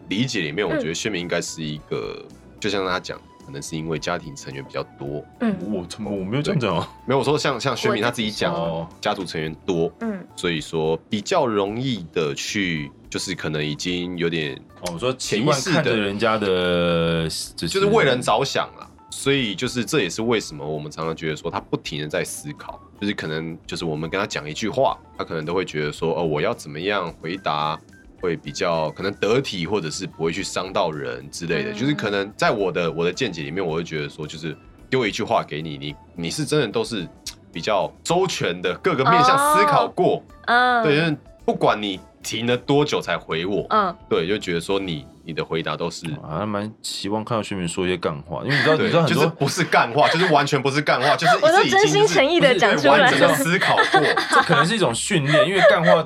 S3: 理解里面，我觉得薛明应该是一个，就像他讲，可能是因为家庭成员比较多。
S4: 嗯
S5: 我怎么我没有这样讲啊？
S3: 没有我说像像薛明他自己讲
S5: 我自己，
S3: 家族成员多，
S4: 嗯，
S3: 所以说比较容易的去，就是可能已经有点
S5: 哦，我说习惯看着人家的，就
S3: 就是为
S4: 嗯
S3: 人着想啦。所以就是这也是为什么我们常常觉得说他不停的在思考，就是可能就是我们跟他讲一句话，他可能都会觉得说哦我要怎么样回答会比较可能得体，或者是不会去伤到人之类的。
S4: 嗯
S3: 就是可能在我的我的见解里面，我会觉得说就是丢一句话给你，你你是真的都是嘖比较周全的各个面向思考过，
S4: 嗯，
S3: 对，就是不管你停了多久才回我，
S4: 嗯，
S3: 对，就觉得说你你的回答都是。
S5: 啊，蛮期望看到薛明说一些干话，因为你知道，你
S3: 对
S5: 知道，很
S3: 就是
S5: 多
S3: 不是干话，就是完全不是干话，就是
S4: 我都
S3: 是已经
S4: 真心诚意的讲
S3: 就是哎完
S4: 出来
S3: 整的
S4: 了。
S3: 思考过
S5: 这可能是一种训练，因为干话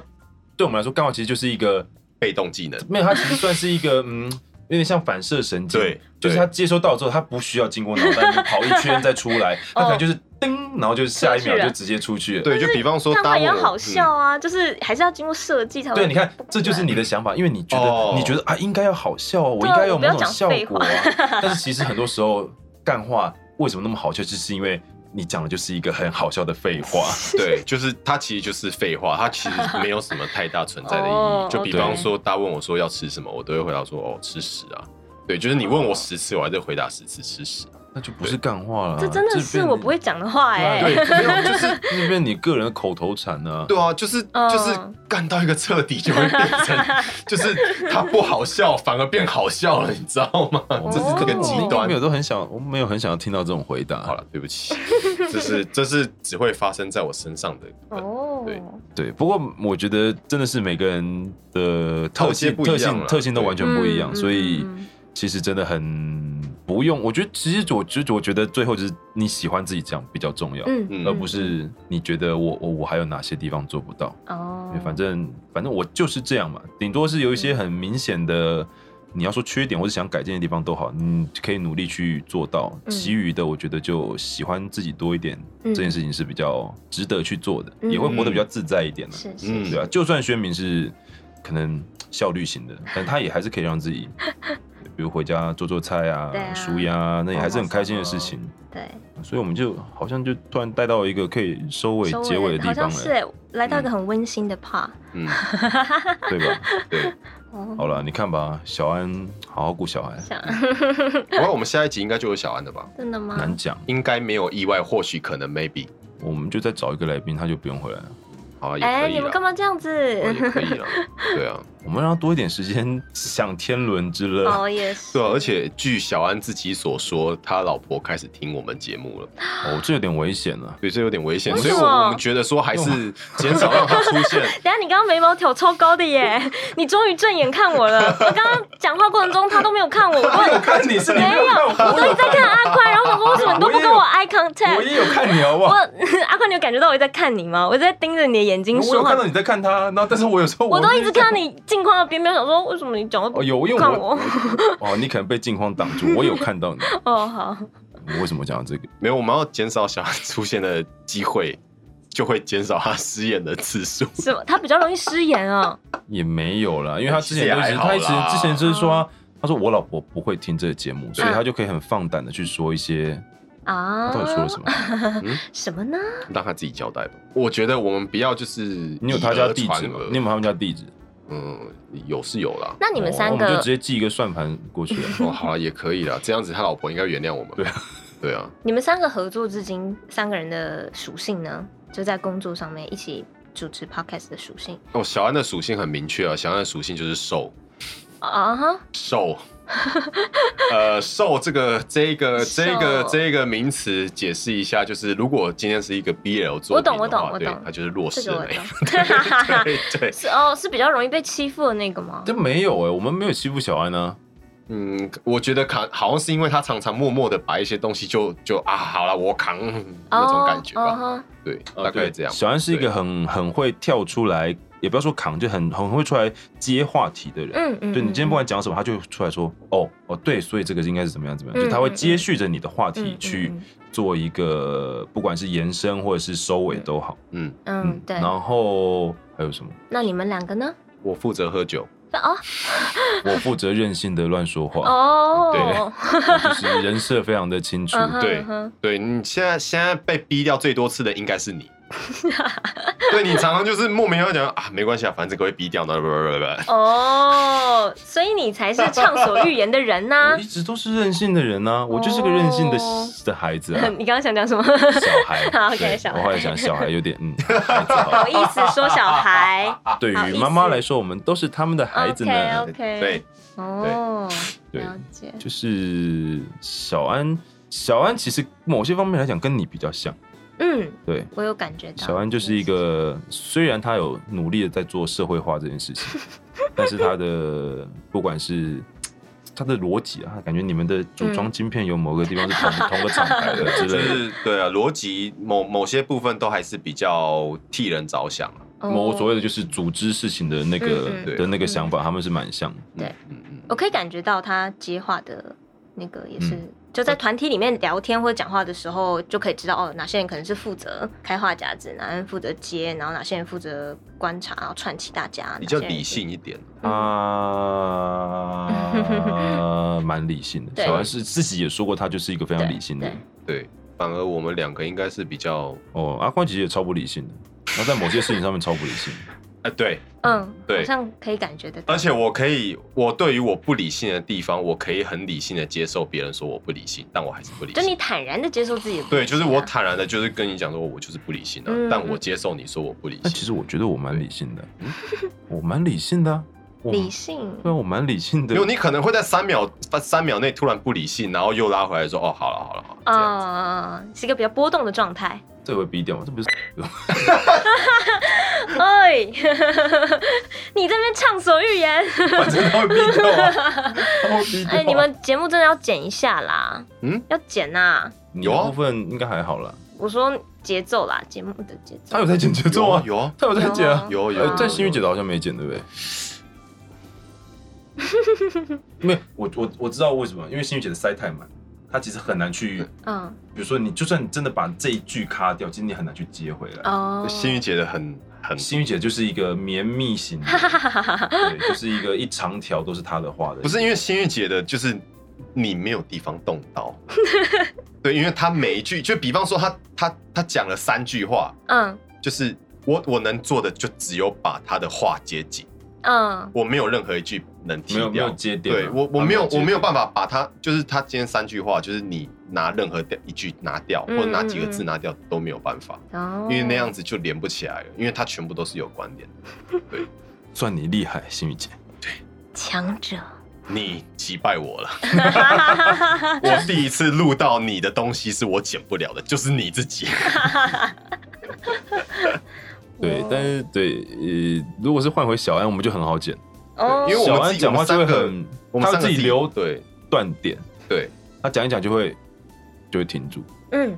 S5: 对我们来说，干话其实就是一个
S3: 被动技
S4: *laughs*
S3: 能，
S5: 没有，它其实算是一个嗯，有点像反射神经，
S3: 对
S5: 就是它接收到之后，它不需要经过脑袋，你跑一圈再出来，它可能就是噔，然后就是下一
S4: 哦
S5: 秒
S4: 出去了
S5: 就直接出去了。
S3: 对，就比方说
S4: 但
S3: 搭
S4: 话也
S3: 我嗯
S4: 要好笑啊，就是还是要经过设计才会。
S5: 对，你看，这就是你的想法，因为你觉得、
S3: 哦
S5: 你觉得啊，应该要好笑啊，我
S4: 对
S5: 应
S4: 啊
S5: 该有
S4: 我不要
S5: 某种
S4: 讲
S5: *laughs* 效
S4: 废
S5: 果啊。但是其实很多时候，干话为什么那么好笑，就是因为你讲的就是一个很好笑的废话。
S3: 嗯对，就是它其实就是废话，它其实没有什么太大存在的意义。
S4: 哦
S3: 就比
S4: OK
S3: 方说，大家问我说要吃什么，我都会回答说哦吃屎啊。对，就是你
S4: 哦
S3: 问我十次，我还在回答十次吃屎。啊
S5: 那就不是干话了啊。
S4: 这真的
S5: 就是变
S4: 我不会讲的话哎、
S5: 对，
S3: 对
S5: 没有，
S4: *laughs*
S5: 就是那边你个人的口头禅呢、
S3: 对啊，就是就是
S4: 嗯
S3: 干到一个彻底，就会变成
S4: *laughs*
S3: 就是它不好笑，反而变好笑了，你知道吗？这是这个极
S4: 哦
S3: 端
S5: 没。有都很想，我没有很想要听到这种回
S3: 好
S4: 啊
S5: 答。
S3: 了，对不起，这
S4: *laughs*
S3: 是这是只会发生在我身上的。
S4: 哦，
S3: 对
S5: 对，不过我觉得真的是每个人的
S3: 特
S5: 特
S3: 性
S5: 性、
S3: 不一样
S5: 特
S3: 啦
S5: 性、特性都
S3: 对
S5: 完全不一
S4: 嗯
S5: 样，所以
S4: 嗯嗯
S5: 其实真的很不用。我觉得，其实我就我觉得最后就是你喜欢自己讲比较重要，
S4: 嗯
S3: 嗯
S5: 而不是你觉得我我我还有哪些地方做不到。
S4: 哦
S5: 因为，反正反正我就是这样嘛，顶多是有一些很明显的，你要说缺点或者想改进的地方都好，你可以努力去做到。
S4: 嗯
S5: 其余的，我觉得就喜欢自己多一点，
S4: 嗯
S5: 这件事情是比较值得去做的，
S4: 嗯
S5: 也会活得比较自在一点的、
S4: 是是
S3: 嗯
S5: 对啊，就算宣明是可能效率
S4: *laughs*
S5: 型的，但他也还是可以让自己，比如回家做做菜啊
S4: 对啊、哦
S5: 舒压、啊，那也还是很开心的事情。
S4: 对，
S5: 所以我们就好像就突然带到一个可以收尾
S4: 收
S5: 结尾的
S4: 好
S5: 地
S4: 像
S5: 方
S4: 是
S5: 了，嗯
S4: 哎，来到一个很温馨的 part，
S3: 嗯，
S5: 对
S4: *laughs*
S5: 吧？
S3: 对。
S4: 哦，
S5: 好了，你看吧，小安好好顾小孩，
S4: 想 *laughs*
S3: 我看我们下一集应该就有小安的吧？
S4: 真的吗？
S5: 难讲。
S3: 应该没有意外，或许可能 maybe
S5: 我们就再找一个来宾，他就不用回来了。
S3: 好啊，也
S4: 哎、
S3: 可以
S4: 你们
S3: 了，
S4: 干
S3: 哦
S4: 嘛这样
S3: 也
S4: 子？
S3: 可以
S4: *laughs*
S3: 了，对啊，
S5: 我们让他多一点时间享天伦之乐。
S4: 哦，也是，
S3: 对啊，而且据小安自己所说，他老婆开始听我们节目了，
S5: 哦，这有点危险了。
S3: 对，这有点危险，
S4: 为
S3: 所
S4: 什
S3: 以
S4: 么
S3: 我我们觉得说还是减少让他出现。 *laughs*
S4: 等一下，你刚刚眉毛挑超高的耶！你终于正眼看我
S5: *laughs*
S4: 了。我刚刚讲话过程中，他都没有看我，我都很
S5: 看你是
S4: 没有，我都一直在看阿宽，然后想说为什么你都不跟我 eye contact？
S5: 也有看你好不
S4: 我 *laughs* 阿宽，你有感觉到我在看你吗？我在盯着你的眼睛
S5: 我有
S4: 说话
S5: 看，到你在看他，然后但是我有时候
S4: 我都一直看到你镜框的边边，想说为什么你讲话不
S5: 哦，有，因为
S4: 看
S5: 我
S4: 我？
S5: 哦，你可能被镜框挡住，我有
S4: *laughs*
S5: 看到你。
S4: 哦，好，
S5: 我为什么讲到这个？
S3: 没有，我们要减少小安出现的机会，就会减少他失言的次数。
S4: 什么？他比较容易失言啊。
S5: 也没有啦，因为他之
S3: 其
S5: 前
S3: 实也
S5: 都一
S3: 还
S5: 直，
S3: 好
S5: 他一直
S3: 啦
S5: 之前就是说啊，他说我老婆不会听这个节目，所以他就可以很放胆的去说一些
S4: 嗯啊
S5: 他，到底说了什么。
S4: 什么呢？
S3: 让他自己交代吧。我觉得我们不要就是
S5: 你有他家地址吗？你有没有他们家地址？
S3: 嗯，有是有啦。
S4: 那你们
S5: 哦
S4: 三
S5: 我们
S4: 个
S5: 就直接寄一个算盘
S4: *laughs*
S5: 过去啊。
S3: 哦，好了，也可以啦。这样子他老婆应该原谅我们。对啊，对啊，
S4: 你们三个合作至今，三个人的属性呢，就在工作上面一起主持 podcast 的属性
S3: 哦，小安的属性很明确啊，小安的属性就是瘦，
S4: 啊哈，
S3: 瘦。 *laughs* 呃，瘦这个这个
S4: 瘦
S3: 这个这个名词解释一下，就是如果今天是一个 BL 作品
S4: 我懂我
S3: 的
S4: 懂
S3: 话
S4: 我
S3: 对
S4: 懂
S3: 它就是弱
S4: 这
S3: 势
S4: 个我
S3: 的那一
S4: 懂
S3: 个。。
S4: 对
S3: 对
S4: *laughs*
S3: 对，
S4: 是哦，是比较容易被欺负的那个吗？
S5: 这没有哎、我们没有欺负小安啊。
S3: 嗯，我觉得扛好像是因为他常常默默的把一些东西就就啊，好了，我扛嗯那种感觉吧。
S4: 哦
S3: 对，大概这样。
S5: 小安是一个很很会跳出来，也不要说扛，就很很会出来接话题的人。
S4: 嗯嗯，
S5: 对你今天
S4: 嗯
S5: 不管讲什么，他就出来说哦哦对，所以这个应该是怎么样怎么
S4: 嗯
S5: 样，就他会接续着你的话
S4: 嗯
S5: 题
S4: 嗯
S5: 去
S4: 嗯
S5: 做一个，不管是延伸或者是收尾都好。
S3: 嗯，
S4: 嗯对，
S5: 然后还
S4: *laughs*
S5: 有什么？
S4: 那你们两个呢？
S3: 我负责喝酒，
S4: 哦
S5: 我负责任性的乱说话，
S4: 哦，
S5: 我就是人设非常的清楚。
S4: 嗯哼
S3: 对
S4: 嗯哼
S3: 对你现在现在被逼掉最多次的应该是
S4: *laughs*
S3: 你，对你常常就是莫名要讲啊，没关系啊，反正这个会逼掉的，不不不不
S4: 哦，所以你才是畅所欲言的人呐
S5: *laughs* 我一。直都是任性的人呐、我就是个任性的
S4: 哦
S5: 的孩子啊。
S4: 你刚刚想讲什么？
S5: 小孩
S4: *laughs* 好，OK，
S5: 对
S4: 小孩
S5: 我后来想，小孩有点
S4: *laughs*
S5: 嗯，孩子好
S4: 好意思说小孩
S5: 对
S4: 好意
S5: 于
S4: 思
S5: 妈妈来说，我们都是他们的孩子呢。
S4: OK，
S3: 对，
S4: 哦，
S5: 对
S4: 了解。
S5: 就是小安，小安其实某些方面来讲跟你比较像，
S4: 嗯，
S5: 对。
S4: 我有感觉到。
S5: 小安就是一个，虽然他有努力的在做社会化这件
S4: *laughs*
S5: 事情，但是他的不管是他的逻辑啊，感觉你们的组
S4: 嗯
S5: 装晶片有某个地方是同同个厂牌的
S3: *laughs*
S5: 之
S3: 就
S5: 类的，
S3: 是对啊，逻辑某某些部分都还是比较替人着想啊。
S4: 哦
S5: 某所谓的就是组织事情的那个
S4: 嗯
S3: 嗯
S5: 的那个想法，他们是蛮像的。
S4: 对，
S3: 嗯嗯，
S4: 我可以感觉到他接话的那个也是、就在团体里面聊天或者讲话的时候，就可以知道哦，哪些人可能是负责开话匣子，哪些人负责接，然后哪些人负责观察，然后串起大家，
S3: 比较
S4: 哪些人
S3: 理性一点。
S5: 啊，蛮理性的，
S4: 嗯对
S5: 小安是自己也说过，他就是一个非常
S4: 对
S5: 理性的人。
S3: 对，反而我们两个应该是比较，
S5: 哦，阿宽其实也超不理性的，他在某些事情上面超不理性。
S3: 哎、对，
S4: 嗯，
S3: 对
S4: 好像可以感觉得到，
S3: 而且我可以，我对于我不理性的地方，我可以很理性的接受别人说我不理性，但我还是不理
S4: 就你
S3: 性。
S4: 坦然的接受自己的、啊
S3: 对，就是我，坦然的，就是跟你讲说，我就是不理性啊，
S4: 嗯
S3: 但我接受你说我不理
S5: 但其
S3: 性。
S5: 实我觉得我蛮理性的，嗯我蛮理性的啊，我
S4: 理性，
S5: 对啊，我蛮理性的
S3: 因。为你可能会在三秒三秒内突然不理性，然后又拉回来说，哦，好了好了好了，这样子。
S4: 嗯，是一个比较波动的状态。
S5: 这会逼掉啊吗？这
S3: *laughs*
S5: 不是
S4: 哎， *laughs* 你这边畅所欲言，
S5: 反正他会逼掉啊，他会逼掉啊。
S4: 哎，你们节目真的要剪一下啦，
S3: 嗯，
S4: 要剪呐、
S5: 你
S3: 有啊
S5: 的部分应该还好啦。
S4: 我说节奏啦，节目的节奏
S5: 他。 *laughs* 有在剪节奏啊，
S3: 有啊
S5: *laughs* 他有在剪啊，
S3: 有啊有啊
S5: 呃
S3: 有啊
S5: 在新宇姐的好像没剪，对不对？
S4: *laughs*
S5: 没有，我我我知道为什么，因为新宇姐的塞太满，她其实很难去，
S4: 嗯
S5: 比如说你就算你真的把这一句卡掉，其实你很难去接回来。
S4: 哦，
S3: 心宇姐的很很
S5: 新宇姐就是一个绵密型的人，对，就是一个一长条都是她的话的，
S3: 不是因为心玉姐的，就是你没有地方动刀。 *laughs* 对，因为她每一句，就比方说她她她讲了三句话，
S4: 嗯
S3: 就是我我能做的就只有把她的话接紧，
S4: 嗯
S3: 我没有任何一句能踢
S5: 没有没有
S3: 掉。
S5: 接点啊，
S3: 对我我
S5: 她
S3: 没有
S5: 接
S3: 我没有
S5: 点
S3: 办法把她就是她今天三句话，就是你拿任何一句拿掉，
S4: 嗯
S3: 或者拿几个
S4: 嗯
S3: 字拿掉都没有办法，
S4: 哦，
S3: 因为那样子就连不起来了，因为它全部都是有关联的。
S5: 算你厉害，新宇姐。
S4: 强
S5: *laughs*
S4: 者，
S3: 你击败我
S4: *laughs*
S3: 了。
S4: 啊
S3: 我第一次录到你的东西是我剪不了的，就是你自己。
S5: 对
S4: 哦，
S5: 但是对，呃，如果是换回小安，我们就很好剪。
S4: 哦，
S3: 因为我
S5: 小
S3: 们自
S5: 安
S3: 己
S5: 讲话就会
S3: 我
S5: 很
S3: 们，我们
S5: 他
S3: 三
S5: 会
S3: 个
S5: 自己留
S3: 对
S5: 断点，
S3: 对，
S5: 他讲一讲就会就会停住，
S4: 嗯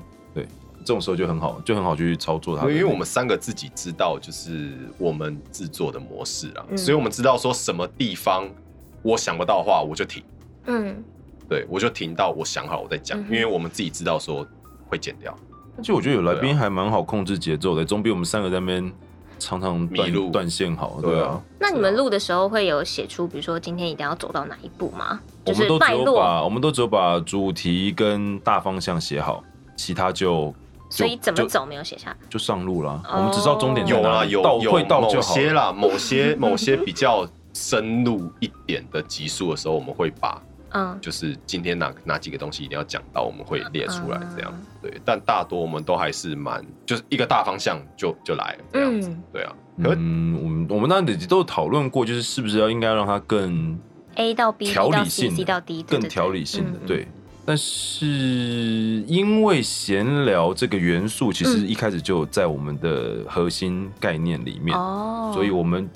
S5: 这种时候就很好，就很好去操作他。
S3: 因为我们三个自己知道就是我们制作的模式啊，
S4: 嗯
S3: 所以我们知道说什么地方我想不到的话我就停，
S4: 嗯
S3: 对我就停到我想好我再讲，
S4: 嗯哼嗯
S3: 因为我们自己知道说会剪掉，
S5: 而且我觉得有来
S3: 对
S5: 宾还蛮好控制节奏的，总比我们三个在那边常常
S3: 迷路
S5: 断断线好。对
S3: 对
S5: 啊
S3: 啊，
S4: 那你们录的时候会有写出，比如说今天一定要走到哪一步吗？
S5: 我
S4: 就
S5: 们
S4: 是
S5: 都只
S4: 脉
S5: 有
S4: 络，
S5: 把我们都只有把主题跟大方向写好，其他就
S4: 所以
S5: 就
S4: 怎么
S5: 就
S4: 走没有写下。
S5: 就上路啦。
S4: 哦
S5: 我们只知道终点在
S3: 有
S5: 哪
S3: 啦
S5: 里，
S3: 有
S5: 到
S3: 有
S5: 会到就
S3: 某
S5: 好
S3: 些。啦，某
S4: 嗯
S3: 些某些比较深入一点的集数的时候，我们会把
S4: 嗯，
S3: 就是今天哪哪几个东西一定要讲到，我们会列出来这样。
S4: 嗯
S3: 对，但大多我们都还是蛮就是一个大方向就就来了这样子。
S4: 嗯
S3: 对啊，可是
S5: 嗯，我们我们那里都有讨论过，就是是不是要应该让它更
S4: A 到 B，B
S5: 条
S4: 到
S5: 理
S4: C，
S5: 性的
S4: C 到 D，对
S5: 更
S4: 对对
S5: 条理性的
S4: 嗯，
S5: 对。但是因为闲聊这个元素，其实
S4: 嗯
S5: 一开始就在我们的核心概念里面，
S4: 哦，
S5: 所以我们，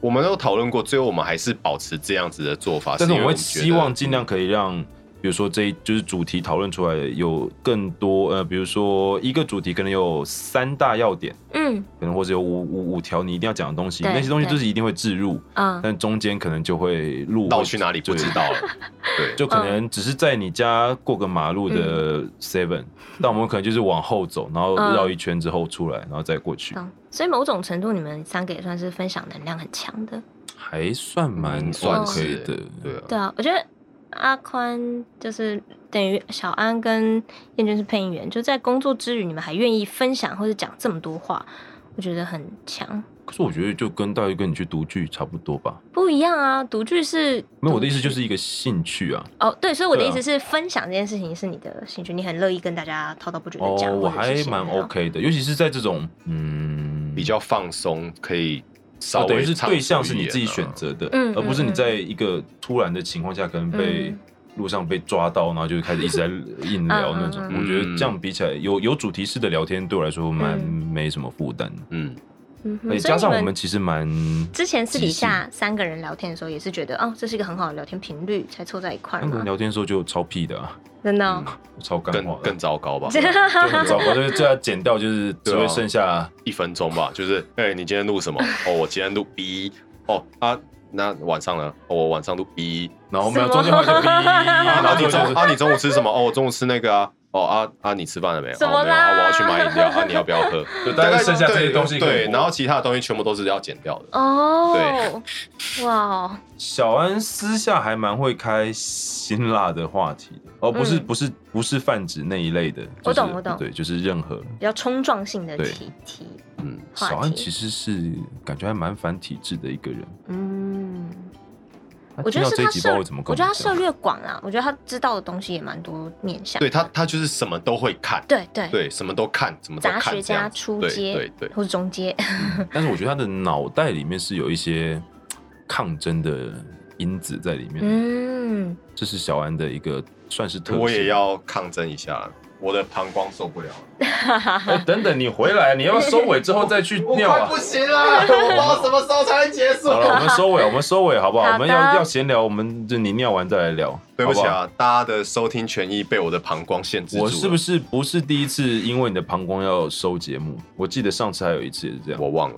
S3: 我们都讨论过，最后我们还是保持这样子的做法，
S5: 但是
S3: 啊是因
S5: 我
S3: 为
S5: 们会
S3: 觉得嗯
S5: 希望尽量可以让，比如说这一就是主题讨论出来有更多，呃，比如说一个主题可能有三大要点，
S4: 嗯
S5: 可能或者有五五五条你一定要讲的东西，
S4: 对
S5: 那些东西
S4: 对
S5: 就是一定会置入，
S4: 嗯
S5: 但中间可能就会录
S3: 绕
S5: 会
S3: 去哪里不
S5: 对
S3: 知道了。
S4: 嗯
S3: 对，
S5: 就可能只是在你家过个马路的 Seven，、但我们可能就是往后走，然后绕一圈之后出
S4: 嗯
S5: 来，然后再过去，
S4: 懂。所以某种程度，你们三个也算是分享能量很强的。
S5: 还算蛮
S3: 嗯算
S5: OK
S3: 是
S5: 的。
S3: 对啊，
S4: 对啊，我觉得阿宽就是等于小安跟燕君是配音员，就在工作之余，你们还愿意分享或者讲这么多话，我觉得很强。
S5: 可是我觉得就跟大鱼跟你去读剧差不多吧。
S4: 不一样啊，独剧是
S5: 没有，我的意思就是一个兴趣啊。
S4: 哦，对，所以我的意
S5: 对啊
S4: 思是，分享这件事情是你的兴趣，你很乐意跟大家滔滔不绝
S5: 哦
S4: 的哦讲、，或者
S5: 我还
S4: 是闲
S5: 蛮
S4: 聊
S5: OK 的，尤其是在这种嗯
S3: 比较放松，可以稍
S5: 哦，
S3: 微、
S5: 等于是对象是你自
S3: 啊
S5: 己选。择的，
S4: 嗯
S5: 而不是你
S4: 嗯
S5: 在一个突然的情况下可能被。
S4: 嗯
S5: 路上被抓到，然后就开始一直在硬聊那种。
S4: 嗯
S3: 嗯
S5: 我觉得这样比起来，有有主题式的聊天对我来说蛮、
S4: 嗯
S5: 没什么负担，
S3: 嗯，
S4: 嗯哼
S5: 而且
S4: 所以
S5: 哎加上
S4: 你
S5: 我们其实蛮
S4: 之前私底
S5: 即兴
S4: 下三个人聊天的时候，也是觉得哦，这是一个很好的聊天频率，才凑在一块儿
S5: 那个
S4: 嘛，
S5: 聊天的时候就超屁的啊，
S4: 真的哦、
S5: 超干
S3: 更
S5: 话的
S3: 更，糟糕
S4: *laughs*
S3: 吧，
S5: 就很糟 *laughs* 糕，就是这样剪掉，就是只
S3: 对啊
S5: 会剩下
S4: *laughs*
S3: 一分钟吧，就是哎、你今天录什么？哦，我今天录 B。哦啊，那晚上呢？哦我晚上都 B，
S5: 然后我们要
S4: 什么
S5: 中间换个 B，
S3: 啊，
S5: 然
S3: 然
S5: 后
S3: 后你
S5: 就
S3: 中
S5: 是
S3: 啊，你中午吃什么？哦，我中午吃那个啊。哦啊啊，你吃饭了没有？
S4: 怎么
S3: 哦，没有啊，
S4: 啦
S3: 我要去买饮料
S4: *laughs*
S3: 啊，你要不要喝？
S5: 就大概剩下这些
S3: 对
S5: 东西可以
S3: 对，
S5: 播
S3: 然后其他的东西全部都是要剪掉的。
S4: 哦，哇，哦
S5: 小安私下还蛮会开辛辣的话题的，哦，不是、
S4: 嗯
S5: 不是不是泛指那一类的，
S4: 我
S5: 就是
S4: 懂我懂
S5: 对，就是任何
S4: 比较冲撞性的
S5: 对
S4: 题题
S3: 嗯，
S5: 小
S4: 话
S5: 安其
S4: 题，
S5: 实是感觉还蛮反体制的一个人，
S4: 嗯。
S5: 他
S4: 我觉
S5: 听
S4: 得
S5: 到
S4: 是
S5: 这一
S4: 他
S5: 集不知
S4: 涉
S5: 道会怎么，跟
S4: 我
S5: 我
S4: 觉得他
S5: 们
S4: 涉
S5: 讲
S4: 略广啦，我觉得他知道的东西也蛮多面向。
S3: 对他，他就是什么都会看，
S4: 对对，
S3: 对，什么都看，什么都
S4: 杂
S3: 看这
S4: 学
S3: 样子。
S4: 家出街，
S3: 对对对，
S4: 或是中街，
S5: 但是我觉得他的脑袋里面是有一些抗争的因子在里面，
S4: 嗯，
S5: 这是小安的一个算是特性。
S3: 我也
S4: *laughs*
S3: 要抗争一下，我的膀胱受不了了，
S5: 哎、等等你回来，你要收尾之后再去尿啊。
S3: 行
S5: *laughs*
S3: 了，我不知道什么时候才能结束
S5: 好了，我们收尾，我们收尾好不好？
S4: 好的
S5: 我们要要闲聊，我们就你尿完再来聊。
S3: 对不起
S5: 好
S3: 啊，大家的收听权益被我的膀胱限制
S5: 不
S3: 住
S5: 好，
S3: 了。
S5: 我是不是不是第一次因为你的膀胱要收节目？我记得上次还有一次也是这样。
S3: 我忘了？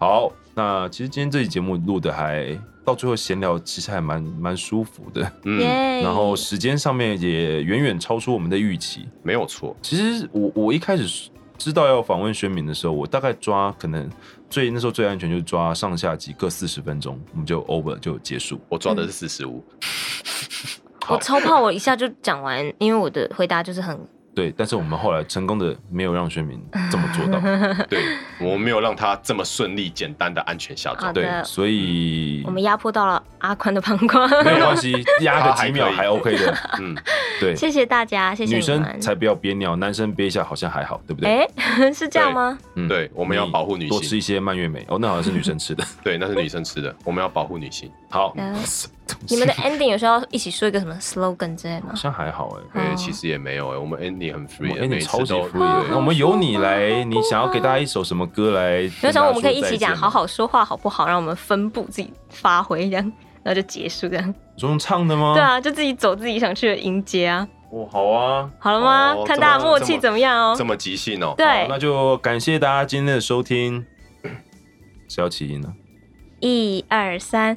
S5: 好，那其实今天这期节目录的还到最后闲聊，其实还蛮蛮舒服的，
S3: 嗯，
S4: 耶。
S5: 然后时间上面也远远超出我们的预期。
S3: 没有错。
S5: 其实我我一开始知道要访问宣敏的时候，我大概抓可能最那时候最安全就是抓上下集各四十分钟，我们就 over 就结束。
S3: 我
S4: 嗯
S3: 抓的是四十五，
S4: 我超怕我一下就讲完，因为我的回答就是很
S5: 对，但是我们后来成功的没有让宣敏这么做到，
S3: 对 *laughs* 我没有让他这么顺利、简单的安全下
S4: 好
S3: 装。
S4: 的
S5: 对，所以
S4: 我们压迫到了阿宽的膀胱。 *laughs*
S5: 没有关系，压个几秒
S3: 还可以
S5: 还 OK 的。
S3: 嗯，
S5: 对，
S4: 谢谢大家，谢谢
S5: 女
S4: 你
S5: 生
S4: 们。
S5: 才不要憋尿，男生憋一下好像还好，对不对？
S4: 哎、是这样吗？
S5: 嗯
S3: 对我们要保护女性
S5: 多吃一些蔓越莓。哦，那好像是女生
S4: *laughs*
S5: 吃的。
S3: 对，那是女生吃的，我们要保护女性。
S5: 好，
S4: 嗯你
S5: 你
S4: 们的 ending 有时候要一起说一个什么 slogan 之类吗
S5: 好？像还好哎。
S3: 对，
S4: 哦
S3: 其实也没有哎，我们 Andy 很
S5: 我
S3: free，的
S5: 们
S3: 每
S5: Andy
S3: 次
S5: 超级
S3: 都
S5: free 的
S3: 对
S5: 那我们由你来，你想要给大家一首什么歌来？
S4: 有时候我们可以一起
S5: 跟大家说再见
S4: 讲
S5: 吗
S4: 好。好说话好不好？让我们分布自己发挥这样，然后就结束这样。
S5: 你说用唱的吗？
S4: 对，啊，就自己走自己想去的迎接啊。
S5: 哦，好啊。
S4: 好了吗？
S3: 哦
S4: 看大家
S3: 这么
S4: 默契怎么样哦。
S3: 这么即兴哦。
S5: 好
S4: 对
S5: 那，就感谢大家今天的收听。是要起音呢？
S4: 一二三，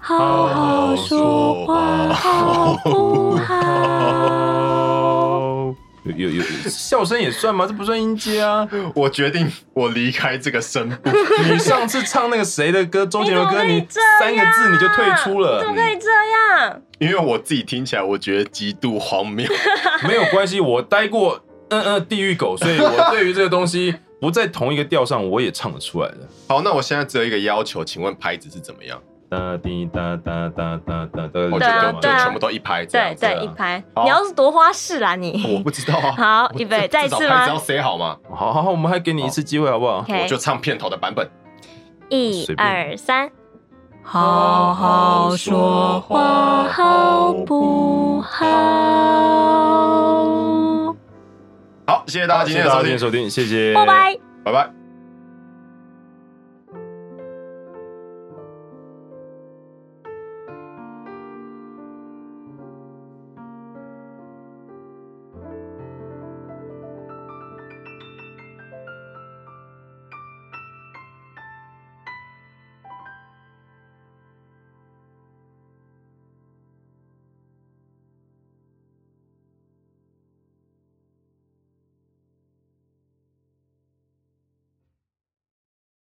S4: 好好说话好不好？
S3: 哦
S5: 有有有，笑声也算吗？这不算音阶啊！
S3: 我决定，我离开这个声部。
S5: 你上次唱那个谁的歌，周杰伦歌，
S4: 你
S5: 你
S4: 怎么可
S5: 三
S4: 以这
S5: 个
S4: 样
S5: 字你就退出
S4: *laughs*
S5: 了
S4: 怎，么可以这样？
S3: 因为我自己听起来，我觉得极度荒谬。
S4: 啊
S5: 没有关系，我待过嗯嗯地狱狗，所以我对于这个东西不在同一个调上，我也唱得出来的。
S3: 好，那我现在只有一个要求，请问拍子是怎么样？
S5: 哒滴哒哒哒哒哒哒，
S3: 我
S4: 对
S3: 就
S4: 啊
S3: 就就
S4: 对啊
S3: 全部都一拍这
S4: 对
S3: 样子。
S4: 对，
S5: 啊
S4: 一拍，
S3: 好
S4: 你要是多花式啦
S3: 我
S4: 你。
S3: 不知道啊。
S4: *laughs* 好，
S3: *laughs* 我
S4: 预备，
S3: 至
S4: 再一
S3: 至
S4: 次
S3: 少拍子要
S4: 吗
S3: 塞好吗？
S5: 好好好，我们还给你一次机会，好不好？
S3: 我
S4: ？OK，
S3: 就唱片头的版本。
S4: 一
S5: 随便
S4: 二三，好好说话好不好？
S3: 好，谢谢大家今天的收
S5: 谢谢大家今天
S3: 听，
S5: 收听，谢谢，
S4: 拜拜。
S3: 拜拜。